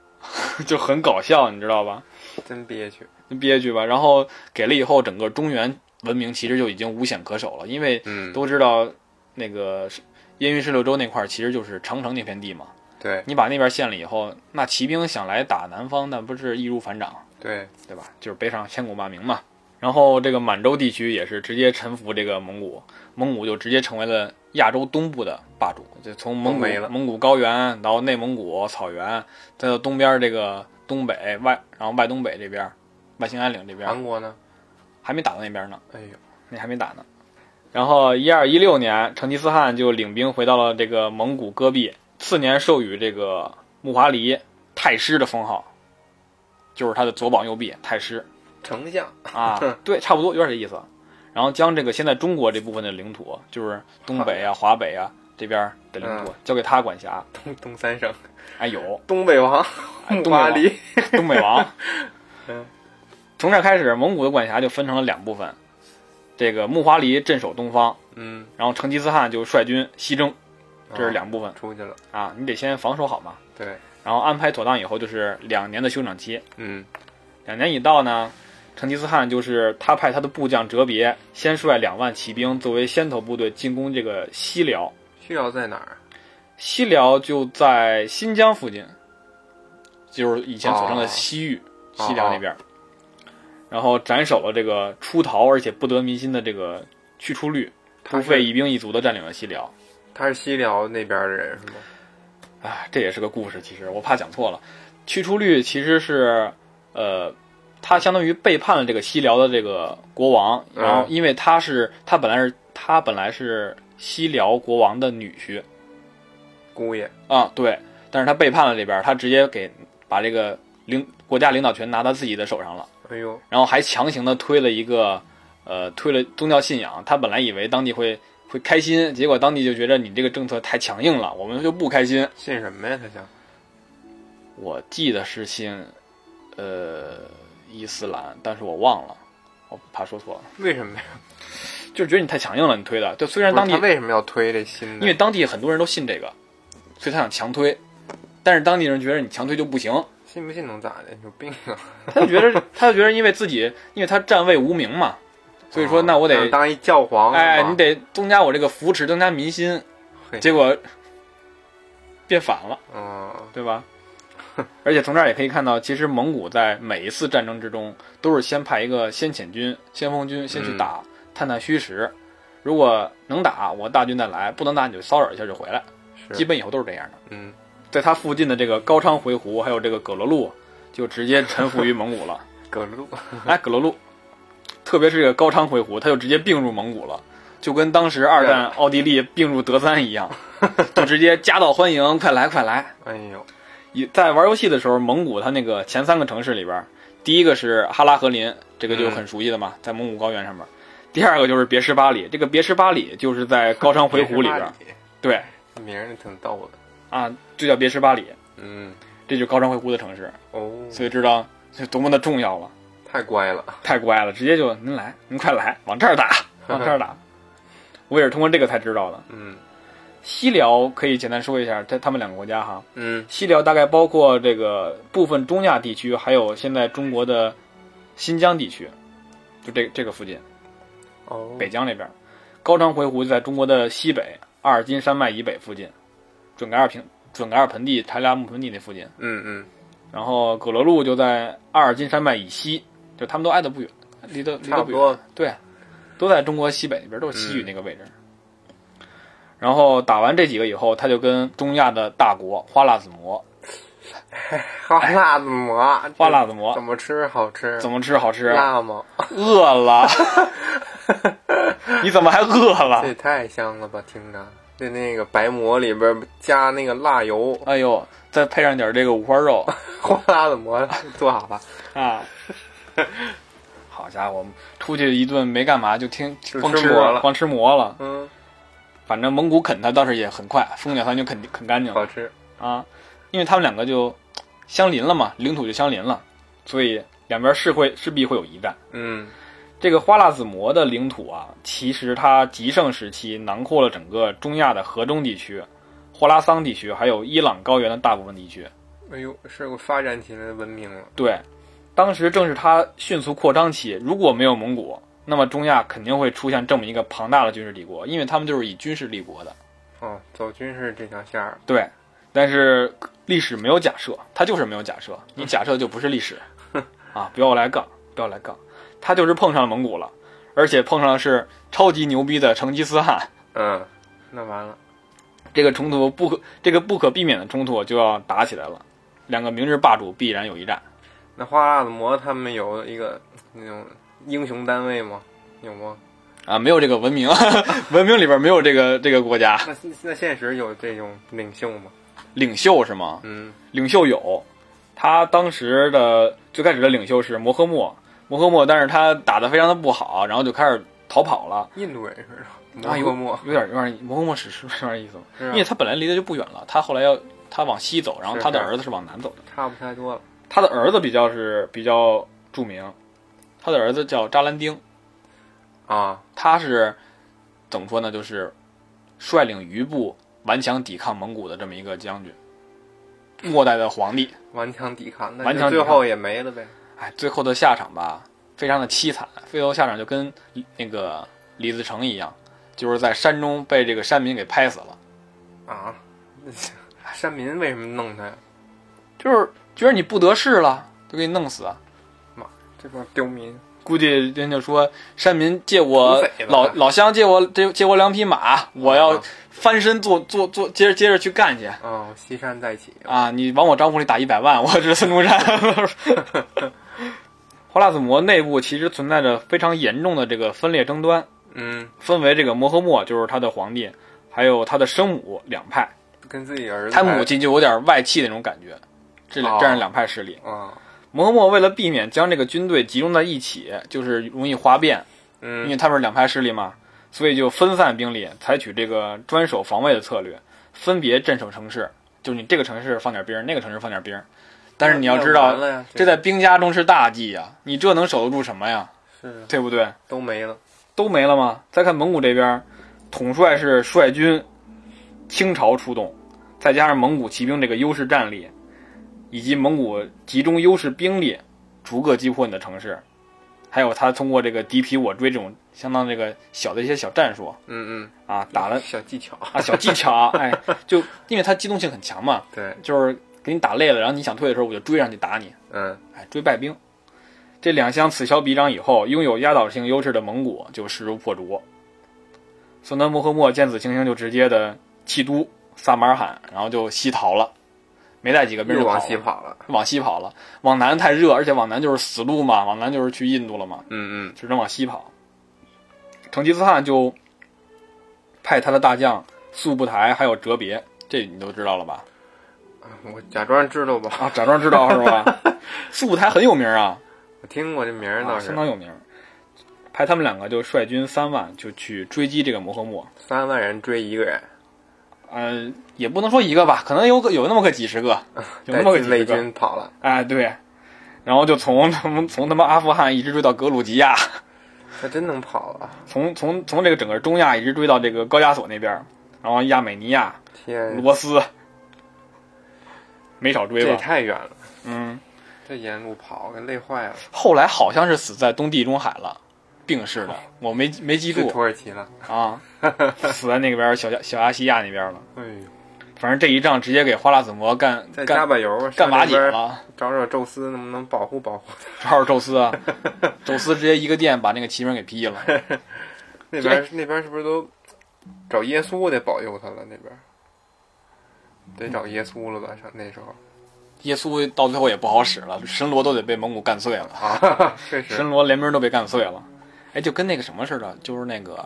[SPEAKER 3] 就很搞笑，你知道吧？
[SPEAKER 1] 真憋屈，
[SPEAKER 3] 憋屈吧。然后给了以后，整个中原文明其实就已经无险可守了，因为
[SPEAKER 1] 嗯，
[SPEAKER 3] 都知道那个呃是燕云十六州那块儿其实就是长城那片地嘛。
[SPEAKER 1] 对
[SPEAKER 3] 你把那边陷了以后，那骑兵想来打南方，那不是易如反掌，
[SPEAKER 1] 对，
[SPEAKER 3] 对吧？就是背上千古骂名嘛。然后这个满洲地区也是直接臣服这个蒙古，蒙古就直接成为了亚洲东部的霸主，就从蒙
[SPEAKER 1] 都
[SPEAKER 3] 古
[SPEAKER 1] 没了
[SPEAKER 3] 蒙古高原到内蒙古草原，再到东边这个东北外，然后外东北这边，外兴安岭这边，
[SPEAKER 1] 韩国呢？
[SPEAKER 3] 还没打到那边呢，
[SPEAKER 1] 哎呦，
[SPEAKER 3] 那还没打呢。然后一二一六年，成吉思汗就领兵回到了这个蒙古戈壁，次年授予这个木华黎太师的封号，就是他的左膀右臂太师
[SPEAKER 1] 丞相，
[SPEAKER 3] 啊，对，差不多有点这意思。然后将这个现在中国这部分的领土，就是东北啊、华北啊这边的领土交给他管辖。
[SPEAKER 1] 东东三省，
[SPEAKER 3] 哎，有
[SPEAKER 1] 东北王
[SPEAKER 3] 哎
[SPEAKER 1] 木
[SPEAKER 3] 东北
[SPEAKER 1] 华
[SPEAKER 3] 王
[SPEAKER 1] 黎，
[SPEAKER 3] 东北王。
[SPEAKER 1] 嗯，
[SPEAKER 3] 从这儿开始，蒙古的管辖就分成了两部分，这个木华黎镇守东方，
[SPEAKER 1] 嗯，
[SPEAKER 3] 然后成吉思汗就率军西征，这是两部分
[SPEAKER 1] 哦出去了，
[SPEAKER 3] 啊，你得先防守好嘛。
[SPEAKER 1] 对，
[SPEAKER 3] 然后安排妥当以后，就是两年的休整期。
[SPEAKER 1] 嗯
[SPEAKER 3] 两年一到呢，成吉思汗就是他派他的部将哲别先率两万骑兵作为先头部队进攻这个西辽，
[SPEAKER 1] 需要在哪儿？
[SPEAKER 3] 西辽就在新疆附近，就是以前所称的
[SPEAKER 1] 哦
[SPEAKER 3] 西域、
[SPEAKER 1] 哦
[SPEAKER 3] 西辽那边。然后斩首了这个出逃而且不得民心的这个去出率，
[SPEAKER 1] 他
[SPEAKER 3] 不费
[SPEAKER 1] 是
[SPEAKER 3] 一兵一卒的占领了西辽。
[SPEAKER 1] 他是西辽那边的人是吗？
[SPEAKER 3] 啊，这也是个故事。其实我怕讲错了，去出率其实是，呃，他相当于背叛了这个西辽的这个国王，
[SPEAKER 1] 嗯
[SPEAKER 3] 然后因为他是他本来是他本来是西辽国王的女婿
[SPEAKER 1] 姑爷，
[SPEAKER 3] 啊，对，但是他背叛了这边，他直接给把这个领国家领导权拿到自己的手上了，
[SPEAKER 1] 哎呦，
[SPEAKER 3] 然后还强行的推了一个，呃，推了宗教信仰。他本来以为当地会会开心，结果当地就觉得你这个政策太强硬了，我们就不开心。
[SPEAKER 1] 信什么呀？他想，
[SPEAKER 3] 我记得是信，呃，伊斯兰，但是我忘了，我怕说错了，
[SPEAKER 1] 为什么呀？
[SPEAKER 3] 就是觉得你太强硬了，你推的。就虽然
[SPEAKER 1] 不
[SPEAKER 3] 当
[SPEAKER 1] 是
[SPEAKER 3] 地
[SPEAKER 1] 他，为什么要推这新
[SPEAKER 3] 因
[SPEAKER 1] 的？
[SPEAKER 3] 为当地很多人都信这个，所以他想强推，但是当地人觉得你强推 就不行，
[SPEAKER 1] 信不信能咋的？有病啊！
[SPEAKER 3] 他就觉得他就觉得因为自己，因为他站位无名嘛，所
[SPEAKER 1] 啊
[SPEAKER 3] 以说那我得，
[SPEAKER 1] 哦想当一教皇是吗，
[SPEAKER 3] 哎，你得增加我这个扶持，增加民心
[SPEAKER 1] 嘿，
[SPEAKER 3] 结果变反了。
[SPEAKER 1] 嗯，
[SPEAKER 3] 对吧？而且从这儿也可以看到，其实蒙古在每一次战争之中，都是先派一个先遣军、先锋军先去打，探探虚实。如果能打，我大军再来；不能打，你就骚扰一下就回来。基
[SPEAKER 1] 是，
[SPEAKER 3] 本以后都是这样的。
[SPEAKER 1] 嗯，
[SPEAKER 3] 在它附近的这个高昌回鹘，还有这个葛罗路，就直接臣服于蒙古了。
[SPEAKER 1] 葛路，
[SPEAKER 3] 哎，葛罗路，特别是这个高昌回鹘，他就直接并入蒙古了，就跟当时二战奥地利并入德三一样，就直接夹道欢迎，快来快来！
[SPEAKER 1] 哎呦，
[SPEAKER 3] 一在玩游戏的时候，蒙古它那个前三个城市里边，第一个是哈拉和林，这个就很熟悉的嘛，在蒙古高原上面。第二个就是别什巴里，这个别什巴里就是在高昌回鹘里边，对
[SPEAKER 1] 名儿挺逗的。
[SPEAKER 3] 啊，就叫别什巴里，
[SPEAKER 1] 嗯，
[SPEAKER 3] 这就是高昌回鹘的城市，
[SPEAKER 1] 哦，
[SPEAKER 3] 所以知道这多么的重要了。
[SPEAKER 1] 太乖了。
[SPEAKER 3] 太乖了，直接就您来，您快来，往这儿打，往这儿打。 我也是通过这个才知道的。
[SPEAKER 1] 嗯
[SPEAKER 3] 西辽可以简单说一下，这他们两个国家哈。
[SPEAKER 1] 嗯
[SPEAKER 3] 西辽大概包括这个部分中亚地区，还有现在中国的新疆地区，就这这个附近，
[SPEAKER 1] 哦，
[SPEAKER 3] 北疆那边。高昌回鹘就在中国的西北，阿尔金山脉以北附近，准噶尔平、准噶尔盆地、柴拉木盆地那附近。
[SPEAKER 1] 嗯嗯，
[SPEAKER 3] 然后葛罗路就在阿尔金山脉以西，就他们都挨得不远，离得离
[SPEAKER 1] 差
[SPEAKER 3] 得
[SPEAKER 1] 不
[SPEAKER 3] 不远。
[SPEAKER 1] 多。嗯
[SPEAKER 3] 对，都在中国西北那边，都是西域那个位置。然后打完这几个以后，他就跟中亚的大国花剌子模，
[SPEAKER 1] 花辣子馍，这
[SPEAKER 3] 花剌子模
[SPEAKER 1] 怎么吃好吃？
[SPEAKER 3] 怎么吃好吃？啊
[SPEAKER 1] 辣吗？
[SPEAKER 3] 饿了， 你怎么还饿
[SPEAKER 1] 这
[SPEAKER 3] 了？
[SPEAKER 1] 也太香了吧！听着，这那个白馍里边加那个辣油，
[SPEAKER 3] 哎呦，再配上点这个五花肉
[SPEAKER 1] 花辣子馍 做好了，
[SPEAKER 3] 啊！好家伙，出去一顿没干嘛，就听
[SPEAKER 1] 就
[SPEAKER 3] 光
[SPEAKER 1] 吃
[SPEAKER 3] 吃
[SPEAKER 1] 馍了
[SPEAKER 3] 光吃馍了。
[SPEAKER 1] 嗯，
[SPEAKER 3] 反正蒙古啃它倒是也很快，风鸟三就啃啃干净了。
[SPEAKER 1] 好吃。
[SPEAKER 3] 啊，因为他们两个就相邻了嘛，领土就相邻了，所以两边是会势必会有一战。
[SPEAKER 1] 嗯
[SPEAKER 3] 这个花剌子模的领土啊，其实它极盛时期囊括了整个中亚的河中地区、霍拉桑地区，还有伊朗高原的大部分地区。
[SPEAKER 1] 哎呦，是个发展起来的文明了。
[SPEAKER 3] 对，当时正是它迅速扩张期，如果没有蒙古，那么中亚肯定会出现这么一个庞大的军事帝国，因为他们就是以军事立国的。
[SPEAKER 1] 哦，走军事这条线儿，
[SPEAKER 3] 对，但是历史没有假设，它就是没有假设，你假设就不是历史啊！不要来杠，不要来杠，他就是碰上了蒙古了，而且碰上的是超级牛逼的成吉思汗，
[SPEAKER 1] 嗯，那完了，
[SPEAKER 3] 这个冲突不可这个不可避免的冲突就要打起来了，两个明日霸主必然有一战。
[SPEAKER 1] 那花辣子馍他们有一个那种英雄单位吗？有吗？
[SPEAKER 3] 啊，没有这个文明， 文明里边没有这个这个国家
[SPEAKER 1] 那那现实有这种领袖吗？
[SPEAKER 3] 领袖是吗？
[SPEAKER 1] 嗯，
[SPEAKER 3] 领袖有，他当时的最开始的领袖是摩诃莫，摩诃莫，但是他打得非常的不好，然后就开始逃跑了，
[SPEAKER 1] 印度人似的，摩
[SPEAKER 3] 啊，有
[SPEAKER 1] 诃莫，
[SPEAKER 3] 有点有点摩诃莫 史诗有点意思吗？
[SPEAKER 1] 是
[SPEAKER 3] 因
[SPEAKER 1] 吧
[SPEAKER 3] 为他本来离得就不远了，他后来要他往西走，然后
[SPEAKER 1] 是
[SPEAKER 3] 他的
[SPEAKER 1] 是
[SPEAKER 3] 儿子是往南走的。
[SPEAKER 1] 差不太多了。
[SPEAKER 3] 他的儿子比较是比较著名，他的儿子叫扎兰丁，
[SPEAKER 1] 啊，
[SPEAKER 3] 他是怎么说呢？就是率领余部顽强抵抗蒙古的这么一个将军，末代的皇帝。
[SPEAKER 1] 顽强抵抗，那
[SPEAKER 3] 顽强
[SPEAKER 1] 就
[SPEAKER 3] 抵
[SPEAKER 1] 最
[SPEAKER 3] 抗
[SPEAKER 1] 后也没了呗。
[SPEAKER 3] 哎，最后的下场吧，非常的凄惨。最后下场就跟那个李自成一样，就是在山中被这个山民给拍死了。
[SPEAKER 1] 啊，那是 山民为什么弄他呀？
[SPEAKER 3] 就是觉得你不得势了，就给你弄死。
[SPEAKER 1] 这帮刁民，
[SPEAKER 3] 估计人家说山民借我
[SPEAKER 1] 土匪吧啊
[SPEAKER 3] 老老乡借我借借我两匹马，我要翻身做做做，接着接着去干去
[SPEAKER 1] 哦，西山再起，
[SPEAKER 3] 啊！你往我账户里打一百万，我是孙中山。 花剌子模内部其实存在着非常严重的这个分裂争端，
[SPEAKER 1] 嗯，
[SPEAKER 3] 分为这个摩诃莫就是他的皇帝，还有他的生母两派。
[SPEAKER 1] 跟自己儿子
[SPEAKER 3] 他
[SPEAKER 1] 还，
[SPEAKER 3] 母亲就有点外戚那种感觉，这两
[SPEAKER 1] 哦
[SPEAKER 3] 这样两派势力。
[SPEAKER 1] 啊，
[SPEAKER 3] 摩诃莫为了避免将这个军队集中在一起，就是容易哗变，因
[SPEAKER 1] 嗯，
[SPEAKER 3] 为他们是两派势力嘛，所以就分散兵力，采取这个专守防卫的策略，分别镇守城市，就是你这个城市放点兵，那个城市放点兵。但是你要知
[SPEAKER 1] 那
[SPEAKER 3] 道
[SPEAKER 1] 完，了呀，
[SPEAKER 3] 这在兵家中是大忌呀、你这能守得住什么呀？
[SPEAKER 1] 是啊
[SPEAKER 3] 对不对？
[SPEAKER 1] 都没了，
[SPEAKER 3] 都没了吗？再看蒙古这边，统帅是率军倾巢出动，再加上蒙古骑兵这个优势战力，以及蒙古集中优势兵力，逐个击破你的城市，还有他通过这个敌疲我追这种相当这个小的一些小战术
[SPEAKER 1] 嗯嗯，
[SPEAKER 3] 啊，打了
[SPEAKER 1] 小技巧，
[SPEAKER 3] 啊小技巧啊，哎，就因为他机动性很强嘛，
[SPEAKER 1] 对，
[SPEAKER 3] 就是给你打累了，然后你想退的时候，我就追上去打你，
[SPEAKER 1] 嗯，
[SPEAKER 3] 哎，追败兵。这两相此消彼长以后，拥有压倒性优势的蒙古就势如破竹。苏南穆赫默见此情形，就直接的弃都萨马尔罕，然后就西逃了。没带几个兵
[SPEAKER 1] 又
[SPEAKER 3] 就跑
[SPEAKER 1] 往
[SPEAKER 3] 了
[SPEAKER 1] 西跑了。
[SPEAKER 3] 往西跑了，往南太热，而且往南就是死路嘛，往南就是去印度了嘛，
[SPEAKER 1] 嗯嗯
[SPEAKER 3] 只能往西跑。成吉思汗就派他的大将速不台还有哲别，这你都知道了吧？，
[SPEAKER 1] 嗯我假装知道吧，
[SPEAKER 3] 啊，假装知道是 吧？速不台很有名啊，
[SPEAKER 1] 我听过这名儿倒
[SPEAKER 3] 啊
[SPEAKER 1] 是
[SPEAKER 3] 相。当有名。派他们两个就率军三万就去追击这个摩诃莫，
[SPEAKER 1] 三万人追一个人，
[SPEAKER 3] 呃，也不能说一个吧，可能有个有那么个几十个，有
[SPEAKER 1] 啊带
[SPEAKER 3] 那么个
[SPEAKER 1] 禁
[SPEAKER 3] 几十
[SPEAKER 1] 卫
[SPEAKER 3] 个，
[SPEAKER 1] 军跑了，
[SPEAKER 3] 哎，对，然后就从他们从他妈阿富汗一直追到格鲁吉亚，
[SPEAKER 1] 他真能跑啊！
[SPEAKER 3] 从从从这个整个中亚一直追到这个高加索那边儿，然后亚美尼亚、
[SPEAKER 1] 天，
[SPEAKER 3] 罗斯，没少追
[SPEAKER 1] 这也
[SPEAKER 3] 吧？
[SPEAKER 1] 太远了，
[SPEAKER 3] 嗯，
[SPEAKER 1] 这沿路跑给累坏了。
[SPEAKER 3] 后来好像是死在东地中海了，病逝的，
[SPEAKER 1] 哦
[SPEAKER 3] 我没没记
[SPEAKER 1] 去
[SPEAKER 3] 住
[SPEAKER 1] 土耳其了，
[SPEAKER 3] 啊，死在那个边儿小亚小亚细亚那边儿了。
[SPEAKER 1] 哎呦，
[SPEAKER 3] 反正这一仗直接给花剌子模干
[SPEAKER 1] 再加
[SPEAKER 3] 干
[SPEAKER 1] 把油吧，
[SPEAKER 3] 干
[SPEAKER 1] 上
[SPEAKER 3] 瓦
[SPEAKER 1] 那
[SPEAKER 3] 解
[SPEAKER 1] 边
[SPEAKER 3] 了，
[SPEAKER 1] 找找宙斯能不能保护保护。
[SPEAKER 3] 正好宙 斯啊，宙斯直接一个电把那个骑兵给劈 了。
[SPEAKER 1] 那边那边是不是都找耶稣得保佑他了？那边得找耶稣了吧？上那时候
[SPEAKER 3] 耶稣到最后也不好使了，神罗都得被蒙古干碎了。
[SPEAKER 1] 啊， 确实
[SPEAKER 3] 神罗联名都被干碎了。哎，就跟那个什么似的，就是那个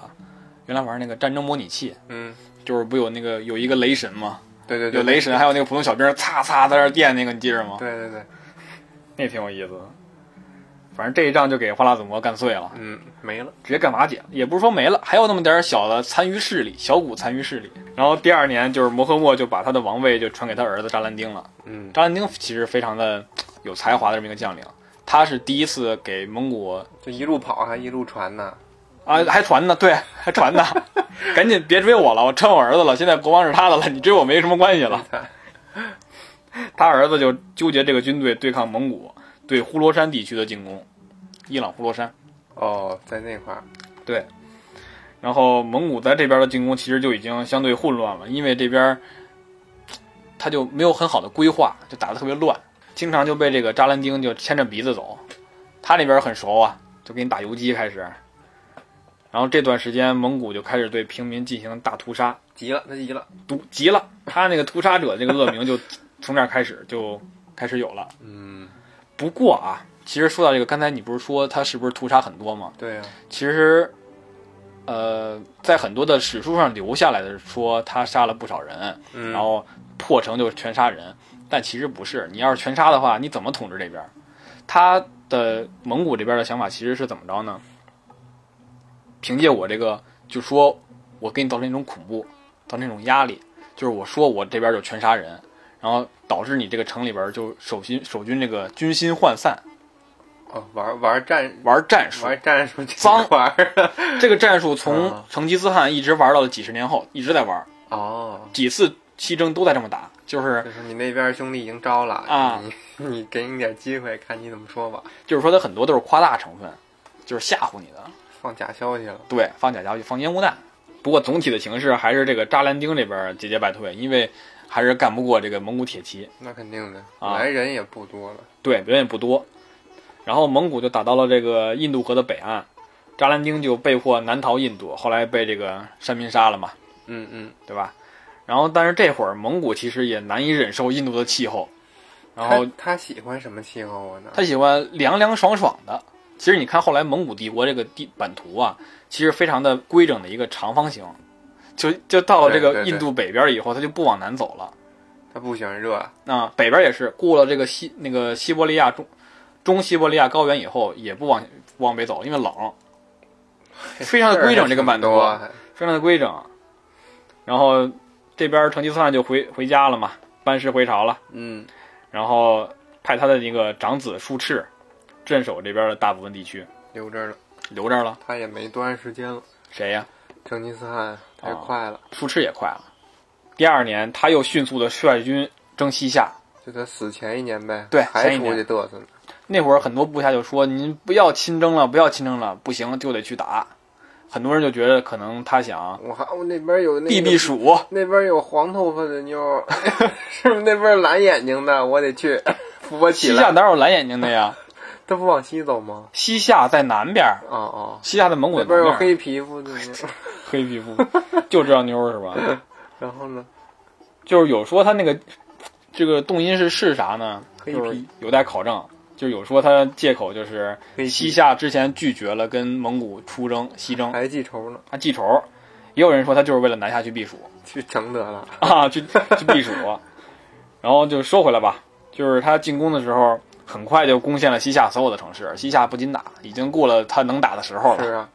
[SPEAKER 3] 原来玩那个战争模拟器，
[SPEAKER 1] 嗯，
[SPEAKER 3] 就是不有那个有一个雷神吗？
[SPEAKER 1] 对对对，
[SPEAKER 3] 有雷神，还有那个普通小兵，擦擦在那儿电那个，你记着吗？
[SPEAKER 1] 对对对，
[SPEAKER 3] 那挺有意思的。反正这一仗就给花剌子模干碎了，
[SPEAKER 1] 嗯，没了，
[SPEAKER 3] 直接干瓦解了，也不是说没了，还有那么点儿小的残余势力，小股残余势力。然后第二年就是摩诃莫就把他的王位就传给他儿子扎兰丁了。
[SPEAKER 1] 嗯，
[SPEAKER 3] 扎兰丁其实非常的有才华的这么一个将领，他是第一次给蒙古
[SPEAKER 1] 这一路跑还一路传呢，
[SPEAKER 3] 啊，还传呢，对，还传呢，赶紧别追我了，我传我儿子了，现在国王是他的了，你追我没什么关系了。他儿子就纠结这个军队对抗蒙古对呼罗珊地区的进攻，伊朗呼罗珊。
[SPEAKER 1] 哦，在那块儿，
[SPEAKER 3] 然后蒙古在这边的进攻其实就已经相对混乱了，因为这边他就没有很好的规划，就打得特别乱，经常就被这个扎兰丁就牵着鼻子走。他那边很熟啊，就给你打游击开始。然后这段时间，蒙古就开始对平民进行大屠杀，
[SPEAKER 1] 急了，他急了，
[SPEAKER 3] 毒急了，他那个屠杀者这个恶名就从这儿开始就开始有了。
[SPEAKER 1] 嗯，
[SPEAKER 3] 不过啊，其实说到这个，刚才你不是说他是不是屠杀很多吗？
[SPEAKER 1] 对啊，
[SPEAKER 3] 其实，呃，在很多的史书上留下来的说他杀了不少人，
[SPEAKER 1] 嗯，
[SPEAKER 3] 然后破城就全杀人，但其实不是。你要是全杀的话，你怎么统治这边儿？他的蒙古这边的想法其实是怎么着呢？凭借我这个，就说我给你造成一种恐怖，造成一种压力，就是我说我这边就全杀人，然后导致你这个城里边儿就守心守军这个军心涣散，
[SPEAKER 1] 哦，玩玩战
[SPEAKER 3] 玩战术，
[SPEAKER 1] 玩战术
[SPEAKER 3] 脏
[SPEAKER 1] 玩儿，
[SPEAKER 3] 这个战术从
[SPEAKER 1] 啊
[SPEAKER 3] 成吉思汗一直玩到了几十年后，一直在玩，
[SPEAKER 1] 哦。
[SPEAKER 3] 几次西征都在这么打，就是
[SPEAKER 1] 就是你那边兄弟已经招了
[SPEAKER 3] 啊，
[SPEAKER 1] 你 你给你点机会，看你怎么说吧。
[SPEAKER 3] 就是说他很多都是夸大成分，就是吓唬你的，
[SPEAKER 1] 放假消息了，
[SPEAKER 3] 对，放假消息，放烟雾弹。不过总体的形势还是这个扎兰丁这边节节败退，因为还是干不过这个蒙古铁骑，
[SPEAKER 1] 那肯定的，
[SPEAKER 3] 啊
[SPEAKER 1] 来人也不多了。
[SPEAKER 3] 对，人也不多。然后蒙古就打到了这个印度河的北岸，扎兰丁就被迫南逃印度，后来被这个山民杀了嘛，
[SPEAKER 1] 嗯嗯，
[SPEAKER 3] 对吧？然后但是这会儿蒙古其实也难以忍受印度的气候，然后
[SPEAKER 1] 他他喜欢什么气候啊？呢？
[SPEAKER 3] 他喜欢凉凉爽爽的。其实你看后来蒙古帝国这个地版图啊，其实非常的规整的一个长方形，就就到了这
[SPEAKER 1] 对
[SPEAKER 3] 个
[SPEAKER 1] 对对
[SPEAKER 3] 印度北边以后，它就不往南走了。
[SPEAKER 1] 他不喜欢热，
[SPEAKER 3] 啊，北边也是过了这个西那个西伯利亚中中西伯利亚高原以后，也不往不往北走，因为冷，非常的规整这个版图，
[SPEAKER 1] 哎事儿还挺多啊
[SPEAKER 3] 非常的规整。然后这边成吉思汗就回回家了嘛，班师回朝了。
[SPEAKER 1] 嗯，
[SPEAKER 3] 然后派他的那个长子术赤镇守这边的大部分地区，
[SPEAKER 1] 留这儿了，
[SPEAKER 3] 留这儿了。
[SPEAKER 1] 他也没多长时间了。
[SPEAKER 3] 谁呀、
[SPEAKER 1] 成吉思汗
[SPEAKER 3] 啊
[SPEAKER 1] 太快了，
[SPEAKER 3] 术赤也快了。第二年，他又迅速的率军征西夏。
[SPEAKER 1] 就他死前一年呗，
[SPEAKER 3] 对
[SPEAKER 1] 还
[SPEAKER 3] 前一
[SPEAKER 1] 出
[SPEAKER 3] 年
[SPEAKER 1] 去嘚瑟呢。
[SPEAKER 3] 那会儿很多部下就说：“您不要亲征了，不要亲征了，不行就得去打。”很多人就觉得可能他想
[SPEAKER 1] 我还我那边有那
[SPEAKER 3] 避
[SPEAKER 1] 个
[SPEAKER 3] 避暑，
[SPEAKER 1] 那边有黄头发的妞儿， 是不是那边蓝眼睛的？我得去扶我起
[SPEAKER 3] 西夏
[SPEAKER 1] 来。
[SPEAKER 3] 哪有蓝眼睛的呀？
[SPEAKER 1] 他不往西走吗？
[SPEAKER 3] 西夏在南边儿，
[SPEAKER 1] 哦哦，
[SPEAKER 3] 西夏在蒙古
[SPEAKER 1] 那
[SPEAKER 3] 的
[SPEAKER 1] 边有
[SPEAKER 3] 南边儿，
[SPEAKER 1] 黑皮肤 的妞儿。
[SPEAKER 3] 黑皮肤，就知道妞儿是吧？
[SPEAKER 1] 然后呢？
[SPEAKER 3] 就是有说他那个这个动因是是啥呢？
[SPEAKER 1] 黑
[SPEAKER 3] 就是
[SPEAKER 1] 皮
[SPEAKER 3] 有待考证。就是有说他借口就是
[SPEAKER 1] 黑
[SPEAKER 3] 西
[SPEAKER 1] 皮
[SPEAKER 3] 夏之前拒绝了跟蒙古出征西征，
[SPEAKER 1] 还记仇呢，
[SPEAKER 3] 他记仇。也有人说他就是为了南下去避暑
[SPEAKER 1] 去承德了，
[SPEAKER 3] 啊，去去避暑。然后就说回来吧，就是他进攻的时候，很快就攻陷了西夏所有的城市，西夏不禁打，已经过了他能打的时候了
[SPEAKER 1] 是。啊，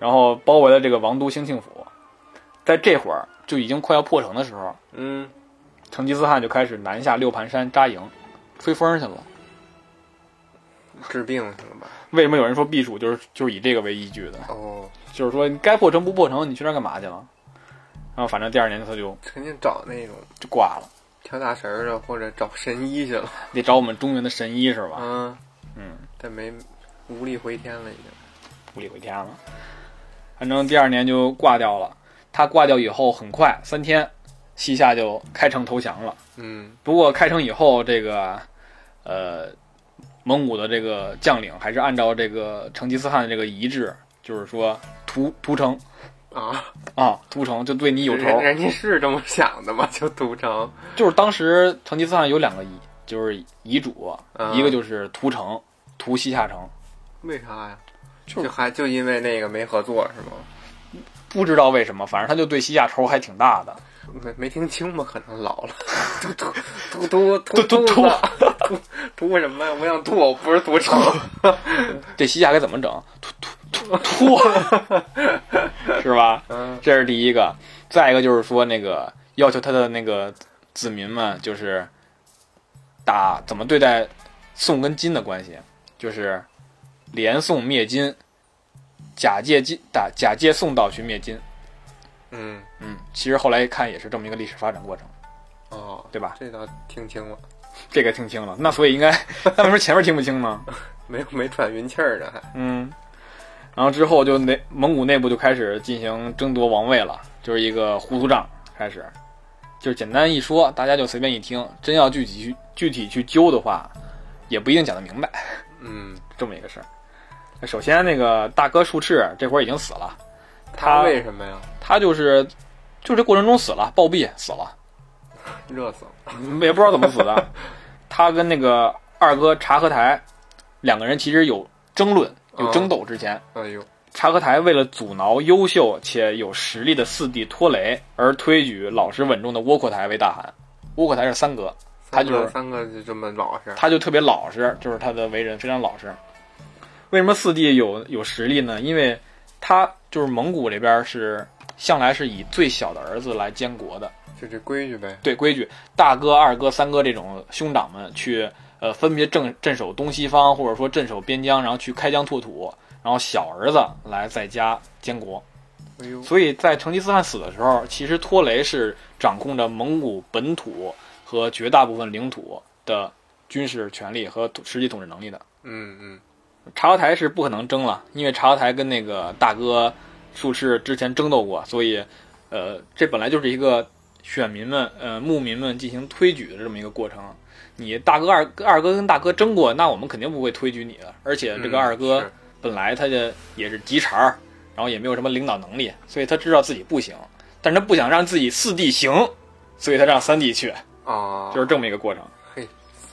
[SPEAKER 3] 然后包围了这个王都兴庆府。在这会儿就已经快要破城的时候，
[SPEAKER 1] 嗯，
[SPEAKER 3] 成吉思汗就开始南下六盘山扎营，吹风去了。
[SPEAKER 1] 治病去了吧？
[SPEAKER 3] 为什么有人说避暑就是就是以这个为依据的？
[SPEAKER 1] 哦，
[SPEAKER 3] 就是说你该破城不破城，你去那儿干嘛去了？然后反正第二年他就
[SPEAKER 1] 肯定找那种
[SPEAKER 3] 就挂了，
[SPEAKER 1] 跳大神儿的，或者找神医去了，
[SPEAKER 3] 得找我们中原的神医是吧？
[SPEAKER 1] 嗯
[SPEAKER 3] 嗯，
[SPEAKER 1] 但没无力回天了已经。
[SPEAKER 3] 无力回天了。反正第二年就挂掉了。他挂掉以后，很快三天，西夏就开城投降了。
[SPEAKER 1] 嗯，
[SPEAKER 3] 不过开城以后，这个呃蒙古的这个将领还是按照这个成吉思汗的这个遗志，就是说屠屠城
[SPEAKER 1] 啊，
[SPEAKER 3] 啊，屠城就对你有仇
[SPEAKER 1] 人。人家是这么想的吗？就屠城，
[SPEAKER 3] 就是当时成吉思汗有两个遗，就是遗嘱，
[SPEAKER 1] 啊
[SPEAKER 3] 一个就是屠城，屠西夏城。
[SPEAKER 1] 为啥呀？
[SPEAKER 3] 就
[SPEAKER 1] 就还就因为那个没合作是吗？
[SPEAKER 3] 不知道为什么，反正他就对西夏仇还挺大的。
[SPEAKER 1] 没没听清吗？可能老了，吐吐吐吐
[SPEAKER 3] 吐
[SPEAKER 1] 吐
[SPEAKER 3] 吐
[SPEAKER 1] 吐吐吐什么呀？我想吐，我不是吐 成。
[SPEAKER 3] 这西夏该怎么整？屠屠屠屠，是吧？
[SPEAKER 1] 嗯
[SPEAKER 3] 这是第一个。再一个就是说，那个要求他的那个子民们，就是打怎么对待宋跟金的关系，就是连宋灭金，假借金打假借宋道去灭金。
[SPEAKER 1] 嗯，
[SPEAKER 3] 嗯，其实后来一看也是这么一个历史发展过程，
[SPEAKER 1] 哦，
[SPEAKER 3] 对吧？
[SPEAKER 1] 这倒听清了，
[SPEAKER 3] 这个听清了，那所以应该， 那为什么前面听不清呢？
[SPEAKER 1] 没有没喘匀气儿呢，还
[SPEAKER 3] 嗯，然后之后就内蒙古内部就开始进行争夺王位了，就是一个糊涂账开始，就是简单一说，大家就随便一听，真要具体去具体去揪的话，也不一定讲得明白，
[SPEAKER 1] 嗯，
[SPEAKER 3] 这么一个事儿。首先，那个大哥术赤这会儿已经死了，他
[SPEAKER 1] 为什么呀？
[SPEAKER 3] 他就是就这过程中死了，暴毙死了，
[SPEAKER 1] 热死了，
[SPEAKER 3] 也不知道怎么死的。他跟那个二哥察合台两个人其实有争论、有争斗之前，
[SPEAKER 1] 哎呦，
[SPEAKER 3] 察合台为了阻挠优秀且有实力的四弟拖雷，而推举老实稳重的窝阔台为大汗。窝阔台是三哥，他
[SPEAKER 1] 三
[SPEAKER 3] 就是
[SPEAKER 1] 个三个就这么老实，
[SPEAKER 3] 他就特别老实，就是他的为人非常老实。为什么四弟有有实力呢？因为他就是蒙古这边是向来是以最小的儿子来监国的，
[SPEAKER 1] 就这规矩呗。
[SPEAKER 3] 对规矩，大哥、二哥、三哥这种兄长们去呃分别镇镇守东西方，或者说镇守边疆，然后去开疆拓土，然后小儿子来在家监国。
[SPEAKER 1] 哎呦，
[SPEAKER 3] 所以在成吉思汗死的时候，其实拖雷是掌控着蒙古本土和绝大部分领土的军事权力和实际统治能力的。
[SPEAKER 1] 嗯嗯，
[SPEAKER 3] 察合台是不可能争了，因为察合台跟那个大哥术士之前争斗过，所以，呃，这本来就是一个选民们、呃牧民们进行推举的这么一个过程。你大哥二二哥跟大哥争过，那我们肯定不会推举你的。而且这个
[SPEAKER 1] 嗯
[SPEAKER 3] 二哥
[SPEAKER 1] 是
[SPEAKER 3] 本来他就也是急茬儿，然后也没有什么领导能力，所以他知道自己不行，但是他不想让自己四弟行，所以他让三弟去，
[SPEAKER 1] 啊，
[SPEAKER 3] 就是这么一个过程。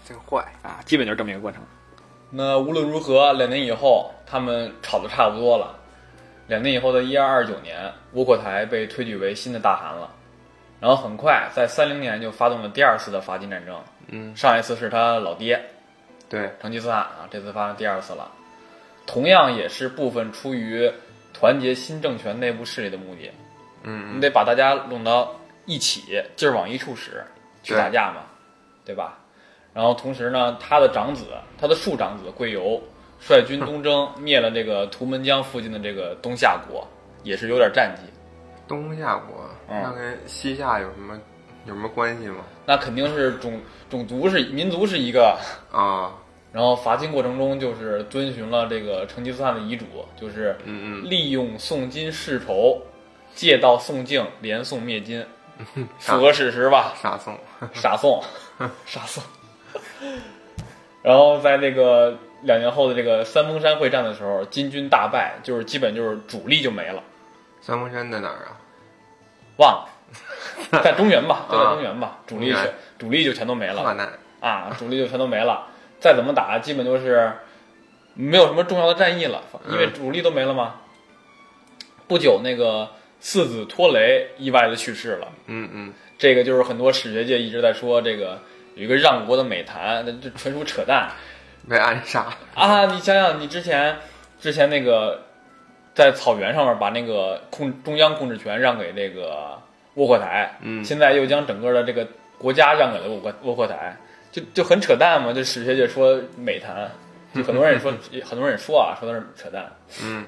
[SPEAKER 1] 真坏，
[SPEAKER 3] 啊，基本就是这么一个过程。那无论如何，两年以后他们吵得差不多了。两年以后的一二二九年，窝阔台被推举为新的大汗了。然后很快，在三零年就发动了第二次的伐金战争。
[SPEAKER 1] 嗯，
[SPEAKER 3] 上一次是他老爹
[SPEAKER 1] 对，
[SPEAKER 3] 成吉思汗啊，这次发生第二次了。同样也是部分出于团结新政权内部势力的目的，
[SPEAKER 1] 嗯
[SPEAKER 3] 你
[SPEAKER 1] 嗯，
[SPEAKER 3] 得把大家拢到一起，劲儿往一处使，去打架嘛，对吧？然后同时呢，他的长子，他的庶长子贵由率军东征，灭了这个图们江附近的这个东夏国，也是有点战绩。
[SPEAKER 1] 东夏国，
[SPEAKER 3] 嗯
[SPEAKER 1] 那跟西夏有什么有什么关系吗？
[SPEAKER 3] 那肯定是种种族是民族是一个，
[SPEAKER 1] 啊，
[SPEAKER 3] 然后伐金过程中就是遵循了这个成吉思汗的遗嘱，就是
[SPEAKER 1] 嗯嗯，
[SPEAKER 3] 利用宋金世仇，借道宋境，连宋灭金，
[SPEAKER 1] 嗯
[SPEAKER 3] 符合史实吧？
[SPEAKER 1] 傻宋，
[SPEAKER 3] 傻送， 傻送。然后在这个两年后的这个三峰山会战的时候，金军大败，就是基本就是主力就没了，
[SPEAKER 1] 三峰山在哪儿啊？
[SPEAKER 3] 忘了，在中原吧，就在
[SPEAKER 1] 啊
[SPEAKER 3] 中原吧，主
[SPEAKER 1] 中
[SPEAKER 3] 力
[SPEAKER 1] 原
[SPEAKER 3] 是主力就全都没了。
[SPEAKER 1] 河南
[SPEAKER 3] 啊，主力就全都没了，再怎么打，基本就是没有什么重要的战役了，因为
[SPEAKER 1] 嗯
[SPEAKER 3] 主力都没了嘛。不久，那个四子托雷意外的去世了，
[SPEAKER 1] 嗯嗯，
[SPEAKER 3] 这个就是很多史学界一直在说这个有一个让国的美谈，那这纯属扯淡
[SPEAKER 1] 被暗杀，
[SPEAKER 3] 啊！你想想，你之前之前那个在草原上面把那个控中央控制权让给这个窝阔台，
[SPEAKER 1] 嗯
[SPEAKER 3] 现在又将整个的这个国家让给了沃克沃克台，就就很扯淡嘛。就史学界说美谈，就很多人说，很多人说啊，说的是扯淡。
[SPEAKER 1] 嗯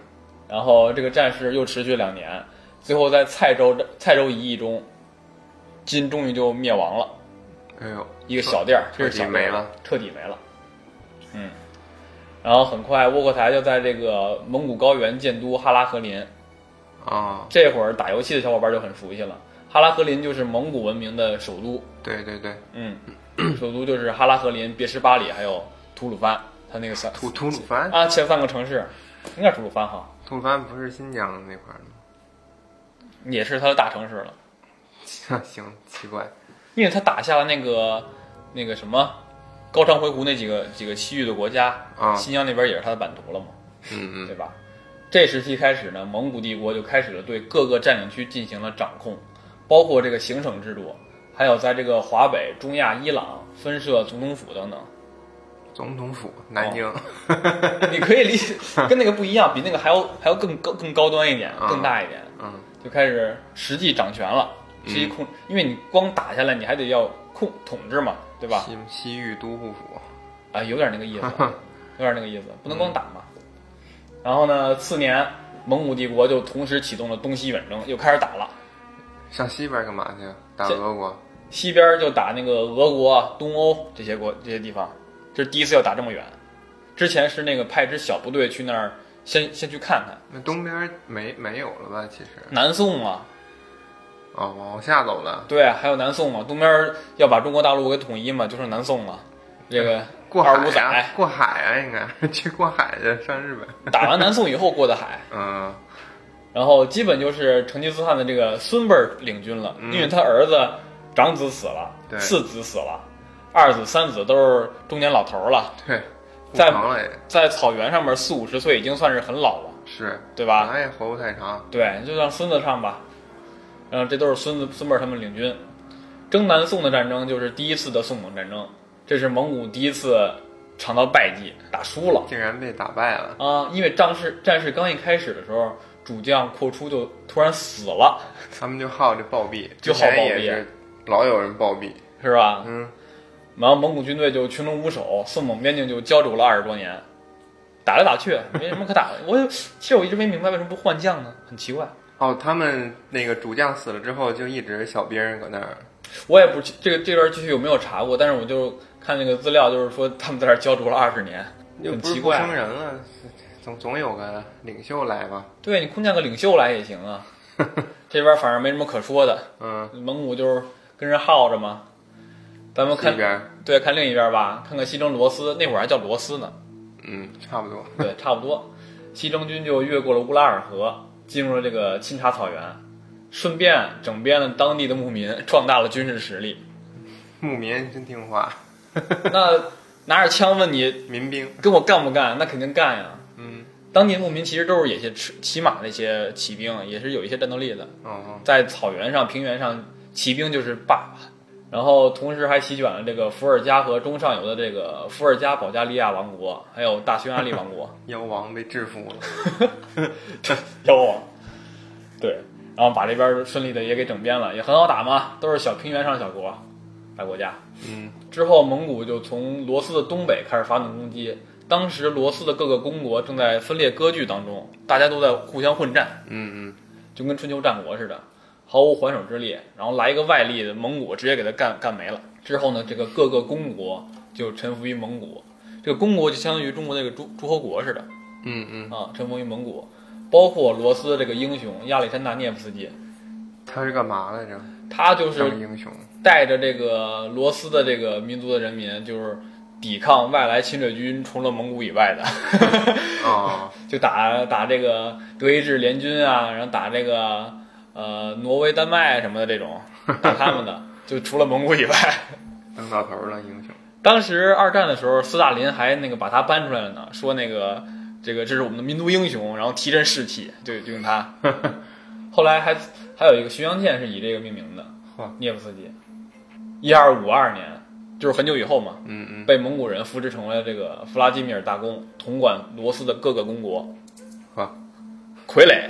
[SPEAKER 3] 然后这个战事又持续两年，最后在蔡州蔡州一役中，金终于就灭亡了，
[SPEAKER 1] 哎呦，
[SPEAKER 3] 一个小店儿，这
[SPEAKER 1] 彻
[SPEAKER 3] 是小
[SPEAKER 1] 底
[SPEAKER 3] 店
[SPEAKER 1] 没
[SPEAKER 3] 儿
[SPEAKER 1] 了，
[SPEAKER 3] 彻底没了。嗯，然后很快窝阔台就在这个蒙古高原建都哈拉和林，
[SPEAKER 1] 哦，
[SPEAKER 3] 这会儿打游戏的小伙伴就很熟悉了。哈拉和林就是蒙古文明的首都，
[SPEAKER 1] 对对对，
[SPEAKER 3] 嗯，首都就是哈拉和林、别什巴里，还有吐鲁番，它那个三
[SPEAKER 1] 吐吐鲁番，
[SPEAKER 3] 啊，前三个城市，应该是吐鲁番哈，
[SPEAKER 1] 吐鲁番不是新疆那块儿的
[SPEAKER 3] 也是它的大城市了，
[SPEAKER 1] 吗？ 行，奇怪，
[SPEAKER 3] 因为它打下了那个那个什么高昌回鹘那几个几个西域的国家，
[SPEAKER 1] 啊，
[SPEAKER 3] 新疆那边也是它的版图了嘛，
[SPEAKER 1] 嗯
[SPEAKER 3] 对
[SPEAKER 1] 嗯
[SPEAKER 3] 吧？这时期开始呢，蒙古帝国就开始了对各个占领区进行了掌控，包括这个行省制度，还有在这个华北、中亚、伊朗分设总统府等等。，
[SPEAKER 1] 总统府南京，
[SPEAKER 3] 哦你可以理解跟那个不一样，比那个还要还要更高更高端一点，
[SPEAKER 1] 啊
[SPEAKER 3] 更大一点，
[SPEAKER 1] 嗯
[SPEAKER 3] 就开始实际掌权了，实际控，因为你光打下来，你还得要控统治嘛，对吧？
[SPEAKER 1] 西西域都护府，
[SPEAKER 3] 啊，有点那 个意思，有点那个意思，不能光打嘛。然后呢，次年蒙古帝国就同时启动了东西远征，又开始打了，
[SPEAKER 1] 上西边干嘛去？打
[SPEAKER 3] 这
[SPEAKER 1] 俄国？
[SPEAKER 3] 西边就打那个俄国、东欧这些国这些地方，这是第一次要打这么远，之前是那个派支小部队去那儿先先去看看，
[SPEAKER 1] 那东边没没有了吧？其实
[SPEAKER 3] 南宋啊。
[SPEAKER 1] 哦，往下走了，
[SPEAKER 3] 对，啊还有南宋嘛，东边儿要把中国大陆给统一嘛，就剩南宋了。这个
[SPEAKER 1] 过
[SPEAKER 3] 二五
[SPEAKER 1] 海
[SPEAKER 3] 仔
[SPEAKER 1] 呀，过海呀，应该 去过海去，上日本。
[SPEAKER 3] 打完南宋以后过的海，
[SPEAKER 1] 嗯，
[SPEAKER 3] 然后基本就是成吉思汗的这个孙辈儿领军了，
[SPEAKER 1] 嗯
[SPEAKER 3] 因为他儿子长子死了，
[SPEAKER 1] 对
[SPEAKER 3] 次子死了，二子三子都是中年老头儿了，
[SPEAKER 1] 对，不
[SPEAKER 3] 在
[SPEAKER 1] 长了也
[SPEAKER 3] 在草原上面四五十岁已经算是很老了，
[SPEAKER 1] 是，
[SPEAKER 3] 对吧？
[SPEAKER 1] 本来也活不太长。
[SPEAKER 3] 对，就让孙子唱吧。然后这都是孙子孙辈儿他们领军。征南宋的战争就是第一次的宋蒙战争，这是蒙古第一次尝到败绩，打输了
[SPEAKER 1] 竟然被打败了，
[SPEAKER 3] 啊！因为仗势战事刚一开始的时候，主将阔出就突然死了，
[SPEAKER 1] 他们就好这暴毙，
[SPEAKER 3] 就好暴
[SPEAKER 1] 之前
[SPEAKER 3] 毙
[SPEAKER 1] 也是老有人暴毙。
[SPEAKER 3] 是吧？
[SPEAKER 1] 嗯，
[SPEAKER 3] 然后蒙古军队就群龙无首，宋蒙边境就焦灼了二十多年，打来打去没什么可打的。我就其实我一直没明白为什么不换将呢，很奇怪。
[SPEAKER 1] 哦，他们那个主将死了之后，就一直小兵搁那儿。
[SPEAKER 3] 我也不这个这段剧有没有查过，但是我就看那个资料，就是说他们在这儿焦灼了二十年，
[SPEAKER 1] 又
[SPEAKER 3] 很
[SPEAKER 1] 不是
[SPEAKER 3] 奇
[SPEAKER 1] 不
[SPEAKER 3] 怪
[SPEAKER 1] 生人了，总总有个领袖来吧？
[SPEAKER 3] 对你空降个领袖来也行啊，这边反正没什么可说的，
[SPEAKER 1] 嗯，
[SPEAKER 3] 蒙古就是跟人耗着嘛。咱们
[SPEAKER 1] 西
[SPEAKER 3] 看
[SPEAKER 1] 边，
[SPEAKER 3] 对看另一边吧，看看西征罗斯那会儿还叫罗斯呢，
[SPEAKER 1] 嗯，差不多。
[SPEAKER 3] 对，差不多。西征军就越过了乌拉尔河，进入了这个钦察草原，顺便整编了当地的牧民，壮大了军事实力。
[SPEAKER 1] 牧民真听话，
[SPEAKER 3] 那拿着枪问你
[SPEAKER 1] 民兵。
[SPEAKER 3] 跟我干不干？那肯定干呀。
[SPEAKER 1] 嗯，
[SPEAKER 3] 当地牧民其实都是也些骑骑马那些骑兵，也是有一些战斗力的。
[SPEAKER 1] 哦，
[SPEAKER 3] 在草原上、平原上，骑兵就是爸爸。然后同时还席卷了这个伏尔加河中上游的这个伏尔加保加利亚王国，还有大匈牙利王国。
[SPEAKER 1] 妖王被制服了。
[SPEAKER 3] 有啊，对，然后把这边顺利的也给整编了，也很好打嘛，都是小平原上的小国，大国家。
[SPEAKER 1] 嗯，
[SPEAKER 3] 之后，蒙古就从罗斯的东北开始发动攻击。当时，罗斯的各个公国正在分裂割据当中，大家都在互相混战，
[SPEAKER 1] 嗯嗯，
[SPEAKER 3] 就跟春秋战国似的，毫无还手之力。然后来一个外力，蒙古直接给他干干没了。之后呢，这个各个公国就臣服于蒙古，这个公国就相当于中国那个诸诸侯国似的
[SPEAKER 1] 嗯嗯，
[SPEAKER 3] 啊，臣服于蒙古。包括罗斯这个英雄亚历山大涅夫斯基，
[SPEAKER 1] 他是干嘛来着？
[SPEAKER 3] 他就是
[SPEAKER 1] 当英雄。
[SPEAKER 3] 带着这个罗斯的这个民族的人民，就是抵抗外来侵略军，除了蒙古以外的，
[SPEAKER 1] 哦，
[SPEAKER 3] 就打打这个德意志联军啊，然后打这个呃挪威、丹麦什么的这种，打他们的，就除了蒙古以外。
[SPEAKER 1] 当老头儿了，英雄。
[SPEAKER 3] 当时二战的时候，斯大林还那个把他搬出来了呢，说那个这个这是我们的民族英雄，然后提振士气，就就用他。后来还还有一个巡洋舰是以这个命名的
[SPEAKER 1] 嚯，
[SPEAKER 3] 涅夫斯基，一二五二年，就是很久以后嘛，
[SPEAKER 1] 嗯嗯，
[SPEAKER 3] 被蒙古人扶植成为了这个弗拉基米尔大公，统管罗斯的各个公国。
[SPEAKER 1] 啊，
[SPEAKER 3] 傀儡，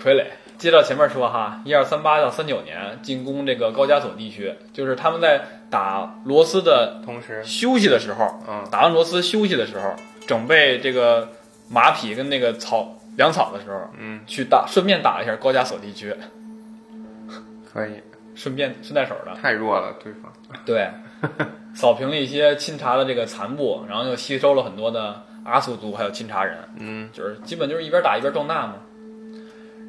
[SPEAKER 3] 傀儡。接到前面说哈，一二三八到三九年进攻这个高加索地区，就是他们在打罗斯的
[SPEAKER 1] 嗯同时，
[SPEAKER 3] 休息的时候，
[SPEAKER 1] 嗯
[SPEAKER 3] 打完罗斯休息的时候，准备这个马匹跟那个草粮草的时候，
[SPEAKER 1] 嗯，
[SPEAKER 3] 去打，顺便打了一下高加索地区，
[SPEAKER 1] 可以，
[SPEAKER 3] 顺便顺带手的。
[SPEAKER 1] 太弱了，对方。
[SPEAKER 3] 对，扫平了一些钦察的这个残部，然后又吸收了很多的阿苏族还有钦察人，
[SPEAKER 1] 嗯
[SPEAKER 3] 就是基本就是一边打一边壮大嘛。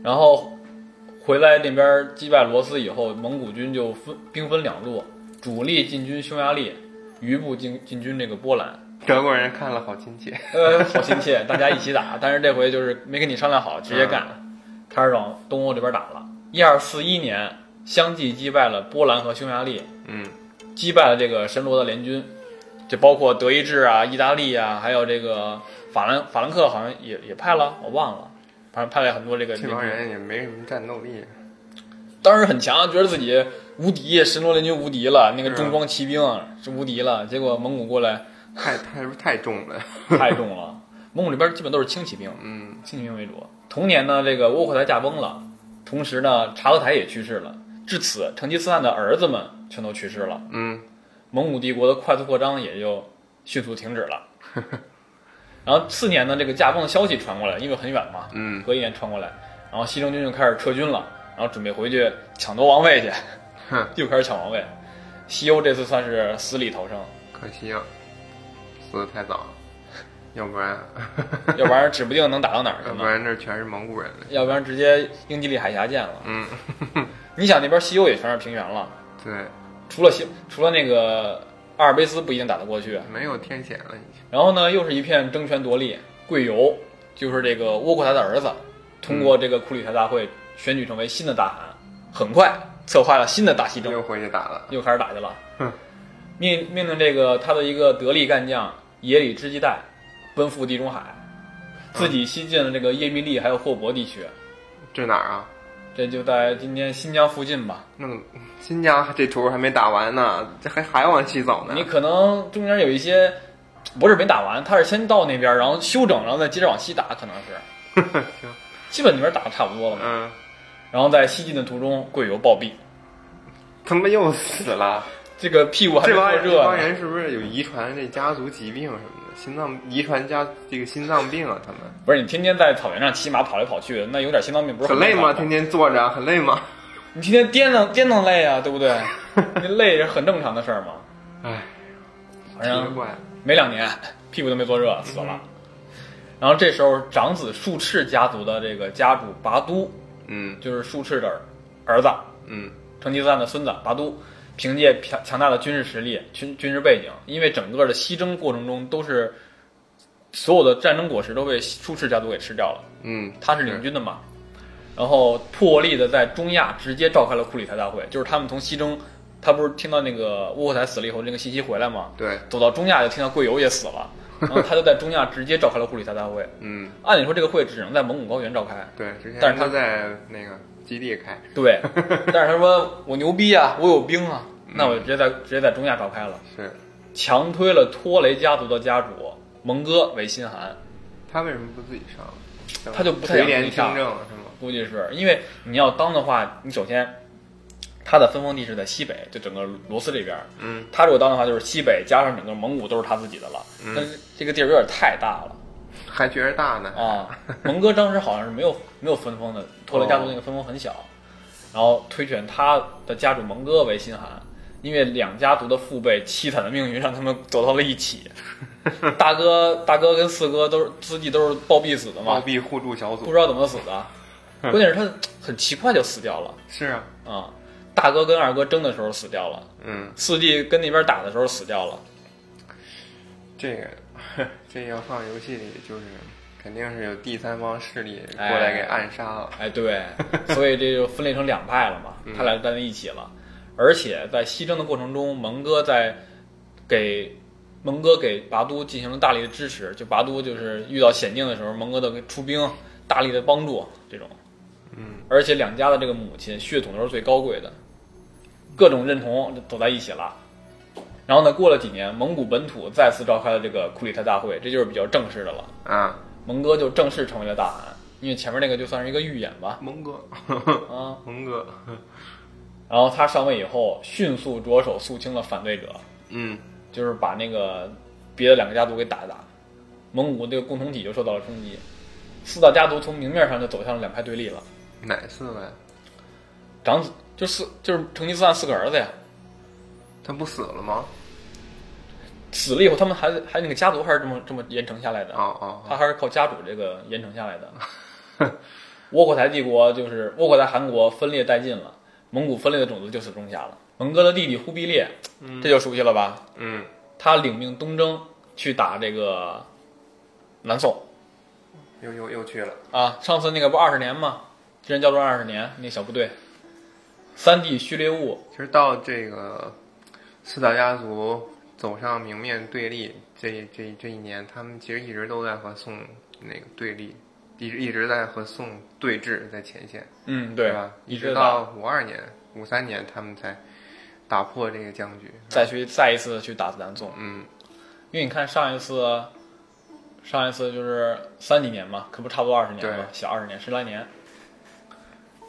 [SPEAKER 3] 然后回来那边击败罗斯以后，蒙古军就分兵分两路，主力进军匈牙利，余部进进军这个波兰。
[SPEAKER 1] 德国人看了好亲切。
[SPEAKER 3] 呃，好亲切，大家一起打。但是这回就是没跟你商量好，直接干，开始往东欧这边打了。一二四一年，相继击败了波兰和匈牙利，
[SPEAKER 1] 嗯，
[SPEAKER 3] 击败了这个神罗的联军，这包括德意志啊、意大利啊，还有这个法兰法兰克，好像也也派了，我忘了，反正派了很多这个
[SPEAKER 1] 这帮人也没什么战斗力。
[SPEAKER 3] 当时很强，觉得自己无敌，神罗联军无敌了，那个
[SPEAKER 1] 是啊
[SPEAKER 3] 重装骑兵是无敌了。结果蒙古过来
[SPEAKER 1] 太太太重了，
[SPEAKER 3] 太重了，蒙古这边基本都是轻骑兵。
[SPEAKER 1] 嗯，
[SPEAKER 3] 清廷为主。同年呢，这个窝阔台驾崩了，同时呢，察合台也去世了。至此，成吉思汗的儿子们全都去世了，
[SPEAKER 1] 嗯，
[SPEAKER 3] 蒙古帝国的快速扩张也就迅速停止 了。然后次年呢，这个驾崩的消息传过来，因为很远嘛，
[SPEAKER 1] 嗯，
[SPEAKER 3] 隔一年传过来，然后西征军就开始撤军了，然后准备回去抢夺王位去
[SPEAKER 1] 哼，
[SPEAKER 3] 又开始抢王位。西欧这次算是死里 逃生，
[SPEAKER 1] 可惜了，死的太早 了，要不然
[SPEAKER 3] 要不然指不定能打到哪儿去
[SPEAKER 1] 要不
[SPEAKER 3] 呢，
[SPEAKER 1] 然这全是蒙古人了。
[SPEAKER 3] 要不然直接英吉利海峡见了。
[SPEAKER 1] 嗯，
[SPEAKER 3] 你想那边西欧也全是平原了，
[SPEAKER 1] 对，
[SPEAKER 3] 除了西，除了那个阿尔卑斯不一定打得过去，啊
[SPEAKER 1] 没有天险了已经。
[SPEAKER 3] 然后呢，又是一片争权夺利。贵由就是这个窝阔台的儿子，通过这个库里台大会选举成为新的大汗，很快策划了新的大西征
[SPEAKER 1] 又，回去打了。
[SPEAKER 3] 又开始打去了
[SPEAKER 1] 哼。
[SPEAKER 3] 命命令这个他的一个得力干将耶里支基带奔赴地中海，自己西进了这个叶密利还有霍伯地区，
[SPEAKER 1] 这哪儿啊？
[SPEAKER 3] 这就在今天新疆附近吧。
[SPEAKER 1] 那么新疆这图还没打完呢，这还还往西走呢
[SPEAKER 3] 你。可能中间有一些不是没打完，他是先到那边，然后休整，然后再接着往西打，可能是
[SPEAKER 1] 行，
[SPEAKER 3] 基本那边打的差不多了嘛。
[SPEAKER 1] 嗯，
[SPEAKER 3] 然后在西进的途中，贵由暴毙，
[SPEAKER 1] 他妈又死了。
[SPEAKER 3] 这个屁股还没
[SPEAKER 1] 这帮
[SPEAKER 3] 坐
[SPEAKER 1] 这帮
[SPEAKER 3] 热呢。
[SPEAKER 1] 人是不是有遗传这家族疾病什么的？心脏遗传家这个心脏病啊？他们
[SPEAKER 3] 不是你天天在草原上骑马跑来跑去，那有点心脏病不是
[SPEAKER 1] 很累
[SPEAKER 3] 正
[SPEAKER 1] 吗？
[SPEAKER 3] 常
[SPEAKER 1] 天天坐着很累吗？
[SPEAKER 3] 你天天颠弄颠弄累啊，对 不对？那累是很正常的事儿嘛。
[SPEAKER 1] 唉，
[SPEAKER 3] 反
[SPEAKER 1] 奇
[SPEAKER 3] 正
[SPEAKER 1] 怪。
[SPEAKER 3] 没两年，屁股都没坐热，死
[SPEAKER 1] 嗯
[SPEAKER 3] 了。然后这时候，长子术赤家族的这个家主拔都，
[SPEAKER 1] 嗯
[SPEAKER 3] 就是术赤的儿子，
[SPEAKER 1] 嗯
[SPEAKER 3] 成吉思汗的孙子拔都，凭借强强大的军事实力、军军事背景，因为整个的西征过程中都是所有的战争果实都被舒氏家族给吃掉了，
[SPEAKER 1] 嗯，
[SPEAKER 3] 他是领军的嘛。然后破例的在中亚直接召开了库里台大会，就是他们从西征，他不是听到那个窝阔台死了以后那个信息回来嘛，
[SPEAKER 1] 对，
[SPEAKER 3] 走到中亚就听到贵由也死了，然后他就在中亚直接召开了库里台大会。
[SPEAKER 1] 嗯
[SPEAKER 3] 按理说这个会只能在蒙古高原召开，
[SPEAKER 1] 对，之前
[SPEAKER 3] 但是他
[SPEAKER 1] 都在那个基地开，
[SPEAKER 3] 对，但是他说我牛逼啊，我有兵啊，那我就直接在直接在中亚召开了。
[SPEAKER 1] 是
[SPEAKER 3] 强推了托雷家族的家主蒙哥为新汗，
[SPEAKER 1] 他为什么不自己上？
[SPEAKER 3] 他就不太
[SPEAKER 1] 垂
[SPEAKER 3] 想
[SPEAKER 1] 帘
[SPEAKER 3] 自己
[SPEAKER 1] 听
[SPEAKER 3] 上
[SPEAKER 1] 政是吗？
[SPEAKER 3] 估计是因为你要当的话，你首先他的分封地是在西北，就整个罗斯这边。
[SPEAKER 1] 嗯，
[SPEAKER 3] 他如果当的话，就是西北加上整个蒙古都是他自己的了。
[SPEAKER 1] 嗯
[SPEAKER 3] 但是这个地儿有点太大了
[SPEAKER 1] 还觉着大呢。
[SPEAKER 3] 啊！蒙哥当时好像是没有没有分封的，托雷家族那个分封很小，然后推选他的家主蒙哥为新汗。因为两家族的父辈凄惨的命运让他们走到了一起，大哥、大哥跟四哥都是自己都是暴毙死的
[SPEAKER 1] 暴
[SPEAKER 3] 嘛，
[SPEAKER 1] 毙互助小
[SPEAKER 3] 不
[SPEAKER 1] 组
[SPEAKER 3] 知道怎么死的。关键是他很奇快就死掉了
[SPEAKER 1] 是啊，
[SPEAKER 3] 啊、大哥跟二哥争的时候死掉了，
[SPEAKER 1] 嗯，
[SPEAKER 3] 四弟跟那边打的时候死掉了。
[SPEAKER 1] 这个这要放游戏里就是肯定是有第三方势力过来给暗杀了。
[SPEAKER 3] 哎，对，所以这就分裂成两派了嘛，他俩就站在一起了。而且在西征的过程中，蒙哥在给蒙哥给拔都进行了大力的支持，就拔都就是遇到险境的时候，蒙哥的出兵大力的帮助这种。
[SPEAKER 1] 嗯，
[SPEAKER 3] 而且两家的这个母亲血统都是最高贵的，各种认同都在一起了。然后呢，过了几年，蒙古本土再次召开了这个库里特大会，这就是比较正式的了。
[SPEAKER 1] 啊，
[SPEAKER 3] 蒙哥就正式成为了大汗，因为前面那个就算是一个预演吧，
[SPEAKER 1] 蒙哥，
[SPEAKER 3] 啊。
[SPEAKER 1] 蒙哥，
[SPEAKER 3] 然后他上位以后，迅速着手肃清了反对者，
[SPEAKER 1] 嗯
[SPEAKER 3] 就是把那个别的两个家族给打一打，蒙古这个共同体就受到了冲击，四大家族从明面上就走向了两派对立了。
[SPEAKER 1] 哪四个呀？
[SPEAKER 3] 长子就四就是成吉思汗四个儿子呀，
[SPEAKER 1] 他不死了吗？
[SPEAKER 3] 死了以后，他们还还那个家族还是这么这么延承下来的，
[SPEAKER 1] 哦哦，
[SPEAKER 3] 他还是靠家主这个延承下来的。 窝阔台帝国就是窝阔台汗国分裂殆尽了，蒙古分裂的种子就此种下了。蒙哥的弟弟忽必烈，这就熟悉了吧？
[SPEAKER 1] 嗯，
[SPEAKER 3] 他领命东征去打这个南宋
[SPEAKER 1] 又又又去了。
[SPEAKER 3] 啊，上次那个不二十年吗？之前叫做二十年那小部队，三弟序列兀
[SPEAKER 1] 其实到这个四大家族走上明面对立这这这一年，他们其实一直都在和宋那个对立，一直一直在和宋对峙在前线，
[SPEAKER 3] 嗯，对
[SPEAKER 1] 吧？一
[SPEAKER 3] 一
[SPEAKER 1] 直
[SPEAKER 3] 直打
[SPEAKER 1] 到五二年、五三年，他们才打破这个僵局。
[SPEAKER 3] 再去再一次去打南宋。
[SPEAKER 1] 嗯
[SPEAKER 3] 因为你看上一次，上一次就是三几年嘛，可不差不多二十年嘛，小二十年十来年。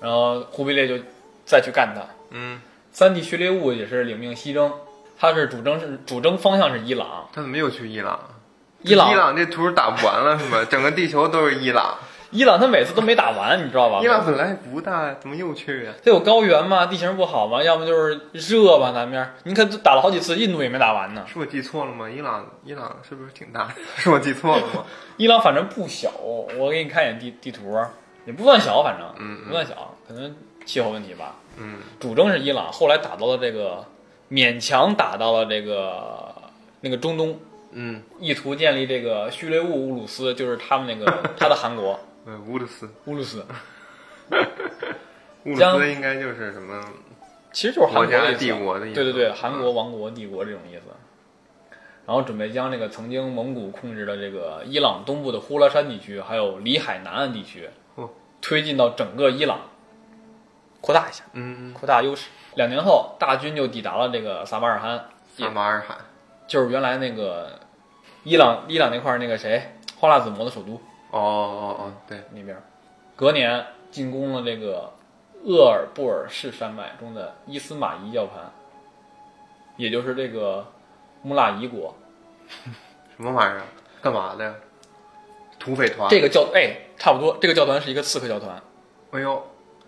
[SPEAKER 3] 然后忽必烈就再去干他。
[SPEAKER 1] 嗯，
[SPEAKER 3] 三弟序列兀也是领命西征，他是主征是主征方向是伊朗，
[SPEAKER 1] 他怎么又去伊朗？
[SPEAKER 3] 伊朗
[SPEAKER 1] 伊朗这图打不完了是 吗？整个地球都是伊朗。
[SPEAKER 3] 伊朗他每次都没打完，你知道吧？
[SPEAKER 1] 伊朗本来不大，怎么又去啊呀、
[SPEAKER 3] 它有高原嘛，地形不好嘛，要么就是热吧，南边。你看，打了好几次，印度也没打完呢。
[SPEAKER 1] 是我记错了吗？伊朗伊朗是不是挺大的？是我记错了吗？
[SPEAKER 3] 伊朗反正不小，我给你看一眼地地图，也不算小，反正
[SPEAKER 1] 嗯嗯
[SPEAKER 3] 不算小，可能气候问题吧。
[SPEAKER 1] 嗯
[SPEAKER 3] 主征是伊朗，后来打到了这个，勉强打到了这个那个中东，
[SPEAKER 1] 嗯，
[SPEAKER 3] 意图建立这个叙利兀乌鲁斯，就是他们那 个他的韩国
[SPEAKER 1] 呃，乌鲁斯。
[SPEAKER 3] 乌鲁斯，
[SPEAKER 1] 乌鲁
[SPEAKER 3] 将
[SPEAKER 1] 斯应该就是什么？
[SPEAKER 3] 其实就是韩国
[SPEAKER 1] 国家
[SPEAKER 3] 意思
[SPEAKER 1] 帝国的意思嗯
[SPEAKER 3] 对对对，韩国王国、帝国这种意思。然后准备将这个曾经蒙古控制的这个伊朗东部的呼罗珊地区，还有里海南岸地区
[SPEAKER 1] 哦，
[SPEAKER 3] 推进到整个伊朗，扩大一下，
[SPEAKER 1] 嗯，
[SPEAKER 3] 扩大优势。两年后，大军就抵达了这个撒马尔罕，
[SPEAKER 1] 撒马尔罕。
[SPEAKER 3] 就是原来那个伊朗伊朗那块儿那个谁花剌子模的首都
[SPEAKER 1] 哦哦哦，对，
[SPEAKER 3] 那边儿，隔年进攻了这个厄尔布尔士山脉中的伊斯马仪教盘，也就是这个穆拉仪国。
[SPEAKER 1] 什么玩意儿？啊干嘛的呀？土匪团。
[SPEAKER 3] 这个教哎，差不多，这个教团是一个刺客教团，
[SPEAKER 1] 哎呦，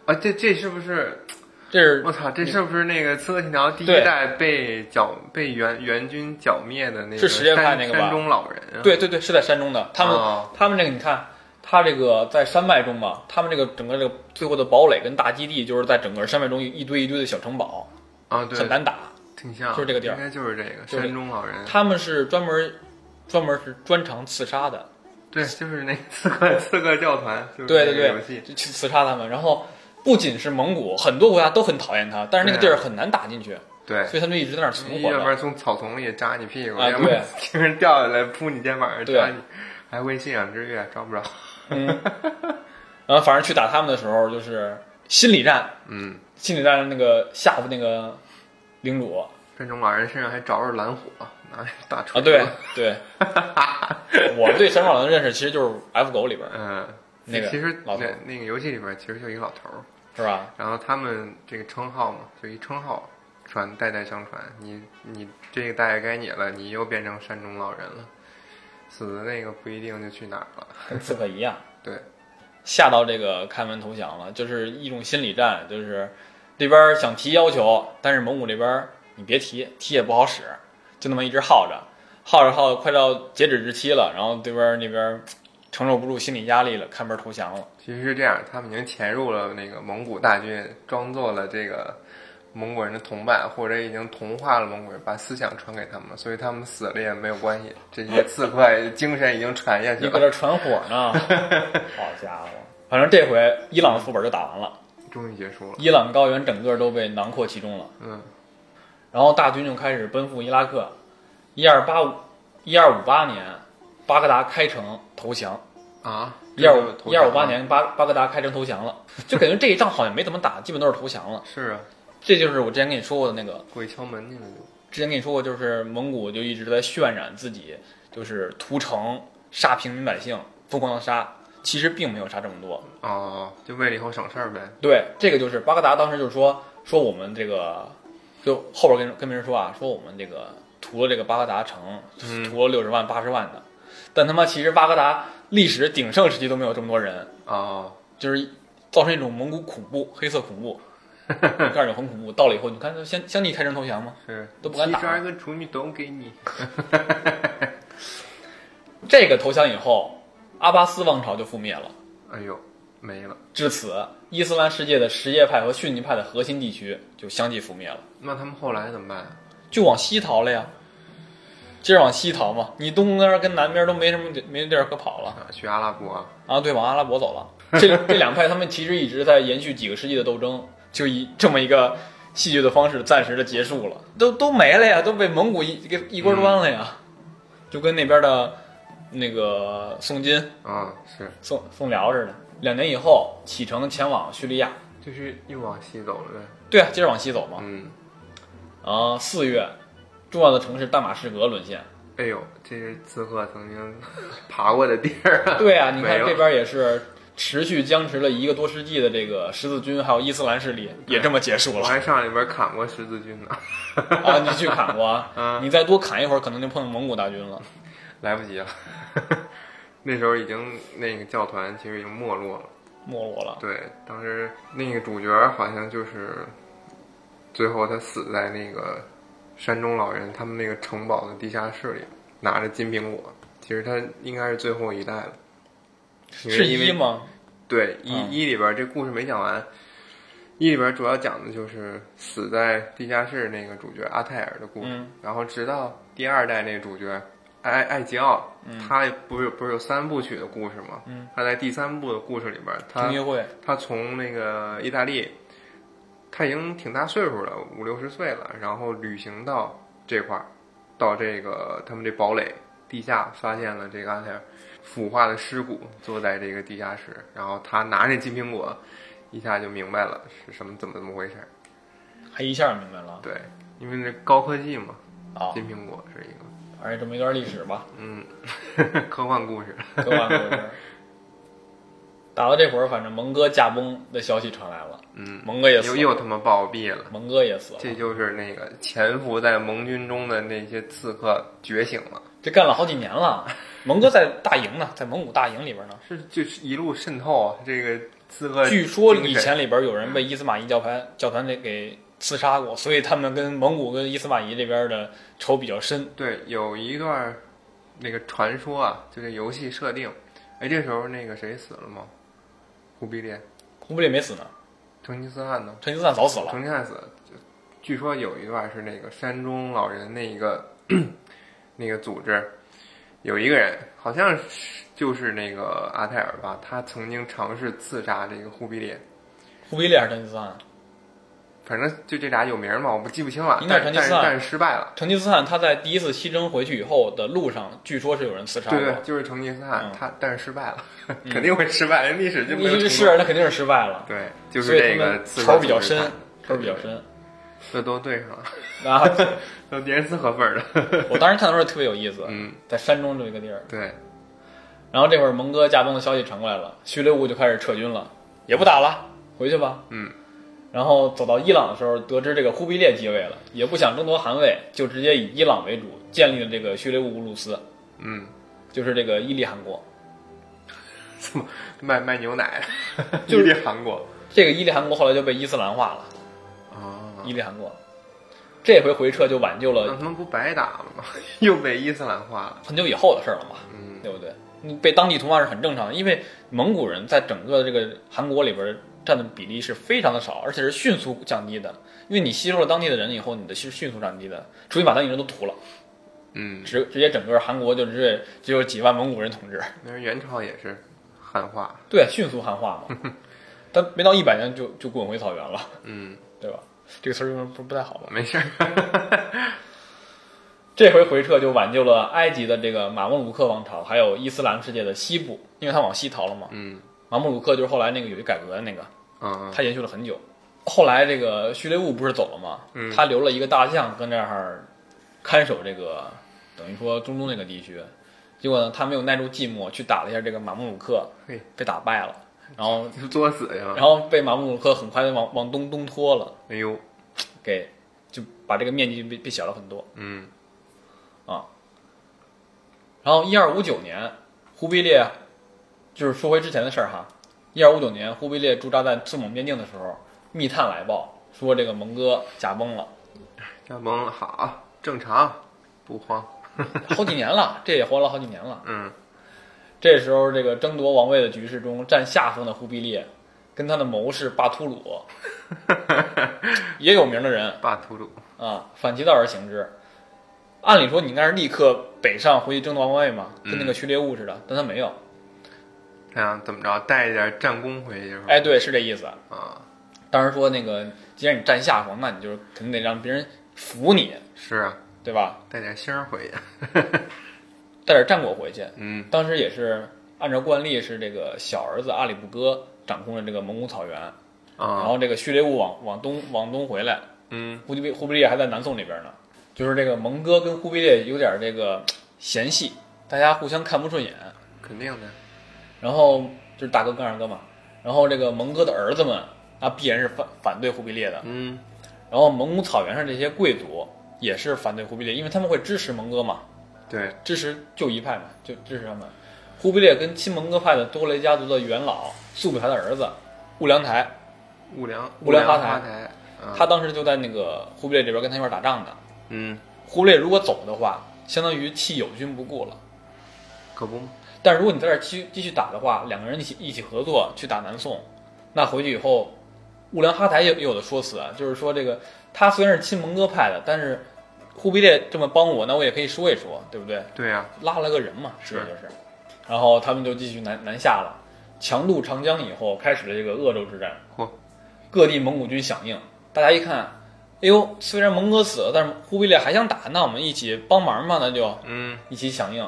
[SPEAKER 1] 啊，这这是不是？
[SPEAKER 3] 这是
[SPEAKER 1] 我操，这是不是那个《刺客信条》第一
[SPEAKER 3] 对
[SPEAKER 1] 代被剿被元元军剿灭的那个
[SPEAKER 3] 是什叶派
[SPEAKER 1] 山
[SPEAKER 3] 那个吧
[SPEAKER 1] 山中老人啊？
[SPEAKER 3] 对对对，是在山中的。他们、
[SPEAKER 1] 哦
[SPEAKER 3] 他们这个你看，他这个在山脉中嘛，他们这个整个这个最后的堡垒跟大基地，就是在整个山脉中一堆一堆的小城堡，
[SPEAKER 1] 啊，
[SPEAKER 3] 很
[SPEAKER 1] 对，
[SPEAKER 3] 难打。
[SPEAKER 1] 挺像，
[SPEAKER 3] 就是这个地儿
[SPEAKER 1] 应该就是这个
[SPEAKER 3] 就是
[SPEAKER 1] 山中老人。
[SPEAKER 3] 他们是专门专门是专长刺杀的，
[SPEAKER 1] 对，就是那个刺客刺客教团，就是
[SPEAKER 3] 对对
[SPEAKER 1] 那个游
[SPEAKER 3] 对
[SPEAKER 1] 戏，。
[SPEAKER 3] 就去刺杀他们。然后不仅是蒙古，很多国家都很讨厌他，但是那个地
[SPEAKER 1] 对啊
[SPEAKER 3] 儿很难打进去，
[SPEAKER 1] 对。
[SPEAKER 3] 所以他们就一直在那儿存活
[SPEAKER 1] 要不
[SPEAKER 3] 着。
[SPEAKER 1] 然从草丛里扎你屁股，
[SPEAKER 3] 啊
[SPEAKER 1] 要不然
[SPEAKER 3] 对
[SPEAKER 1] 听人掉下来扑你肩膀上
[SPEAKER 3] 对
[SPEAKER 1] 扎你，还为信啊仰之跃抓不着。
[SPEAKER 3] 嗯，然后反正去打他们的时候，就是心理战，
[SPEAKER 1] 嗯，
[SPEAKER 3] 心理战的那个吓唬那个领主啊，
[SPEAKER 1] 山中老人身上还着着蓝火，拿大锤子
[SPEAKER 3] 对 对，我对神马的认识其实就是 F 狗里边儿
[SPEAKER 1] 嗯，
[SPEAKER 3] 那个
[SPEAKER 1] 其实
[SPEAKER 3] 老头
[SPEAKER 1] 那那个游戏里边其实就一个老头儿，
[SPEAKER 3] 是吧？
[SPEAKER 1] 然后他们这个称号嘛，就一称号传代代相传，你你这个代该你了，你又变成山中老人了，死的那个不一定就去哪儿了。
[SPEAKER 3] 跟刺客一样，
[SPEAKER 1] 对，
[SPEAKER 3] 吓到这个开门投降了，就是一种心理战，就是这边儿想提要求，但是蒙古这边儿你别提，提也不好使，就那么一直耗着，耗着耗着，快到截止日期了，然后对边儿那边儿承受不住心理压力了，开门投降了。
[SPEAKER 1] 其实是这样，他们已经潜入了那个蒙古大军，装作了这个蒙古人的同伴，或者已经同化了蒙古人，把思想传给他们了，所以他们死了也没有关系。这些刺客 精神已经传下去
[SPEAKER 3] 你搁
[SPEAKER 1] 了，
[SPEAKER 3] 这传火呢？好家伙！反正这回伊朗副本就打完了，
[SPEAKER 1] 终于结束了。
[SPEAKER 3] 伊朗高原整个都被囊括其中了。
[SPEAKER 1] 嗯，
[SPEAKER 3] 然后大军就开始奔赴伊拉克。一二八五一二五八年，巴格达开城投降。
[SPEAKER 1] 啊，
[SPEAKER 3] 一二
[SPEAKER 1] 这就
[SPEAKER 3] 五一二五八年，巴巴格达开城投降了， 就感觉这一仗好像没怎么打，基本都是投降了。
[SPEAKER 1] 是啊，
[SPEAKER 3] 这就是我之前跟你说过的那个
[SPEAKER 1] 鬼敲门去了就。
[SPEAKER 3] 之前跟你说过，就是蒙古就一直在渲染自己，就是屠城、杀平民百姓、疯狂的杀，其实并没有杀这么多。
[SPEAKER 1] 哦，就为了以后省事儿呗。
[SPEAKER 3] 对，这个就是巴格达当时就说说我们这个，就后边跟跟别人说啊，说我们这个屠了这个巴格达城，
[SPEAKER 1] 嗯
[SPEAKER 3] 屠了六十万八十万的，但他妈其实巴格达历史鼎盛时期都没有这么多人，
[SPEAKER 1] 哦，
[SPEAKER 3] 就是造成一种蒙古恐怖、黑色恐怖，我告诉你很恐怖。到了以后，你看相相继开城投降吗？
[SPEAKER 1] 是
[SPEAKER 3] 都不敢打
[SPEAKER 1] 七十二个处女都给你。
[SPEAKER 3] 这个投降以后，阿巴斯王朝就覆灭了。
[SPEAKER 1] 哎呦，没了。
[SPEAKER 3] 至此，伊斯兰世界的什叶派和逊尼派的核心地区就相继覆灭了，
[SPEAKER 1] 那他们后来怎么办啊？
[SPEAKER 3] 就往西逃了呀。接着往西逃嘛，你东边跟南边都没什么地没地儿可跑了
[SPEAKER 1] 啊去阿拉伯啊？
[SPEAKER 3] 啊，对，往阿拉伯走了。这这两派他们其实一直在延续几个世纪的斗争，就以这么一个戏剧的方式暂时的结束了，都都没了呀，都被蒙古一给一锅端了呀，就跟那边的那个宋金
[SPEAKER 1] 嗯，是，
[SPEAKER 3] 宋宋辽似的。两年以后启程前往叙利亚，
[SPEAKER 1] 就是又往西走了呗。
[SPEAKER 3] 对啊，接着往西走嘛。
[SPEAKER 1] 嗯，
[SPEAKER 3] 啊、四月，重要的城市大马士革沦陷。
[SPEAKER 1] 哎呦，这是刺客曾经爬过的地儿啊。
[SPEAKER 3] 对啊，你
[SPEAKER 1] 没
[SPEAKER 3] 看
[SPEAKER 1] 了
[SPEAKER 3] 这边也是持续僵持了一个多世纪的这个十字军，还有伊斯兰势力 也这么结 束
[SPEAKER 1] 我
[SPEAKER 3] 了
[SPEAKER 1] 还上里边砍过十字军呢，
[SPEAKER 3] 啊！你去砍过 啊，
[SPEAKER 1] 嗯
[SPEAKER 3] 你再多砍一会儿，可能就碰上蒙古大军了。
[SPEAKER 1] 来不及了。 那时候已经那个教团其实已经没落了。
[SPEAKER 3] 没落了，
[SPEAKER 1] 对，当时那个主角好像就是最后他死在那个山中老人他们那个城堡的地下室里，拿着金苹果。其实他应该是最后一代了，
[SPEAKER 3] 是
[SPEAKER 1] 因为
[SPEAKER 3] 一吗？
[SPEAKER 1] 对，一、
[SPEAKER 3] 嗯
[SPEAKER 1] 一里边这故事没讲完，一里边主要讲的就是死在地下室那个主角阿泰尔的故事，
[SPEAKER 3] 嗯
[SPEAKER 1] 然后直到第二代那个主角艾艾吉奥，他不是不是有三部曲的故事吗？
[SPEAKER 3] 嗯
[SPEAKER 1] 他在第三部的故事里边，他
[SPEAKER 3] 听音乐会，
[SPEAKER 1] 他从那个意大利，他已经挺大岁数了，五六十岁了，然后旅行到这块儿，到这个他们这堡垒地下发现了这个阿泰尔腐化的尸骨，坐在这个地下室，然后他拿着金苹果，一下就明白了是什么怎么怎么回事儿。
[SPEAKER 3] 还一下明白了
[SPEAKER 1] 对，因为这高科技嘛，
[SPEAKER 3] 啊！
[SPEAKER 1] 金苹果是一个
[SPEAKER 3] 反正这么一段历史吧，
[SPEAKER 1] 嗯 科幻故事。
[SPEAKER 3] 科幻故事。打到这会儿，反正蒙哥驾崩的消息传来了，
[SPEAKER 1] 嗯，
[SPEAKER 3] 蒙哥也死
[SPEAKER 1] 又
[SPEAKER 3] 了，
[SPEAKER 1] 又他妈暴毙了。
[SPEAKER 3] 蒙哥也死了，
[SPEAKER 1] 这就是那个潜伏在盟军中的那些刺客觉醒了，
[SPEAKER 3] 这干了好几年 了。蒙哥在大营呢，在蒙古大营里边呢。
[SPEAKER 1] 是就是一路渗透啊，这个刺客
[SPEAKER 3] 据说以
[SPEAKER 1] 精神
[SPEAKER 3] 前里边有人被伊斯玛仪教团教团给给刺杀过，所以他们跟蒙古跟伊斯玛仪这边的仇比较深。
[SPEAKER 1] 对有一段儿那个传说啊，就这游戏设定，哎，这时候那个谁死了吗？忽必烈、
[SPEAKER 3] 忽必烈没死呢，
[SPEAKER 1] 成吉思汗呢？
[SPEAKER 3] 成吉思汗早死了。
[SPEAKER 1] 成吉思汗死了，就据说有一段是那个山中老人那一个那个组织，有一个人好像是就是那个阿泰尔吧，他曾经尝试刺杀这个忽必烈。
[SPEAKER 3] 忽必烈还是成吉思汗？
[SPEAKER 1] 反正就这俩有名儿嘛，我不记不清了，
[SPEAKER 3] 应该
[SPEAKER 1] 但
[SPEAKER 3] 是
[SPEAKER 1] 是
[SPEAKER 3] 成
[SPEAKER 1] 但
[SPEAKER 3] 吉思
[SPEAKER 1] 是
[SPEAKER 3] 汗
[SPEAKER 1] 但是失败了。
[SPEAKER 3] 成吉思汗他在第一次西征回去以后的路上，据说是有人刺杀
[SPEAKER 1] 对
[SPEAKER 3] 过。
[SPEAKER 1] 对，就是成吉思汗
[SPEAKER 3] 嗯，
[SPEAKER 1] 他但是失败了，肯定会失败，历史就没有
[SPEAKER 3] 你
[SPEAKER 1] 成
[SPEAKER 3] 这
[SPEAKER 1] 功。
[SPEAKER 3] 是啊那肯定是失败了，
[SPEAKER 1] 对，就是
[SPEAKER 3] 所以
[SPEAKER 1] 这
[SPEAKER 3] 他
[SPEAKER 1] 个
[SPEAKER 3] 们
[SPEAKER 1] 刺
[SPEAKER 3] 仇
[SPEAKER 1] 客
[SPEAKER 3] 比较
[SPEAKER 1] 组织
[SPEAKER 3] 深
[SPEAKER 1] 派，
[SPEAKER 3] 仇比较深。
[SPEAKER 1] 这都对上了，
[SPEAKER 3] 然后
[SPEAKER 1] 都严丝合缝儿的。
[SPEAKER 3] 我当时看的时候特别有意思，
[SPEAKER 1] 嗯，
[SPEAKER 3] 在山中这个地儿，
[SPEAKER 1] 对，
[SPEAKER 3] 然后这会儿蒙哥驾崩的消息传过来了，叙利乌就开始撤军了，也不打了，回去吧。
[SPEAKER 1] 嗯。
[SPEAKER 3] 然后走到伊朗的时候，得知这个忽必烈继位了，也不想争夺汗位，就直接以伊朗为主，建立了这个叙利乌鲁斯，
[SPEAKER 1] 嗯，
[SPEAKER 3] 就是这个伊利汗国。
[SPEAKER 1] 怎么卖卖牛奶？
[SPEAKER 3] 就是
[SPEAKER 1] 伊利汗国
[SPEAKER 3] 这个伊利汗国后来就被伊斯兰化了，
[SPEAKER 1] 啊，
[SPEAKER 3] 伊利汗国。这回回撤就挽救
[SPEAKER 1] 那
[SPEAKER 3] 了
[SPEAKER 1] 他们不白打了吗？ 又被伊斯兰化了。
[SPEAKER 3] 很久以后的事儿了嘛，
[SPEAKER 1] 嗯，
[SPEAKER 3] 对不对？你被当地同化是很正常的，因为蒙古人在整个这个韩国里边占的比例是非常的少，而且是迅速降低的。因为你吸收了当地的人以后，你的是迅速降低的，除非把当地人都屠了，
[SPEAKER 1] 嗯，
[SPEAKER 3] 直直接整个韩国就直接只有几万蒙古人统治。
[SPEAKER 1] 那元朝也是汉化，
[SPEAKER 3] 对，啊迅速汉化嘛。但没到一百年就就滚回草原了，
[SPEAKER 1] 嗯，
[SPEAKER 3] 对吧？这个词儿用不不太好吧？
[SPEAKER 1] 没事儿，
[SPEAKER 3] 这回回撤就挽救了埃及的这个马穆鲁克王朝，还有伊斯兰世界的西部，因为他往西逃了嘛。
[SPEAKER 1] 嗯
[SPEAKER 3] 马穆鲁克就是后来那个有一改革的那个，
[SPEAKER 1] 嗯
[SPEAKER 3] 他延续了很久。后来这个叙利兀不是走了吗？
[SPEAKER 1] 嗯
[SPEAKER 3] 他留了一个大将跟这儿看守这个，等于说中东那个地区。结果呢，他没有耐住寂寞，去打了一下这个马穆鲁克
[SPEAKER 1] 嘿，
[SPEAKER 3] 被打败了。然后，
[SPEAKER 1] 嗯，作死去了
[SPEAKER 3] 然，后被马穆鲁克很快的往往东东拖了，
[SPEAKER 1] 哎呦，
[SPEAKER 3] 给就把这个面积变变小了很多。
[SPEAKER 1] 嗯
[SPEAKER 3] 然后一二五九年，忽必烈，就是说回之前的事儿哈，一二五九年，忽必烈驻扎在赤蒙边境的时候，密探来报说这个蒙哥驾崩了，
[SPEAKER 1] 驾崩了，好，正常，不慌，
[SPEAKER 3] 好几年了， 这也活了好几年了。
[SPEAKER 1] 嗯
[SPEAKER 3] 这时候，这个争夺王位的局势中占下风的忽必烈，跟他的谋士巴图鲁，也有名的人
[SPEAKER 1] 霸图主，
[SPEAKER 3] 啊，反其道而行之。按理说你应该是立刻北上回去争夺王位嘛，跟那个序列物似的，但他没有。
[SPEAKER 1] 看啊怎么着，带一点战功回去是吧？
[SPEAKER 3] 哎，对，是这意思。
[SPEAKER 1] 啊，
[SPEAKER 3] 当时说那个，既然你占下风，那你就是肯定得让别人服你，
[SPEAKER 1] 是啊，
[SPEAKER 3] 对吧？
[SPEAKER 1] 带点星儿回去，
[SPEAKER 3] 带点战果回去。
[SPEAKER 1] 嗯
[SPEAKER 3] 当时也是按照惯例，是这个小儿子阿里不哥掌控了这个蒙古草原，然
[SPEAKER 1] 啊，
[SPEAKER 3] 后这个序列兀往往东往东回来，
[SPEAKER 1] 嗯
[SPEAKER 3] 忽必烈忽必烈还在南宋里边呢。就是这个蒙哥跟忽必烈有点这个嫌隙，大家互相看不顺眼。
[SPEAKER 1] 肯定的，
[SPEAKER 3] 然后就是大哥跟二哥嘛，然后这个蒙哥的儿子们，那必然是反反对忽必烈的。
[SPEAKER 1] 嗯
[SPEAKER 3] 然后蒙古草原上这些贵族也是反对忽必烈，因为他们会支持蒙哥嘛，
[SPEAKER 1] 对，
[SPEAKER 3] 支持就一派嘛，就支持他们。忽必烈跟亲蒙哥派的多雷家族的元老速不台的儿子兀良台，
[SPEAKER 1] 五粮
[SPEAKER 3] 五粮
[SPEAKER 1] 发
[SPEAKER 3] 发财
[SPEAKER 1] 财，啊
[SPEAKER 3] 他当时就在那个忽必烈这边跟他一块儿打仗呢。
[SPEAKER 1] 嗯，
[SPEAKER 3] 忽必烈如果走的话，相当于弃友军不顾了。
[SPEAKER 1] 可不，
[SPEAKER 3] 但是如果你在这儿继续继续打的话，两个人一起一起合作去打南宋，那回去以后，兀良哈台也也有的说辞啊，就是说这个他虽然是亲蒙哥派的，但是忽必烈这么帮我，那我也可以说一说，对不对？
[SPEAKER 1] 对啊呀，
[SPEAKER 3] 拉了个人嘛，
[SPEAKER 1] 是
[SPEAKER 3] 这就是。然后他们就继续南南下了，强渡长江以后，开始了这个鄂州之战。
[SPEAKER 1] 嚯
[SPEAKER 3] 各地蒙古军响应，大家一看，哎呦，虽然蒙哥死了，但是忽必烈还想打，那我们一起帮忙吧，那就
[SPEAKER 1] 嗯
[SPEAKER 3] 一起响应。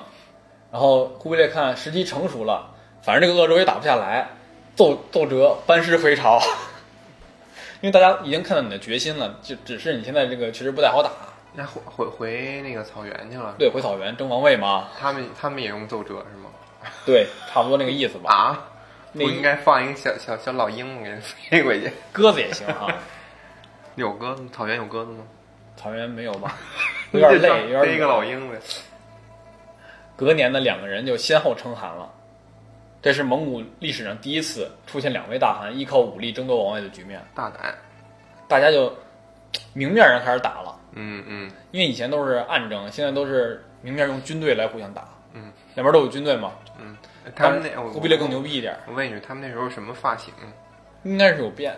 [SPEAKER 3] 然后忽必烈看时机成熟了，反正这个鄂州也打不下来，奏奏折班师回朝， 因为大家已经看到你的决心了，就只是你现在这个确实不太好打。
[SPEAKER 1] 那回回回那个草原去了，
[SPEAKER 3] 对，回草原争王位嘛，
[SPEAKER 1] 他们他们也用奏折是吗？
[SPEAKER 3] 对，差不多那个意思吧。
[SPEAKER 1] 啊，
[SPEAKER 3] 那
[SPEAKER 1] 我应该放一个小小小老鹰给它飞过去。
[SPEAKER 3] 鸽子也行啊，
[SPEAKER 1] 有鸽子，草原有鸽子吗？
[SPEAKER 3] 草原没有吧？有点累， 有点
[SPEAKER 1] 飞一个
[SPEAKER 3] 远
[SPEAKER 1] 老鹰呗。
[SPEAKER 3] 隔年的两个人就先后称汗了，这是蒙古历史上第一次出现两位大汗依靠武力争夺王位的局面，
[SPEAKER 1] 大胆，
[SPEAKER 3] 大家就明面上开始打了，
[SPEAKER 1] 嗯嗯
[SPEAKER 3] 因为以前都是暗争，现在都是明面用军队来互相打，
[SPEAKER 1] 嗯，
[SPEAKER 3] 两边都有军队嘛，
[SPEAKER 1] 嗯，他们那
[SPEAKER 3] 当然
[SPEAKER 1] 我
[SPEAKER 3] 忽必烈更牛。逼一点，
[SPEAKER 1] 我问一句，他们那时候什么发型？
[SPEAKER 3] 应该是有辫，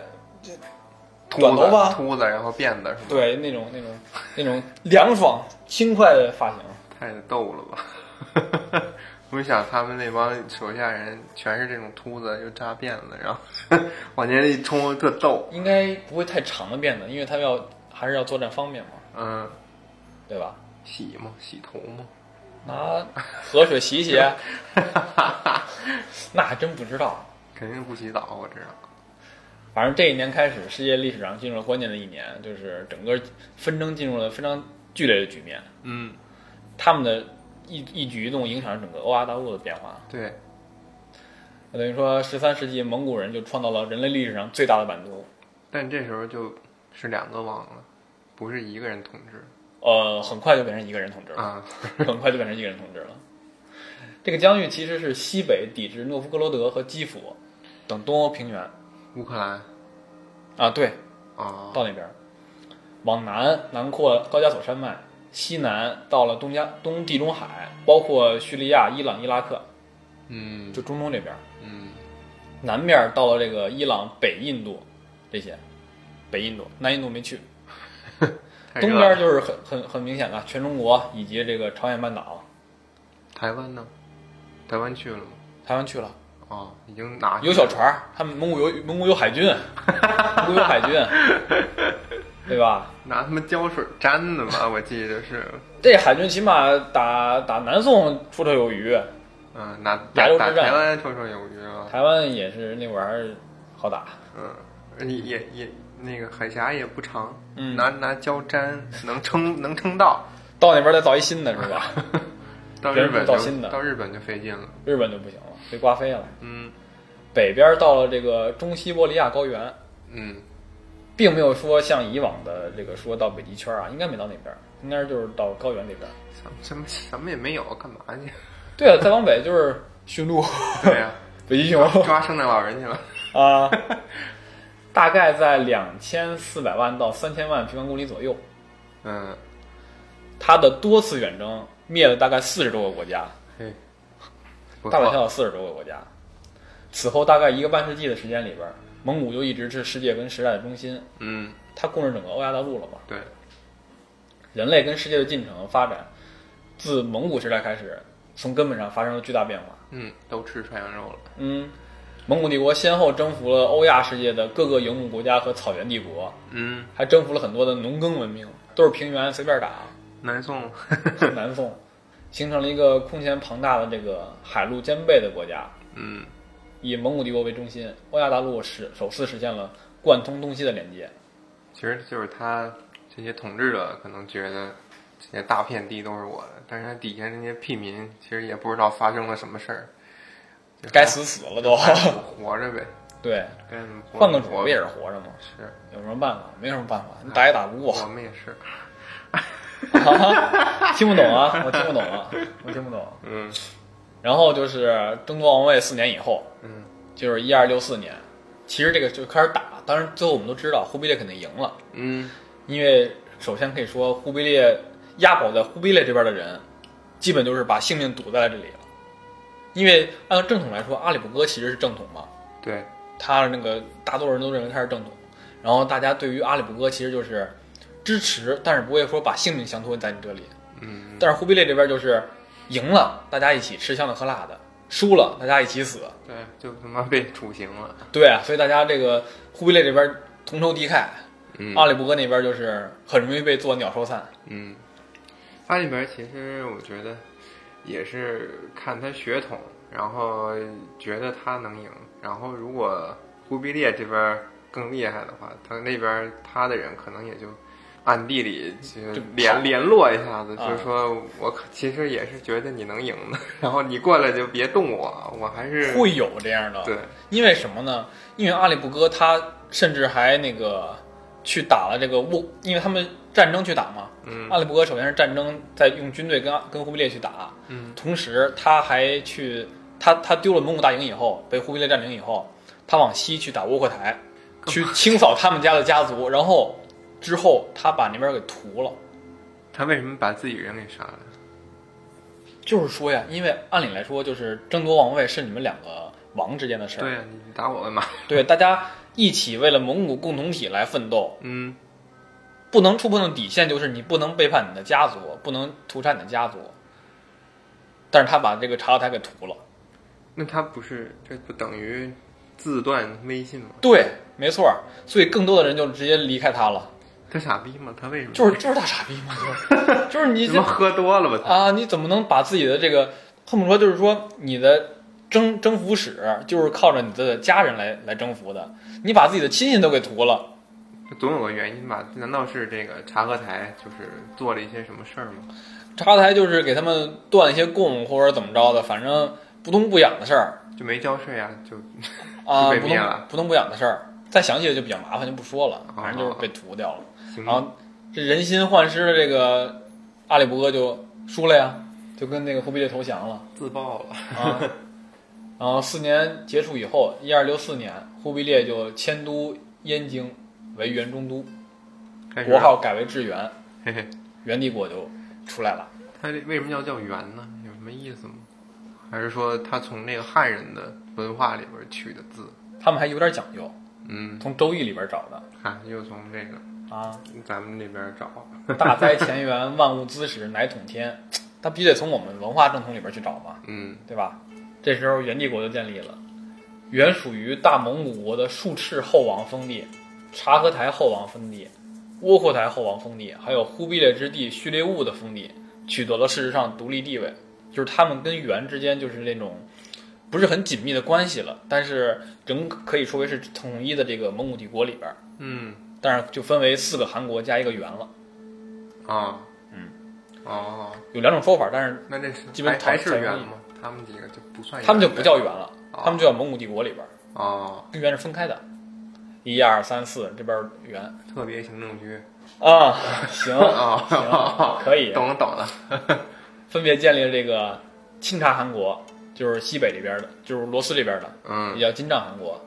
[SPEAKER 1] 秃
[SPEAKER 3] 短头发
[SPEAKER 1] 子，秃子，然后辫子是吗？，
[SPEAKER 3] 对，那种那种 那种凉爽轻快的发型，
[SPEAKER 1] 太逗了吧！ 我就想他们那帮手下人全是这种秃子，又扎辫子，然后 往前一冲，特逗。
[SPEAKER 3] 应该不会太长的辫子，因为他们要还是要作战方便嘛，
[SPEAKER 1] 嗯，
[SPEAKER 3] 对吧？
[SPEAKER 1] 洗吗？洗头吗？ 嗯
[SPEAKER 3] 拿河水洗洗， 那还真不知道。
[SPEAKER 1] 肯定不洗澡，我知道。
[SPEAKER 3] 反正这一年开始，世界历史上进入了关键的一年，就是整个纷争进入了非常剧烈的局面。
[SPEAKER 1] 嗯，
[SPEAKER 3] 他们的一一举一动影响着整个欧亚大陆的变化。
[SPEAKER 1] 对，
[SPEAKER 3] 那等于说，十三世纪蒙古人就创造了人类历史上最大的版图。
[SPEAKER 1] 但这时候就是两个王了，不是一个人统治
[SPEAKER 3] 呃，很快就变成一个人统治了，
[SPEAKER 1] 啊。
[SPEAKER 3] 很快就变成一个人统治了。这个疆域其实是西北抵制诺夫哥罗德和基辅等东欧平原
[SPEAKER 1] 乌克兰
[SPEAKER 3] 啊，对，
[SPEAKER 1] 啊，
[SPEAKER 3] 到那边儿，往南南扩高加索山脉，西南到了东加东地中海，包括叙利亚、伊朗、伊拉克，
[SPEAKER 1] 嗯
[SPEAKER 3] 就中东这边儿。
[SPEAKER 1] 嗯，
[SPEAKER 3] 南面到了这个伊朗、北印度这些，北印度、南印度没去，
[SPEAKER 1] 太
[SPEAKER 3] 东
[SPEAKER 1] 热
[SPEAKER 3] 边
[SPEAKER 1] 了
[SPEAKER 3] 就是很很很明显的啊全中国以及这个朝鲜半岛，
[SPEAKER 1] 台湾呢？台湾去了吗？
[SPEAKER 3] 台湾去了，
[SPEAKER 1] 哦，已经拿去
[SPEAKER 3] 有小
[SPEAKER 1] 了
[SPEAKER 3] 船儿，他们蒙古有蒙古有海军，蒙古有海军，对吧？
[SPEAKER 1] 拿他妈胶水粘的吧，我记得是，
[SPEAKER 3] 这海军起码打打南宋绰绰有余，
[SPEAKER 1] 嗯， 拿
[SPEAKER 3] 亚
[SPEAKER 1] 打
[SPEAKER 3] 洲之
[SPEAKER 1] 打
[SPEAKER 3] 战
[SPEAKER 1] 台湾绰绰有余了，
[SPEAKER 3] 台湾也是那玩意儿好打，
[SPEAKER 1] 嗯，也也那个海峡也不长，
[SPEAKER 3] 嗯
[SPEAKER 1] 拿拿胶粘能撑能撑 到，
[SPEAKER 3] 到那边再造一新的是吧？
[SPEAKER 1] 到
[SPEAKER 3] 别
[SPEAKER 1] 日
[SPEAKER 3] 人
[SPEAKER 1] 本
[SPEAKER 3] 不
[SPEAKER 1] 就
[SPEAKER 3] 造新的
[SPEAKER 1] 到日本就费劲了，
[SPEAKER 3] 日本就不行了，被刮飞了。
[SPEAKER 1] 嗯
[SPEAKER 3] 北边到了这个中西伯利亚高原，
[SPEAKER 1] 嗯，
[SPEAKER 3] 并没有说像以往的这个说到北极圈啊，应该没到那边，应该就是到高原这边。
[SPEAKER 1] 什么什么什么也没有，干嘛 去？
[SPEAKER 3] 对啊，再往北就是驯鹿、
[SPEAKER 1] 对呀、
[SPEAKER 3] 北极熊
[SPEAKER 1] 抓圣诞老人去了，
[SPEAKER 3] 啊，大概在两千四百万到三千万平方公里左右。
[SPEAKER 1] 嗯，
[SPEAKER 3] 它的多次远征灭了大概四十多个国家，
[SPEAKER 1] 嘿，不
[SPEAKER 3] 大大
[SPEAKER 1] 错
[SPEAKER 3] 小小四十多个国家。此后大概一个半世纪的时间里边，蒙古就一直是世界跟时代的中心，
[SPEAKER 1] 嗯，
[SPEAKER 3] 它控制整个欧亚大陆了嘛。
[SPEAKER 1] 对，
[SPEAKER 3] 人类跟世界的进程发展，自蒙古时代开始，从根本上发生了巨大变化。
[SPEAKER 1] 嗯，都吃涮羊肉了，
[SPEAKER 3] 嗯，蒙古帝国先后征服了欧亚世界的各个游牧国家和草原帝国，
[SPEAKER 1] 嗯，
[SPEAKER 3] 还征服了很多的农耕文明，都是平原随便打。
[SPEAKER 1] 南宋，
[SPEAKER 3] 南宋形成了一个空前庞大的这个海陆兼备的国家，
[SPEAKER 1] 嗯
[SPEAKER 3] 以蒙古帝国为中心，欧亚大陆实首次实现了贯通东西的连接。
[SPEAKER 1] 其实就是他这些统治者可能觉得这些大片地都是我的，但是他底下那些屁民其实也不知道发生了什么事儿，就
[SPEAKER 3] 该死死了都，
[SPEAKER 1] 还活着呗，
[SPEAKER 3] 对，
[SPEAKER 1] 该 怎么活
[SPEAKER 3] 换个主
[SPEAKER 1] 活
[SPEAKER 3] 不也是活着吗？
[SPEAKER 1] 是，
[SPEAKER 3] 有什么办法？没有什么办法，你打也打不过。
[SPEAKER 1] 我们也是，
[SPEAKER 3] 听不懂啊，我听不懂啊，我听不懂。
[SPEAKER 1] 嗯
[SPEAKER 3] 然后就是争夺王位四年以后，
[SPEAKER 1] 嗯
[SPEAKER 3] 就是一二六四年，其实这个就开始打。当然，最后我们都知道忽必烈肯定赢了，
[SPEAKER 1] 嗯，
[SPEAKER 3] 因为首先可以说忽必烈押宝在忽必烈这边的人，基本就是把性命赌在了这里了。因为按照正统来说，阿里不哥其实是正统嘛，
[SPEAKER 1] 对，
[SPEAKER 3] 他那个大多数人都认为他是正统，然后大家对于阿里不哥其实就是支持，但是不会说把性命相托在你这里。
[SPEAKER 1] 嗯
[SPEAKER 3] 但是忽必烈这边就是赢了，大家一起吃香的喝辣的；输了，大家一起死。
[SPEAKER 1] 对，就他妈被处刑了，
[SPEAKER 3] 对啊，所以大家这个忽必烈这边同仇敌忾，
[SPEAKER 1] 嗯
[SPEAKER 3] 阿里不哥那边就是很容易被做鸟兽散。
[SPEAKER 1] 嗯，它里边其实我觉得也是看他血统，然后觉得他能赢，然后如果忽必烈这边更厉害的话，他那边他的人可能也就暗地里就
[SPEAKER 3] 就跑
[SPEAKER 1] 联联络一下子，
[SPEAKER 3] 啊
[SPEAKER 1] 就是说我可其实也是觉得你能赢的， 然后你过来就别动我，我还是
[SPEAKER 3] 会有这样的，
[SPEAKER 1] 对，
[SPEAKER 3] 因为什么呢？因为阿里不哥他甚至还那个去打了这个倭，因为他们战争去打嘛。
[SPEAKER 1] 嗯
[SPEAKER 3] 阿里不哥首先是战争，在用军队跟跟忽必烈去打，
[SPEAKER 1] 嗯
[SPEAKER 3] 同时他还去他他丢了蒙古大营以后，被忽必烈占领以后，他往西去打窝阔台，去清扫他们家的家 族，然后之后他把那边给屠了。
[SPEAKER 1] 他为什么把自己人给杀了？
[SPEAKER 3] 就是说呀，因为按理来说，就是争夺王位是你们两个王之间的事儿，
[SPEAKER 1] 对呀，你打我干嘛？
[SPEAKER 3] 对大家一起为了蒙古共同体来奋斗，
[SPEAKER 1] 嗯
[SPEAKER 3] 不能触碰的底线就是你不能背叛你的家族，不能屠杀你的家族。但是他把这个察合台给屠了。
[SPEAKER 1] 那他不是这不等于自断威信吗？
[SPEAKER 3] 对，没错儿，所以更多的人就直接离开他了，
[SPEAKER 1] 他傻逼吗？他为什么？
[SPEAKER 3] 就是就是大傻逼嘛，就是就是你
[SPEAKER 1] 什
[SPEAKER 3] 这
[SPEAKER 1] 么喝多了吧？
[SPEAKER 3] 啊，你怎么能把自己的这个恨不得就是说你的征征服史就是靠着你的家人来来征服的，你把自己的亲戚都给屠了，
[SPEAKER 1] 总有个原因吧？难道是这个察合台就是做了一些什么事儿吗？
[SPEAKER 3] 察合台就是给他们断一些供或者怎么着的，反正不痛不痒的事儿，
[SPEAKER 1] 就没交税啊？就
[SPEAKER 3] 啊，
[SPEAKER 1] 就被
[SPEAKER 3] 不
[SPEAKER 1] 灭
[SPEAKER 3] 痛
[SPEAKER 1] 了哦
[SPEAKER 3] 不痛不痒的事儿，再详细的就比较麻烦，就不说了。反正就是被屠掉了。
[SPEAKER 1] 行
[SPEAKER 3] 然后这人心患失的这个阿里不哥就输了呀，就跟那个忽必烈投降了
[SPEAKER 1] 自爆了。
[SPEAKER 3] 啊。然后四年结束以后，一二六四年，忽必烈就迁都燕京为元中都，
[SPEAKER 1] 开始
[SPEAKER 3] 国号改为致元，
[SPEAKER 1] 嘿嘿，
[SPEAKER 3] 元帝国就出来了。
[SPEAKER 1] 他这为什么要叫元呢？有什么意思吗？还是说他从那个汉人的文化里边取的字。
[SPEAKER 3] 他们还有点讲究，
[SPEAKER 1] 嗯，
[SPEAKER 3] 从《周易》里边找的
[SPEAKER 1] 看又从这个
[SPEAKER 3] 啊。
[SPEAKER 1] 咱们这边找，
[SPEAKER 3] 大哉前缘，万物滋始，乃统天。他必须得从我们文化正统里边去找嘛，
[SPEAKER 1] 嗯
[SPEAKER 3] 对吧？这时候元帝国就建立了，原属于大蒙古国的术赤后王封地、察合台后王封地、窝阔台后王封地，还有忽必烈之地序列兀的封地，取得了事实上独立地位。就是他们跟元之间就是那种不是很紧密的关系了，但是仍可以说为是统一的这个蒙古帝国里边儿，
[SPEAKER 1] 嗯
[SPEAKER 3] 但是就分为四个韩国加一个元了。
[SPEAKER 1] 啊，
[SPEAKER 3] 嗯
[SPEAKER 1] 哦，
[SPEAKER 3] 有两种说法，但是
[SPEAKER 1] 那这是
[SPEAKER 3] 基本
[SPEAKER 1] 还
[SPEAKER 3] 讨
[SPEAKER 1] 还是
[SPEAKER 3] 讨
[SPEAKER 1] 元
[SPEAKER 3] 论
[SPEAKER 1] 吗？他们几个就不算元呗，
[SPEAKER 3] 他们就不叫元了，
[SPEAKER 1] 哦
[SPEAKER 3] 他们就叫蒙古帝国里边儿，
[SPEAKER 1] 哦，
[SPEAKER 3] 跟元是分开的，一二三四这边儿元
[SPEAKER 1] 特别行政区
[SPEAKER 3] 啊，行
[SPEAKER 1] 哦
[SPEAKER 3] 行， 啊可以，
[SPEAKER 1] 懂了懂了，
[SPEAKER 3] 分别建立了这个钦察汗国，就是西北这边的，就是罗斯这边的，也
[SPEAKER 1] 嗯
[SPEAKER 3] 叫金帐汗国，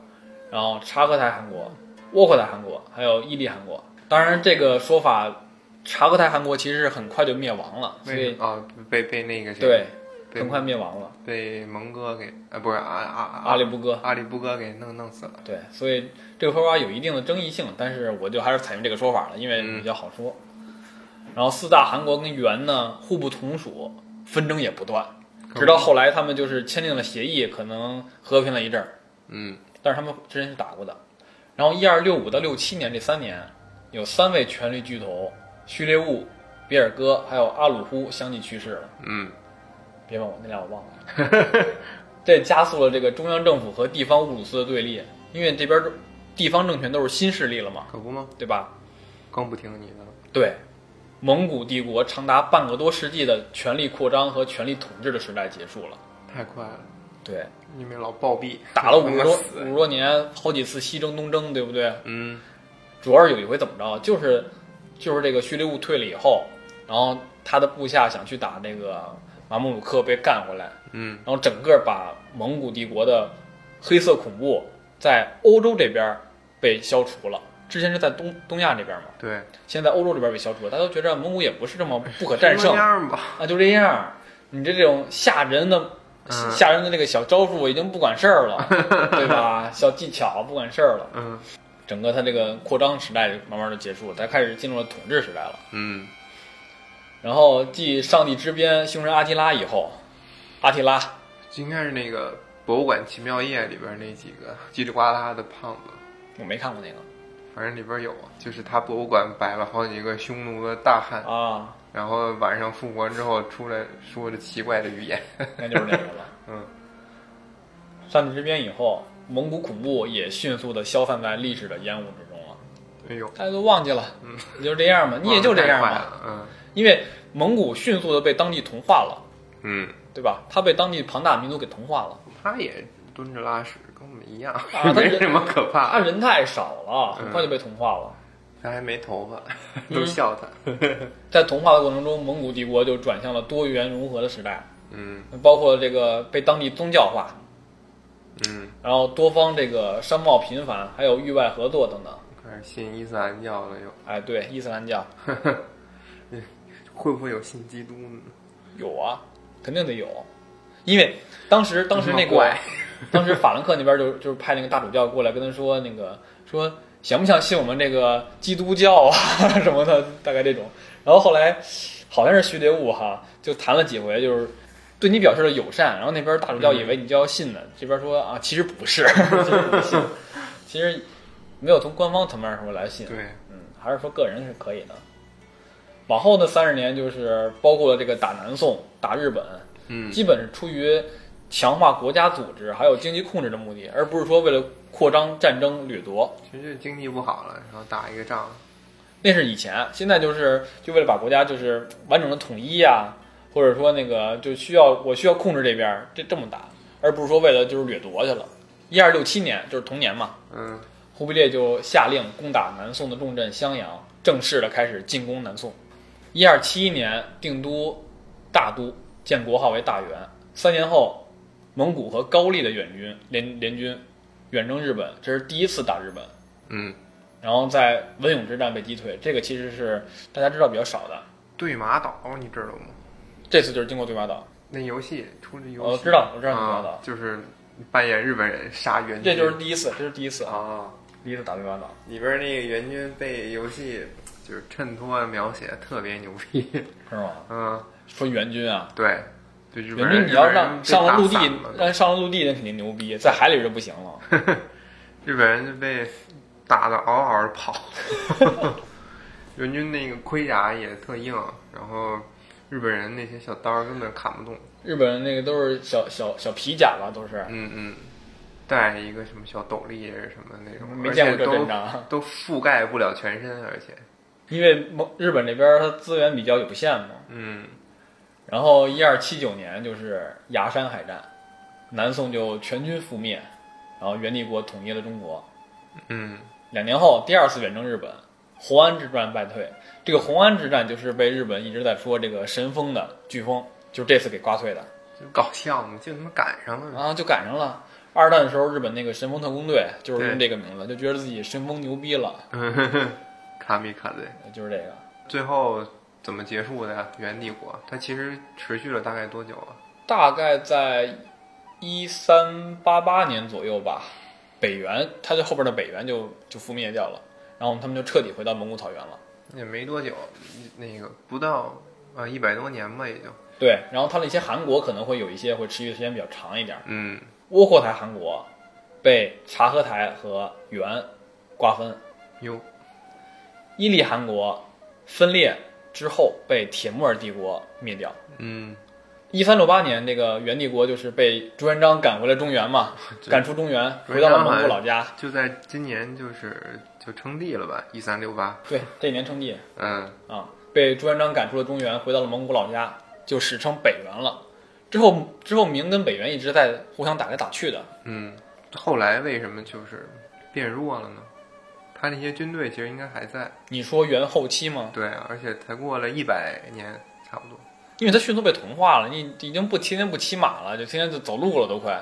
[SPEAKER 3] 然后察合台汗国、窝阔台汗国，还有伊利汗国。当然，这个说法，察合台汗国其实是很快就灭亡了，所
[SPEAKER 1] 为
[SPEAKER 3] 以
[SPEAKER 1] 什么哦被被那个谁
[SPEAKER 3] 对，
[SPEAKER 1] 被
[SPEAKER 3] 很快灭亡了。
[SPEAKER 1] 被蒙哥给啊不是阿阿
[SPEAKER 3] 阿里不哥，
[SPEAKER 1] 阿里不哥给弄弄死了，
[SPEAKER 3] 对，所以这个说法有一定的争议性，但是我就还是采用这个说法了，因为
[SPEAKER 1] 嗯
[SPEAKER 3] 比较好说。然后四大韩国跟元呢互不同属，纷争也不断，直到后来他们就是签订了协议，可能和平了一阵儿，
[SPEAKER 1] 嗯
[SPEAKER 3] 但是他们之前是打过的。然后一二六五到六七年这三年，有三位权力巨头序列兀、比尔哥还有阿鲁忽相继去世了。
[SPEAKER 1] 嗯
[SPEAKER 3] 别问我那俩我忘了。 这加速了这个中央政府和地方乌鲁斯的对立，因为这边儿地方政权都是新势力了嘛，
[SPEAKER 1] 可不吗？
[SPEAKER 3] 对吧？
[SPEAKER 1] 更不听你的了，
[SPEAKER 3] 对，蒙古帝国长达半个多世纪的权力扩张和权力统治的时代结束了。
[SPEAKER 1] 太快了，
[SPEAKER 3] 对，
[SPEAKER 1] 你们老暴毙，
[SPEAKER 3] 打了五十多
[SPEAKER 1] 他妈死
[SPEAKER 3] 五十多年，好几次西征东征，对不对？
[SPEAKER 1] 嗯
[SPEAKER 3] 主要是有一回怎么着，就是就是这个叙利兀退了以后，然后他的部下想去打这个马穆鲁克，被干回来，
[SPEAKER 1] 嗯
[SPEAKER 3] 然后整个把蒙古帝国的黑色恐怖在欧洲这边被消除了。之前是在东东亚这边嘛，
[SPEAKER 1] 对，
[SPEAKER 3] 现在欧洲这边被消除了，大家都觉着蒙古也不是这么不可战
[SPEAKER 1] 就那
[SPEAKER 3] 胜
[SPEAKER 1] 样吧，
[SPEAKER 3] 啊，就这样。你这这种吓人的、
[SPEAKER 1] 嗯
[SPEAKER 3] 吓人的这个小招数已经不管事儿了，对吧？小技巧不管事儿了，
[SPEAKER 1] 嗯
[SPEAKER 3] 整个它这个扩张时代就慢慢就结束了，它开始进入了统治时代了。
[SPEAKER 1] 嗯
[SPEAKER 3] 然后继上帝之鞭凶神阿提拉以后，阿提拉
[SPEAKER 1] 应该是那个《博物馆奇妙夜》里边那几个叽里呱啦的胖子，
[SPEAKER 3] 我没看过那个
[SPEAKER 1] 反正里边有啊，就是他博物馆摆了好几个匈奴的大汉，
[SPEAKER 3] 啊，
[SPEAKER 1] 然后晚上复活之后出来说着奇怪的语言，
[SPEAKER 3] 那就是那个了。嗯
[SPEAKER 1] 嗯，
[SPEAKER 3] 上帝之鞭以后，蒙古恐怖也迅速的消散在历史的烟雾之中了，
[SPEAKER 1] 哎呦，
[SPEAKER 3] 大家都忘记了，你就这样吧，你也就这
[SPEAKER 1] 嗯太
[SPEAKER 3] 样
[SPEAKER 1] 快
[SPEAKER 3] 吧，
[SPEAKER 1] 了，嗯
[SPEAKER 3] 因为蒙古迅速的被当地同化了，
[SPEAKER 1] 嗯，
[SPEAKER 3] 对吧？他被当地庞大民族给同化了，
[SPEAKER 1] 他也蹲着拉屎，跟我们一样，
[SPEAKER 3] 啊 他
[SPEAKER 1] 没什么可怕
[SPEAKER 3] 他
[SPEAKER 1] 的，
[SPEAKER 3] 人太少了，
[SPEAKER 1] 嗯
[SPEAKER 3] 很快就被同化了。
[SPEAKER 1] 他还没头发，都笑他，
[SPEAKER 3] 在同化的过程中，蒙古帝国就转向了多元融合的时代，
[SPEAKER 1] 嗯
[SPEAKER 3] 包括这个被当地宗教化，
[SPEAKER 1] 嗯，
[SPEAKER 3] 然后多方这个商贸频繁，还有域外合作等等。
[SPEAKER 1] 开始信伊斯兰教了又，
[SPEAKER 3] 哎，对，伊斯兰教
[SPEAKER 1] 会不会有信基督呢？
[SPEAKER 3] 有啊，肯定得有，因为当时当时那
[SPEAKER 1] 这
[SPEAKER 3] 个
[SPEAKER 1] 么怪
[SPEAKER 3] 当时法兰克那边就就是派那个大主教过来跟他说那个说想不想信我们这个基督教啊什么的，大概这种。然后后来好像是徐觉悟哈，就谈了几回，就是对你表示了友善，然后那边大主教以为你就要信呢，
[SPEAKER 1] 嗯
[SPEAKER 3] 这边说啊其实 不是，其实不信，其实没有从官方层面上来信。
[SPEAKER 1] 对，
[SPEAKER 3] 嗯，还是说个人是可以的。往后的三十年，就是包括了这个打南宋、打日本，
[SPEAKER 1] 嗯
[SPEAKER 3] 基本是出于强化国家组织还有经济控制的目的，而不是说为了扩张战争掠夺。
[SPEAKER 1] 其实就经济不好了，然后打一个仗，
[SPEAKER 3] 那是以前，现在就是就为了把国家就是完整的统一呀、或者说那个就需要我需要控制这边儿这这么打，而不是说为了就是掠夺去了。一二六七年就是同年嘛，
[SPEAKER 1] 嗯
[SPEAKER 3] 忽必烈就下令攻打南宋的重镇襄阳，正式的开始进攻南宋。一二七一年，定都大都，建国号为大元。三年后，蒙古和高丽的远军联联军远征日本，这是第一次打日本。
[SPEAKER 1] 嗯，
[SPEAKER 3] 然后在文勇之战被击退，这个其实是大家知道比较少的。
[SPEAKER 1] 对马岛你知道吗？
[SPEAKER 3] 这次就是经过对马岛，
[SPEAKER 1] 那游戏出的游戏，
[SPEAKER 3] 我知道，我知道对马岛
[SPEAKER 1] 啊，，就是扮演日本人杀援军，
[SPEAKER 3] 这就是第一次，这是第一次，
[SPEAKER 1] 啊，
[SPEAKER 3] 第一次打对半岛。
[SPEAKER 1] 里边那个援军被游戏就是衬托的描写得特别牛逼，
[SPEAKER 3] 是吗？
[SPEAKER 1] 嗯，
[SPEAKER 3] 说援军啊，
[SPEAKER 1] 对，就日本
[SPEAKER 3] 援
[SPEAKER 1] 人
[SPEAKER 3] 军你要
[SPEAKER 1] 日本人
[SPEAKER 3] 让
[SPEAKER 1] 被
[SPEAKER 3] 上了
[SPEAKER 1] 打
[SPEAKER 3] 陆地
[SPEAKER 1] 散了，
[SPEAKER 3] 但上了陆地那肯定牛逼，在海里就不行了。
[SPEAKER 1] 日本人就被打的嗷嗷的跑， 援军那个盔甲也特硬，然后日本人那些小刀根本砍不动，
[SPEAKER 3] 日本那个都是小小小皮甲吧，都是
[SPEAKER 1] 嗯嗯，戴一个什么小斗笠还是什么那种，
[SPEAKER 3] 没
[SPEAKER 1] 而
[SPEAKER 3] 见
[SPEAKER 1] 且
[SPEAKER 3] 过这啊
[SPEAKER 1] 都
[SPEAKER 3] 阵仗，
[SPEAKER 1] 都覆盖不了全身，而且，
[SPEAKER 3] 因为蒙日本这边它资源比较有限嘛。
[SPEAKER 1] 嗯，
[SPEAKER 3] 然后一二七九年就是崖山海战，南宋就全军覆灭，然后元帝国统一了中国。
[SPEAKER 1] 嗯，
[SPEAKER 3] 两年后，第二次远征日本，红安之战败退。这个红安之战就是被日本一直在说这个神风的飓风，就是这次给刮退的。
[SPEAKER 1] 就搞笑嘛，就他妈赶上了，
[SPEAKER 3] 然后就赶上了二战的时候，日本那个神风特工队就是用这个名字，就觉得自己神风牛逼了，
[SPEAKER 1] 卡米卡对。
[SPEAKER 3] 就是这个。
[SPEAKER 1] 最后怎么结束的呀？元帝国，它其实持续了大概多久啊？
[SPEAKER 3] 大概在一三八八年左右吧，北元，它这后边的北元就就覆灭掉了，然后他们就彻底回到蒙古草原了。
[SPEAKER 1] 也没多久，那个不到啊一百多年吧，也就
[SPEAKER 3] 对，然后它的一些韩国可能会有一些会持续的时间比较长一点，
[SPEAKER 1] 嗯
[SPEAKER 3] 窝阔台韩国被察合台和元瓜分，
[SPEAKER 1] 哟
[SPEAKER 3] 伊犁韩国分裂之后被铁木尔帝国灭掉。
[SPEAKER 1] 嗯，
[SPEAKER 3] 一三六八年，这个元帝国就是被朱元璋赶回了中原嘛，
[SPEAKER 1] 对
[SPEAKER 3] 赶出中原，
[SPEAKER 1] 朱
[SPEAKER 3] 回
[SPEAKER 1] 元璋
[SPEAKER 3] 到了蒙古老家。
[SPEAKER 1] 就在今年就是就称帝了吧，一三六八，
[SPEAKER 3] 对，这一年称帝
[SPEAKER 1] 嗯
[SPEAKER 3] 啊，被朱元璋赶出了中原，回到了蒙古老家，就史称北元了。之后，之后明跟北元一直在互相打来打去的，
[SPEAKER 1] 嗯，后来为什么就是变弱了呢？他那些军队其实应该还在，
[SPEAKER 3] 你说元后期吗？
[SPEAKER 1] 对啊，而且才过了一百年差不多，
[SPEAKER 3] 因为他迅速被同化了，你已经不天天不骑马了，就天天就走路了，都快。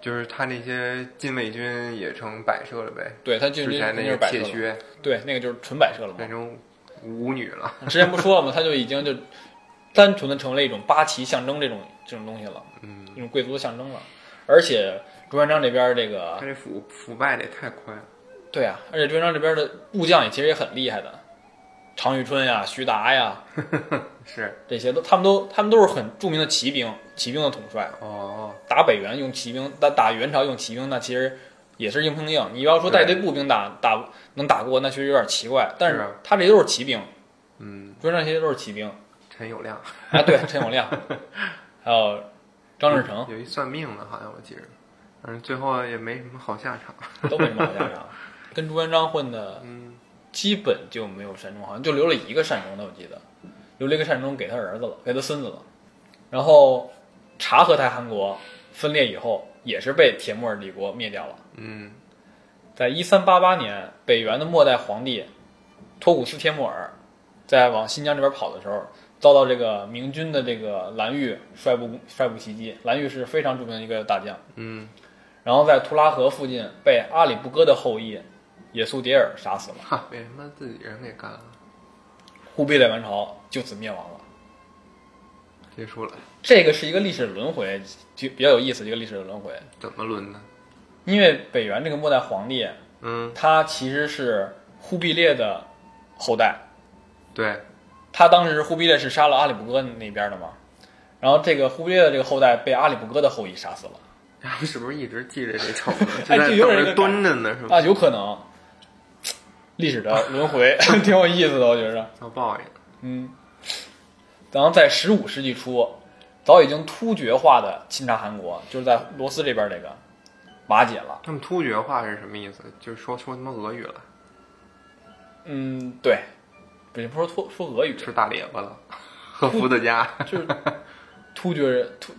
[SPEAKER 1] 就是他那些禁卫军也成摆设了呗，
[SPEAKER 3] 对他就
[SPEAKER 1] 之
[SPEAKER 3] 就
[SPEAKER 1] 前
[SPEAKER 3] 那
[SPEAKER 1] 那
[SPEAKER 3] 就是
[SPEAKER 1] 个
[SPEAKER 3] 摆设
[SPEAKER 1] 铁
[SPEAKER 3] 了，
[SPEAKER 1] 靴
[SPEAKER 3] 对，那个就是纯摆设了嘛
[SPEAKER 1] 变。成舞女了。
[SPEAKER 3] 之前不说了吗？他就已经就单纯的成为了一种八旗象征这种这种东西了。
[SPEAKER 1] 嗯，
[SPEAKER 3] 一种贵族的象征了。而且朱元璋这边这
[SPEAKER 1] 他
[SPEAKER 3] 个，
[SPEAKER 1] 这腐腐败得也太快了。
[SPEAKER 3] 对啊，而且朱元璋这边的部将也其实也很厉害的，常遇春呀、徐达呀，
[SPEAKER 1] 是
[SPEAKER 3] 这些都他们都他们都是很著名的骑兵，骑兵的统帅。
[SPEAKER 1] 哦，
[SPEAKER 3] 打北元用骑兵，打打元朝用骑兵，那其实也是硬碰硬。你要说带队步兵打打能打过，那确实有点奇怪。但
[SPEAKER 1] 是
[SPEAKER 3] 是
[SPEAKER 1] 啊
[SPEAKER 3] 他这都是骑兵，
[SPEAKER 1] 嗯，
[SPEAKER 3] 朱元璋这些都是骑兵。
[SPEAKER 1] 陈友谅
[SPEAKER 3] 啊，对， 陈友谅，还有张志成
[SPEAKER 1] 有一算命的，好像我记着，但是最后也没什么好下场。
[SPEAKER 3] 都没什么好下场，跟朱元璋混的
[SPEAKER 1] 嗯，
[SPEAKER 3] 基本就没有善终，好像就留了一个善终的，我记得，留了一个善终给他儿子了，给他孙子了。然后察合台汗国分裂以后，也是被铁木尔帝国灭掉了。
[SPEAKER 1] 嗯，
[SPEAKER 3] 在一三八八年，北元的末代皇帝托古斯帖木儿在往新疆这边跑的时候，遭到这个明军的这个蓝玉率部率部袭击。蓝玉是非常著名的一个大将，
[SPEAKER 1] 嗯，
[SPEAKER 3] 然后在图拉河附近被阿里不哥的后裔也速迭尔杀死了。
[SPEAKER 1] 哈，被他妈自己人给干了，
[SPEAKER 3] 忽必烈王朝就此灭亡了。
[SPEAKER 1] 结束了，
[SPEAKER 3] 这个是一个历史轮回，就比较有意思的一个历史的轮回。
[SPEAKER 1] 怎么轮的？
[SPEAKER 3] 因为北元这个末代皇帝，
[SPEAKER 1] 嗯，
[SPEAKER 3] 他其实是忽必烈的后代，
[SPEAKER 1] 对，
[SPEAKER 3] 他当时忽必烈是杀了阿里不哥那边的嘛，然后这个忽必烈的这个后代被阿里不哥的后裔杀死了
[SPEAKER 1] 然后是不是一直记着这仇呢？就在
[SPEAKER 3] 哎就
[SPEAKER 1] 等
[SPEAKER 3] 有点这个
[SPEAKER 1] 着蹲着呢，是吧？
[SPEAKER 3] 啊，有可能 历史的轮回 挺有意思的，我觉着，
[SPEAKER 1] 遭报应。
[SPEAKER 3] 嗯。然后在十五世纪初，早已经突厥化的钦察汗国，就是在罗斯这边这个瓦解了。
[SPEAKER 1] 他们突厥话是什么意思？就是说说他妈俄语了，
[SPEAKER 3] 嗯，对，不是不说说说俄语，
[SPEAKER 1] 吃大列巴了， 喝伏特加。
[SPEAKER 3] 就是突厥人突，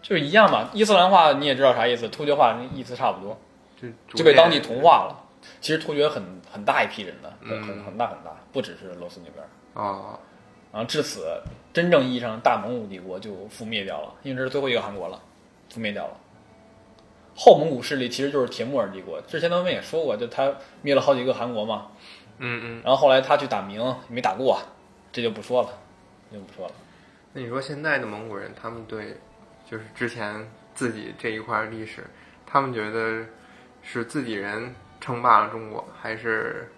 [SPEAKER 3] 就是一样嘛。伊斯兰话你也知道啥意思，突厥话意思差不多，
[SPEAKER 1] 就
[SPEAKER 3] 就被 当地同化了。其实突厥很很大一批人的，很很很大很大，不只是罗斯那边。
[SPEAKER 1] 哦，
[SPEAKER 3] 然后至此，真正意义上的大蒙古帝国就覆灭掉了，因为这是最后一个汗国了，覆灭掉了。后蒙古势力其实就是铁木尔帝国，之前咱们也说过，就他灭了好几个汗国嘛，
[SPEAKER 1] 嗯嗯。
[SPEAKER 3] 然后后来他去打明没打过，啊这就不说了，这就不说了。
[SPEAKER 1] 那你说现在的蒙古人，他们对就是之前自己这一块历史，他们觉得是自己人称霸了中国，还是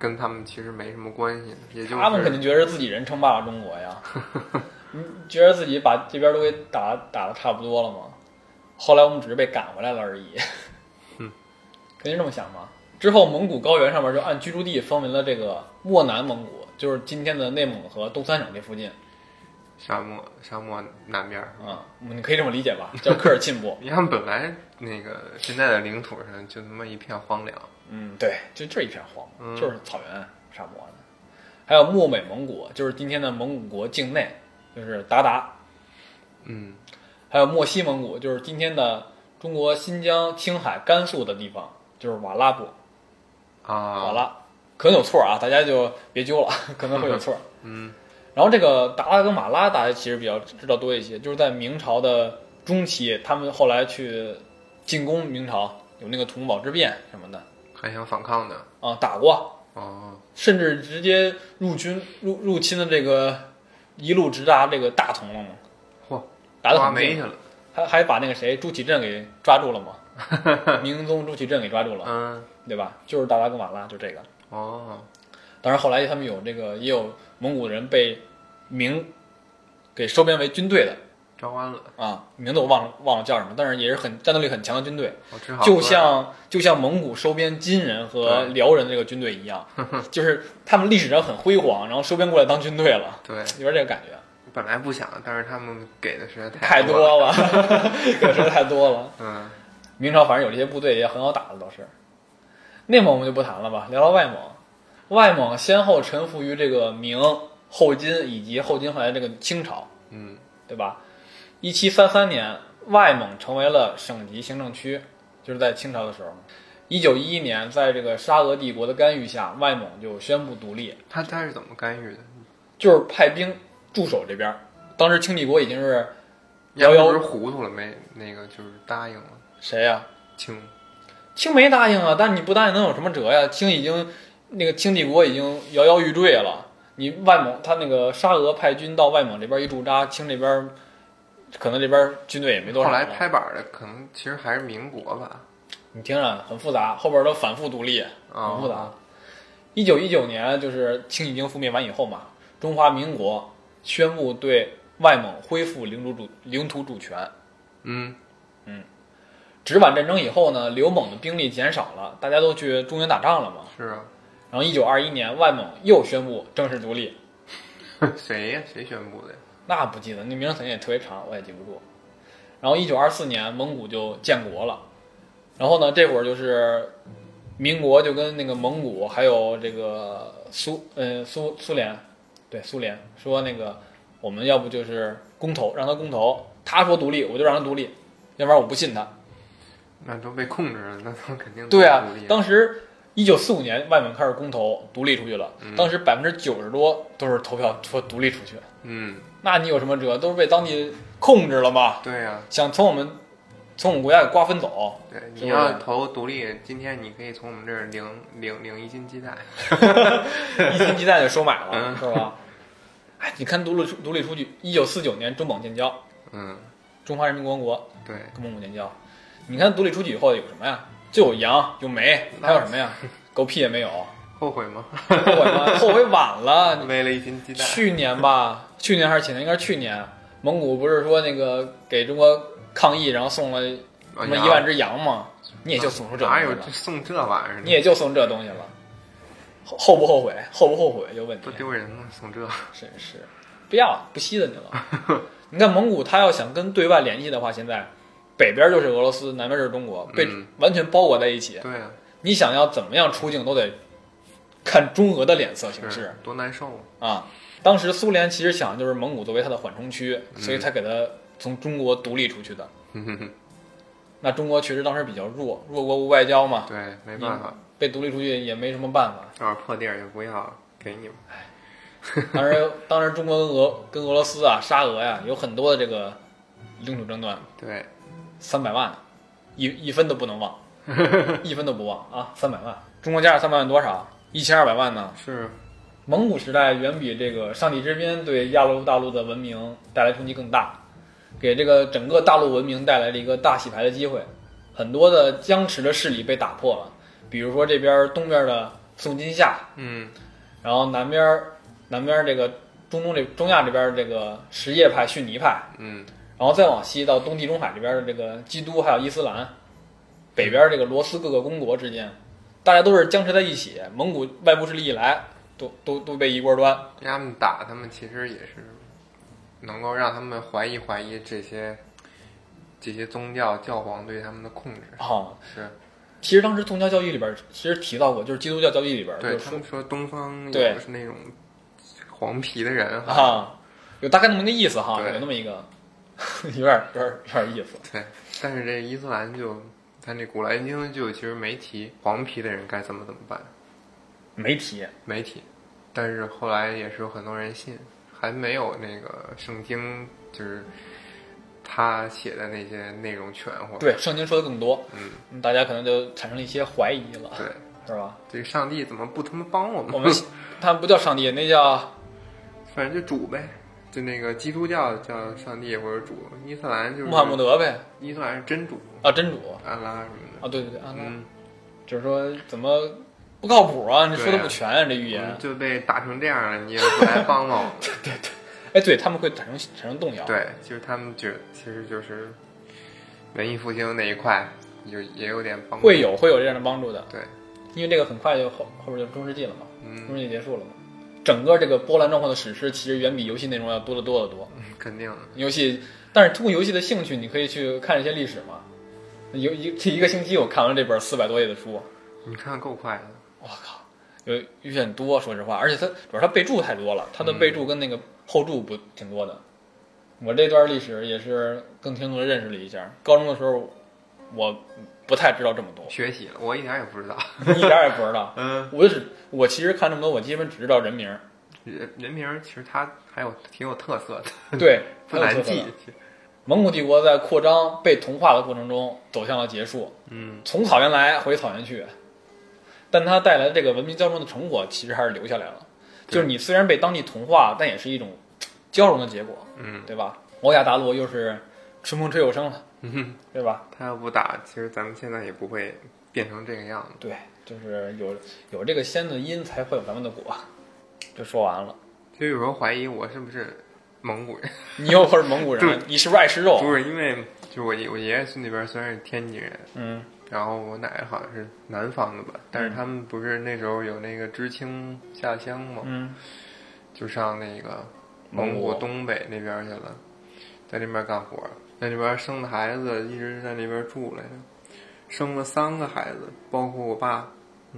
[SPEAKER 1] 跟他们其实没什么关系？也就是
[SPEAKER 3] 他们肯定觉得是自己人称霸了中国 呀。你觉得自己把这边都给打打的差不多了吗？后来我们只是被赶回来了而已。
[SPEAKER 1] 嗯，
[SPEAKER 3] 肯定这么想嘛。之后蒙古高原上面就按居住地分为了这个漠南蒙古，就是今天的内蒙和东三省这附近
[SPEAKER 1] 沙漠沙漠南边儿。
[SPEAKER 3] 啊、嗯，你可以这么理 解吧，叫科尔沁部。
[SPEAKER 1] 你看，本来那个现在的领土上就他妈一片荒凉，
[SPEAKER 3] 嗯，对，就就是一片荒漠，
[SPEAKER 1] 嗯
[SPEAKER 3] 就是草原、沙漠的。还有漠北蒙古，就是今天的蒙古国境内，就是鞑靼；
[SPEAKER 1] 嗯，
[SPEAKER 3] 还有漠西蒙古，就是今天的中国新疆、青海、甘肃的地方，就是瓦剌部。
[SPEAKER 1] 啊，
[SPEAKER 3] 瓦，剌，可能有错啊，大家就别揪了， 可能会有错。
[SPEAKER 1] 嗯
[SPEAKER 3] 然后这个鞑靼跟瓦剌，大家其实比较知道多一些，就是在明朝的中期，他们后来去进攻明朝，有那个土木堡之变什么的
[SPEAKER 1] 还想反抗的，
[SPEAKER 3] 啊，打过，
[SPEAKER 1] 哦，
[SPEAKER 3] 甚至直接入军入入侵了这个，一路直达这个大同了嘛。
[SPEAKER 1] 嚯，
[SPEAKER 3] 打得
[SPEAKER 1] 挖
[SPEAKER 3] 很
[SPEAKER 1] 煤去
[SPEAKER 3] 近，
[SPEAKER 1] 了，
[SPEAKER 3] 还还把那个谁朱祁镇给抓住了嘛， 明宗朱祁镇给抓住了，
[SPEAKER 1] 嗯，
[SPEAKER 3] 对吧？就是达拉跟瓦剌，就这个。
[SPEAKER 1] 哦，
[SPEAKER 3] 当然后来他们有这个也有蒙古人被明给收编为军队的
[SPEAKER 1] 招安了，
[SPEAKER 3] 啊，名字我忘了忘了叫什么，但是也是很战斗力很强的军队。
[SPEAKER 1] 我哦只好
[SPEAKER 3] 就像就像蒙古收编金人和
[SPEAKER 1] 对
[SPEAKER 3] 辽人这个军队 一样，就是他们历史上很辉煌，然后收编过来当军队了，
[SPEAKER 1] 对，
[SPEAKER 3] 有点这个感觉。
[SPEAKER 1] 本来不想，但是他们给的实在
[SPEAKER 3] 太
[SPEAKER 1] 多了，
[SPEAKER 3] 多了， 有时候太多了。
[SPEAKER 1] 嗯，
[SPEAKER 3] 明朝反正有这些部队也很好打的，倒是。内蒙我们就不谈了吧，聊聊外蒙。外蒙先后臣服于这个明、后金以及后金后来这个清朝，
[SPEAKER 1] 嗯，
[SPEAKER 3] 对吧？一七三三年，外蒙成为了省级行政区，就是在清朝的时候。一九一一年，在这个沙俄帝国的干预下，外蒙就宣布独立，
[SPEAKER 1] 他他是怎么干预的？
[SPEAKER 3] 就是派兵驻守这边儿。当时清帝国已经是
[SPEAKER 1] 要
[SPEAKER 3] 遥遥
[SPEAKER 1] 不是糊涂了没？那个就是答应了，
[SPEAKER 3] 谁啊呀、
[SPEAKER 1] 清，
[SPEAKER 3] 清没答应啊，但你不答应能有什么辙呀？清已经那个清帝国已经摇摇欲坠了。你外蒙他那个沙俄派军到外蒙这边一驻扎，清这边可能这边军队也没多少
[SPEAKER 1] 后
[SPEAKER 3] 了。
[SPEAKER 1] 来拍板的可能其实还是民国吧，
[SPEAKER 3] 你听着很复杂，后边都反复独立，很复杂
[SPEAKER 1] 哦，。
[SPEAKER 3] 一九一九年就是清已经覆灭完以后嘛，中华民国宣布对外蒙恢复领主主领土主权。
[SPEAKER 1] 嗯，
[SPEAKER 3] 直皖战争以后呢，留蒙的兵力减少了，大家都去中原打仗了嘛。
[SPEAKER 1] 是 啊，
[SPEAKER 3] 然后一九二一年，外蒙又宣布正式独立。
[SPEAKER 1] 谁呀？谁宣布的呀？
[SPEAKER 3] 那不记得，那名儿肯定也特别长，我也记不住。然后一九二四年，蒙古就建国了。然后呢，这会儿就是民国就跟那个蒙古还有这个苏呃苏苏联，对苏联说那个我们要不就是公投，让他公投，他说独立我就让他独立，要不然我不信他。
[SPEAKER 1] 那都被控制了，那他们肯定
[SPEAKER 3] 对啊
[SPEAKER 1] 独立，了
[SPEAKER 3] 当时一九四五年外蒙开始公投独立出去了，
[SPEAKER 1] 嗯
[SPEAKER 3] 当时百分之九十多都是投票说独立出去，
[SPEAKER 1] 嗯，
[SPEAKER 3] 那你有什么辙？都是被当地控制了嘛。
[SPEAKER 1] 对呀、
[SPEAKER 3] 想从我们从我们国家给瓜 分走，
[SPEAKER 1] 对，
[SPEAKER 3] 是啊
[SPEAKER 1] 你
[SPEAKER 3] 不
[SPEAKER 1] 要
[SPEAKER 3] 是
[SPEAKER 1] 投独立，今天你可以从我们这儿领领领一斤鸡蛋。
[SPEAKER 3] 一斤鸡蛋就收买了，
[SPEAKER 1] 嗯
[SPEAKER 3] 是吧？哎，你看独立出独立出去，一九四九年中蒙建交，
[SPEAKER 1] 嗯，
[SPEAKER 3] 中华人民共和国
[SPEAKER 1] 对，
[SPEAKER 3] 跟蒙古建交。你看独立出去以后有什么呀？就有羊，有煤，还有什么呀？狗屁 也没有，
[SPEAKER 1] 后悔吗？
[SPEAKER 3] 后悔吗？后悔晚 了。你
[SPEAKER 1] 为了一斤鸡蛋，
[SPEAKER 3] 去年吧，去年还是前年，应该是去年，蒙古不是说那个给中国抗议，然后送了什
[SPEAKER 1] 啊
[SPEAKER 3] 么一万只羊吗？你也就送出这
[SPEAKER 1] 哦哪
[SPEAKER 3] 东
[SPEAKER 1] 有
[SPEAKER 3] 西了
[SPEAKER 1] 这送这玩意儿的？
[SPEAKER 3] 你也就送这东西了，后后不后悔？后不后悔就问题
[SPEAKER 1] 不，丢人吗？送这？
[SPEAKER 3] 真是不要不稀得你了。你看蒙古，他要想跟对外联系的话，现在北边就是俄罗斯，南边就是中国，被
[SPEAKER 1] 嗯
[SPEAKER 3] 完全包裹在一起。
[SPEAKER 1] 对啊，
[SPEAKER 3] 你想要怎么样出境，都得看中俄的脸色行事
[SPEAKER 1] 是多难受 啊！
[SPEAKER 3] 啊。当时苏联其实想就是蒙古作为它的缓冲区，
[SPEAKER 1] 嗯
[SPEAKER 3] 所以才给它从中国独立出去的。
[SPEAKER 1] 哼嗯哼哼
[SPEAKER 3] 那中国确实当时比较弱，弱国无外交嘛，
[SPEAKER 1] 对，没办法，
[SPEAKER 3] 被独立出去也没什么办法。
[SPEAKER 1] 这会儿破地儿就不要了，给你们。
[SPEAKER 3] 当时，当时中国跟俄跟俄罗斯啊、沙俄呀、有很多的这个领土争端，
[SPEAKER 1] 对，
[SPEAKER 3] 三百万，一一分都不能忘，一分都不忘啊！三百万，中国加上三百万多少？一千二百万呢？
[SPEAKER 1] 是，
[SPEAKER 3] 蒙古时代远比这个上帝之鞭对亚洲大陆的文明带来冲击更大。给这个整个大陆文明带来了一个大洗牌的机会。很多的僵持的势力被打破了，比如说这边东边的宋金夏，
[SPEAKER 1] 嗯
[SPEAKER 3] 然后南边南边这个中东这中亚这边这个什叶派、逊尼派，
[SPEAKER 1] 嗯
[SPEAKER 3] 然后再往西到东地中海这边的这个基督还有伊斯兰，北边这个罗斯各个公国之间，大家都是僵持在一起。蒙古外部势力一来，都都都被一锅端。
[SPEAKER 1] 让他们打他们，其实也是能够让他们怀疑怀疑这些这些宗教教皇对他们的控制。
[SPEAKER 3] 哦，
[SPEAKER 1] 是
[SPEAKER 3] 其实当时宗教教义里边其实提到过，就是基督教教义里边
[SPEAKER 1] 对
[SPEAKER 3] 就
[SPEAKER 1] 他
[SPEAKER 3] 说
[SPEAKER 1] 们说东方
[SPEAKER 3] 对
[SPEAKER 1] 有是那种黄皮的人哈，
[SPEAKER 3] 啊，有大概那么个意思哈，
[SPEAKER 1] 对
[SPEAKER 3] 有那么一个， 有点有点有点意思。
[SPEAKER 1] 对，但是这伊斯兰就他那古兰经就其实没提黄皮的人该怎么怎么办，
[SPEAKER 3] 没提，
[SPEAKER 1] 没提，但是后来也是有很多人信，还没有那个圣经就是他写的那些内容全乎。
[SPEAKER 3] 对圣经说的更多，
[SPEAKER 1] 嗯，
[SPEAKER 3] 嗯大家可能就产生了一些怀疑了，
[SPEAKER 1] 对，
[SPEAKER 3] 是吧？
[SPEAKER 1] 这个上帝怎么不他妈帮我们？
[SPEAKER 3] 我 们他们不叫上帝，那叫
[SPEAKER 1] 反正就主呗，就那个基督教叫上帝或者主，伊斯兰就是
[SPEAKER 3] 穆罕默德呗，
[SPEAKER 1] 伊斯兰是真主，
[SPEAKER 3] 啊，真主
[SPEAKER 1] 安拉什么的。
[SPEAKER 3] 啊，对对对，啊，那
[SPEAKER 1] 嗯，
[SPEAKER 3] 就是说怎么不靠谱啊？你说的
[SPEAKER 1] 对啊
[SPEAKER 3] 不全啊，这预
[SPEAKER 1] 我
[SPEAKER 3] 言
[SPEAKER 1] 们。就被打成这样了，你也不来帮帮我 们。
[SPEAKER 3] 哎，对他们会产生产生动摇。
[SPEAKER 1] 对，就是他们觉，其实就是文艺复兴那一块，有也有点帮助。
[SPEAKER 3] 会有会有这样的帮助的。
[SPEAKER 1] 对，
[SPEAKER 3] 因为这个很快就后后边就中世纪了嘛，
[SPEAKER 1] 嗯，
[SPEAKER 3] 中世纪结束了嘛，整个这个波兰战况的史诗其实远比游戏内容要多得多得多。
[SPEAKER 1] 肯定的。
[SPEAKER 3] 游戏，但是通过游戏的兴趣，你可以去看一些历史嘛。有一这一个星期，我看完这本四百多页的书，
[SPEAKER 1] 你看够快的，，
[SPEAKER 3] 我靠，有有点多，说实话，而且它主要它备注太多了，它的备注跟那个后注不挺多的。我这段历史也是更清楚的认识了一下。高中的时候，我不太知道这么多
[SPEAKER 1] 学习了，我一点也不知道。
[SPEAKER 3] 一点儿也不知道。
[SPEAKER 1] 嗯，
[SPEAKER 3] 我就只我其实看这么多，我基本只知道人 名儿，
[SPEAKER 1] 人人名儿其实它还有挺有特色的，
[SPEAKER 3] 对，
[SPEAKER 1] 不
[SPEAKER 3] 还有
[SPEAKER 1] 难
[SPEAKER 3] 特色
[SPEAKER 1] 记
[SPEAKER 3] 的。。蒙古帝国在扩张、被同化的过程中走向了结束，
[SPEAKER 1] 嗯，
[SPEAKER 3] 从草原来回草原去，但它带来的这个文明交融的成果其实还是留下来了。
[SPEAKER 1] 对
[SPEAKER 3] 就是你虽然被当地同化，但也是一种嘖交融的结果，
[SPEAKER 1] 嗯，
[SPEAKER 3] 对吧？欧亚大陆又是春风吹又生了，
[SPEAKER 1] 嗯 哼
[SPEAKER 3] 对吧？
[SPEAKER 1] 他要不打，其实咱们现在也不会变成这个样子。
[SPEAKER 3] 对，就是有有这个先的因，才会有咱们的果。就说完了，
[SPEAKER 1] 就有时候怀疑我是不是蒙古人，
[SPEAKER 3] 你又是蒙古
[SPEAKER 1] 对
[SPEAKER 3] 人，你是不是爱吃肉？
[SPEAKER 1] 不是因为就我爷我爷爷是那边虽然是天津人，
[SPEAKER 3] 嗯，
[SPEAKER 1] 然后我奶奶好像是南方的吧，但是他们不是那时候有那个知青下乡嘛，
[SPEAKER 3] 嗯，
[SPEAKER 1] 就上那个
[SPEAKER 3] 蒙
[SPEAKER 1] 蒙
[SPEAKER 3] 古
[SPEAKER 1] 古东北那边去了，在那边干活，在那边生的孩子一直在那边住来着，生了三个孩子，包括我爸，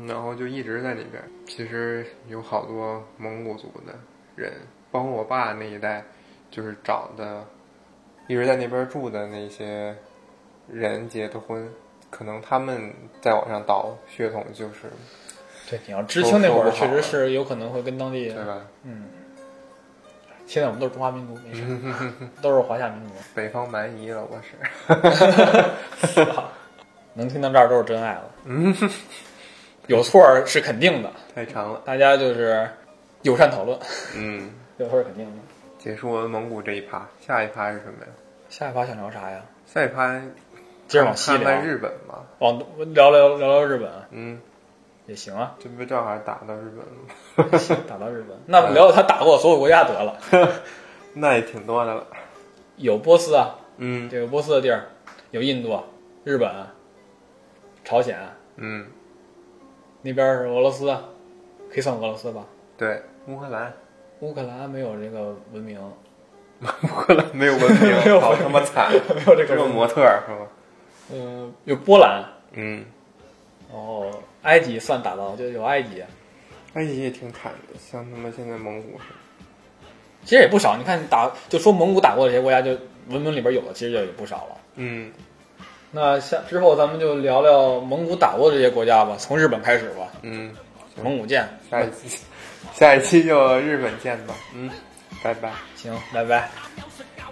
[SPEAKER 1] 然后就一直在那边。其实有好多蒙古族的人，包括我爸那一代，就是找的一直在那边住的那些人结的婚，可能他们再往上倒血统就是
[SPEAKER 3] 对，你要知青那会
[SPEAKER 1] 说说
[SPEAKER 3] 儿，确
[SPEAKER 1] 不好啊
[SPEAKER 3] 实是有可能会跟当地
[SPEAKER 1] 对吧？
[SPEAKER 3] 嗯，现在我们都是中华民族，没事， 都是华夏民族。
[SPEAKER 1] 北方蛮夷了，我是。
[SPEAKER 3] 能听到这儿都是真 爱了。嗯，有错儿是肯定的，
[SPEAKER 1] 太长了，
[SPEAKER 3] 大家就是友善讨论，
[SPEAKER 1] 嗯，
[SPEAKER 3] 有错儿是肯定的。
[SPEAKER 1] 结束了蒙古这一趴，下一趴是什么呀？
[SPEAKER 3] 下一趴想聊啥呀？
[SPEAKER 1] 下一趴
[SPEAKER 3] 接着往西
[SPEAKER 1] 看
[SPEAKER 3] 聊
[SPEAKER 1] 看，日本吧，
[SPEAKER 3] 往东聊聊聊聊日本
[SPEAKER 1] 嗯，
[SPEAKER 3] 也行 啊，
[SPEAKER 1] 这不正好打到日本了吗？
[SPEAKER 3] 打到日本，那
[SPEAKER 1] 嗯
[SPEAKER 3] 我们聊聊他打过的所有国家得了。
[SPEAKER 1] 那也挺多的了，
[SPEAKER 3] 有波斯啊，
[SPEAKER 1] 嗯
[SPEAKER 3] 这个波斯的地儿，有印度、啊日本、朝鲜啊
[SPEAKER 1] 嗯，
[SPEAKER 3] 那边儿是俄罗斯，啊可以算俄罗斯吧？
[SPEAKER 1] 对，乌克兰，
[SPEAKER 3] 乌克兰没有这个文明，
[SPEAKER 1] 乌克兰 没有文明，
[SPEAKER 3] 没有文明
[SPEAKER 1] 好他妈 惨，
[SPEAKER 3] 没有这
[SPEAKER 1] 只
[SPEAKER 3] 个
[SPEAKER 1] 有
[SPEAKER 3] 文明。
[SPEAKER 1] 模特儿是吗？
[SPEAKER 3] 呃，有波兰，
[SPEAKER 1] 嗯，
[SPEAKER 3] 然后哦埃及算打到，就有埃及，
[SPEAKER 1] 埃及也挺惨的，像他妈现在蒙古似的，
[SPEAKER 3] 其实也不少。你看打就说蒙古打过这些国家，就文明里边有的，其实就也不少了。
[SPEAKER 1] 嗯，
[SPEAKER 3] 那下之后咱们就聊聊蒙古打过这些国家吧，从日本开始吧。
[SPEAKER 1] 嗯，
[SPEAKER 3] 蒙古见，
[SPEAKER 1] 下一 期，下一期就日本见吧，嗯，拜拜。
[SPEAKER 3] 行，拜拜。
[SPEAKER 4] 要是敢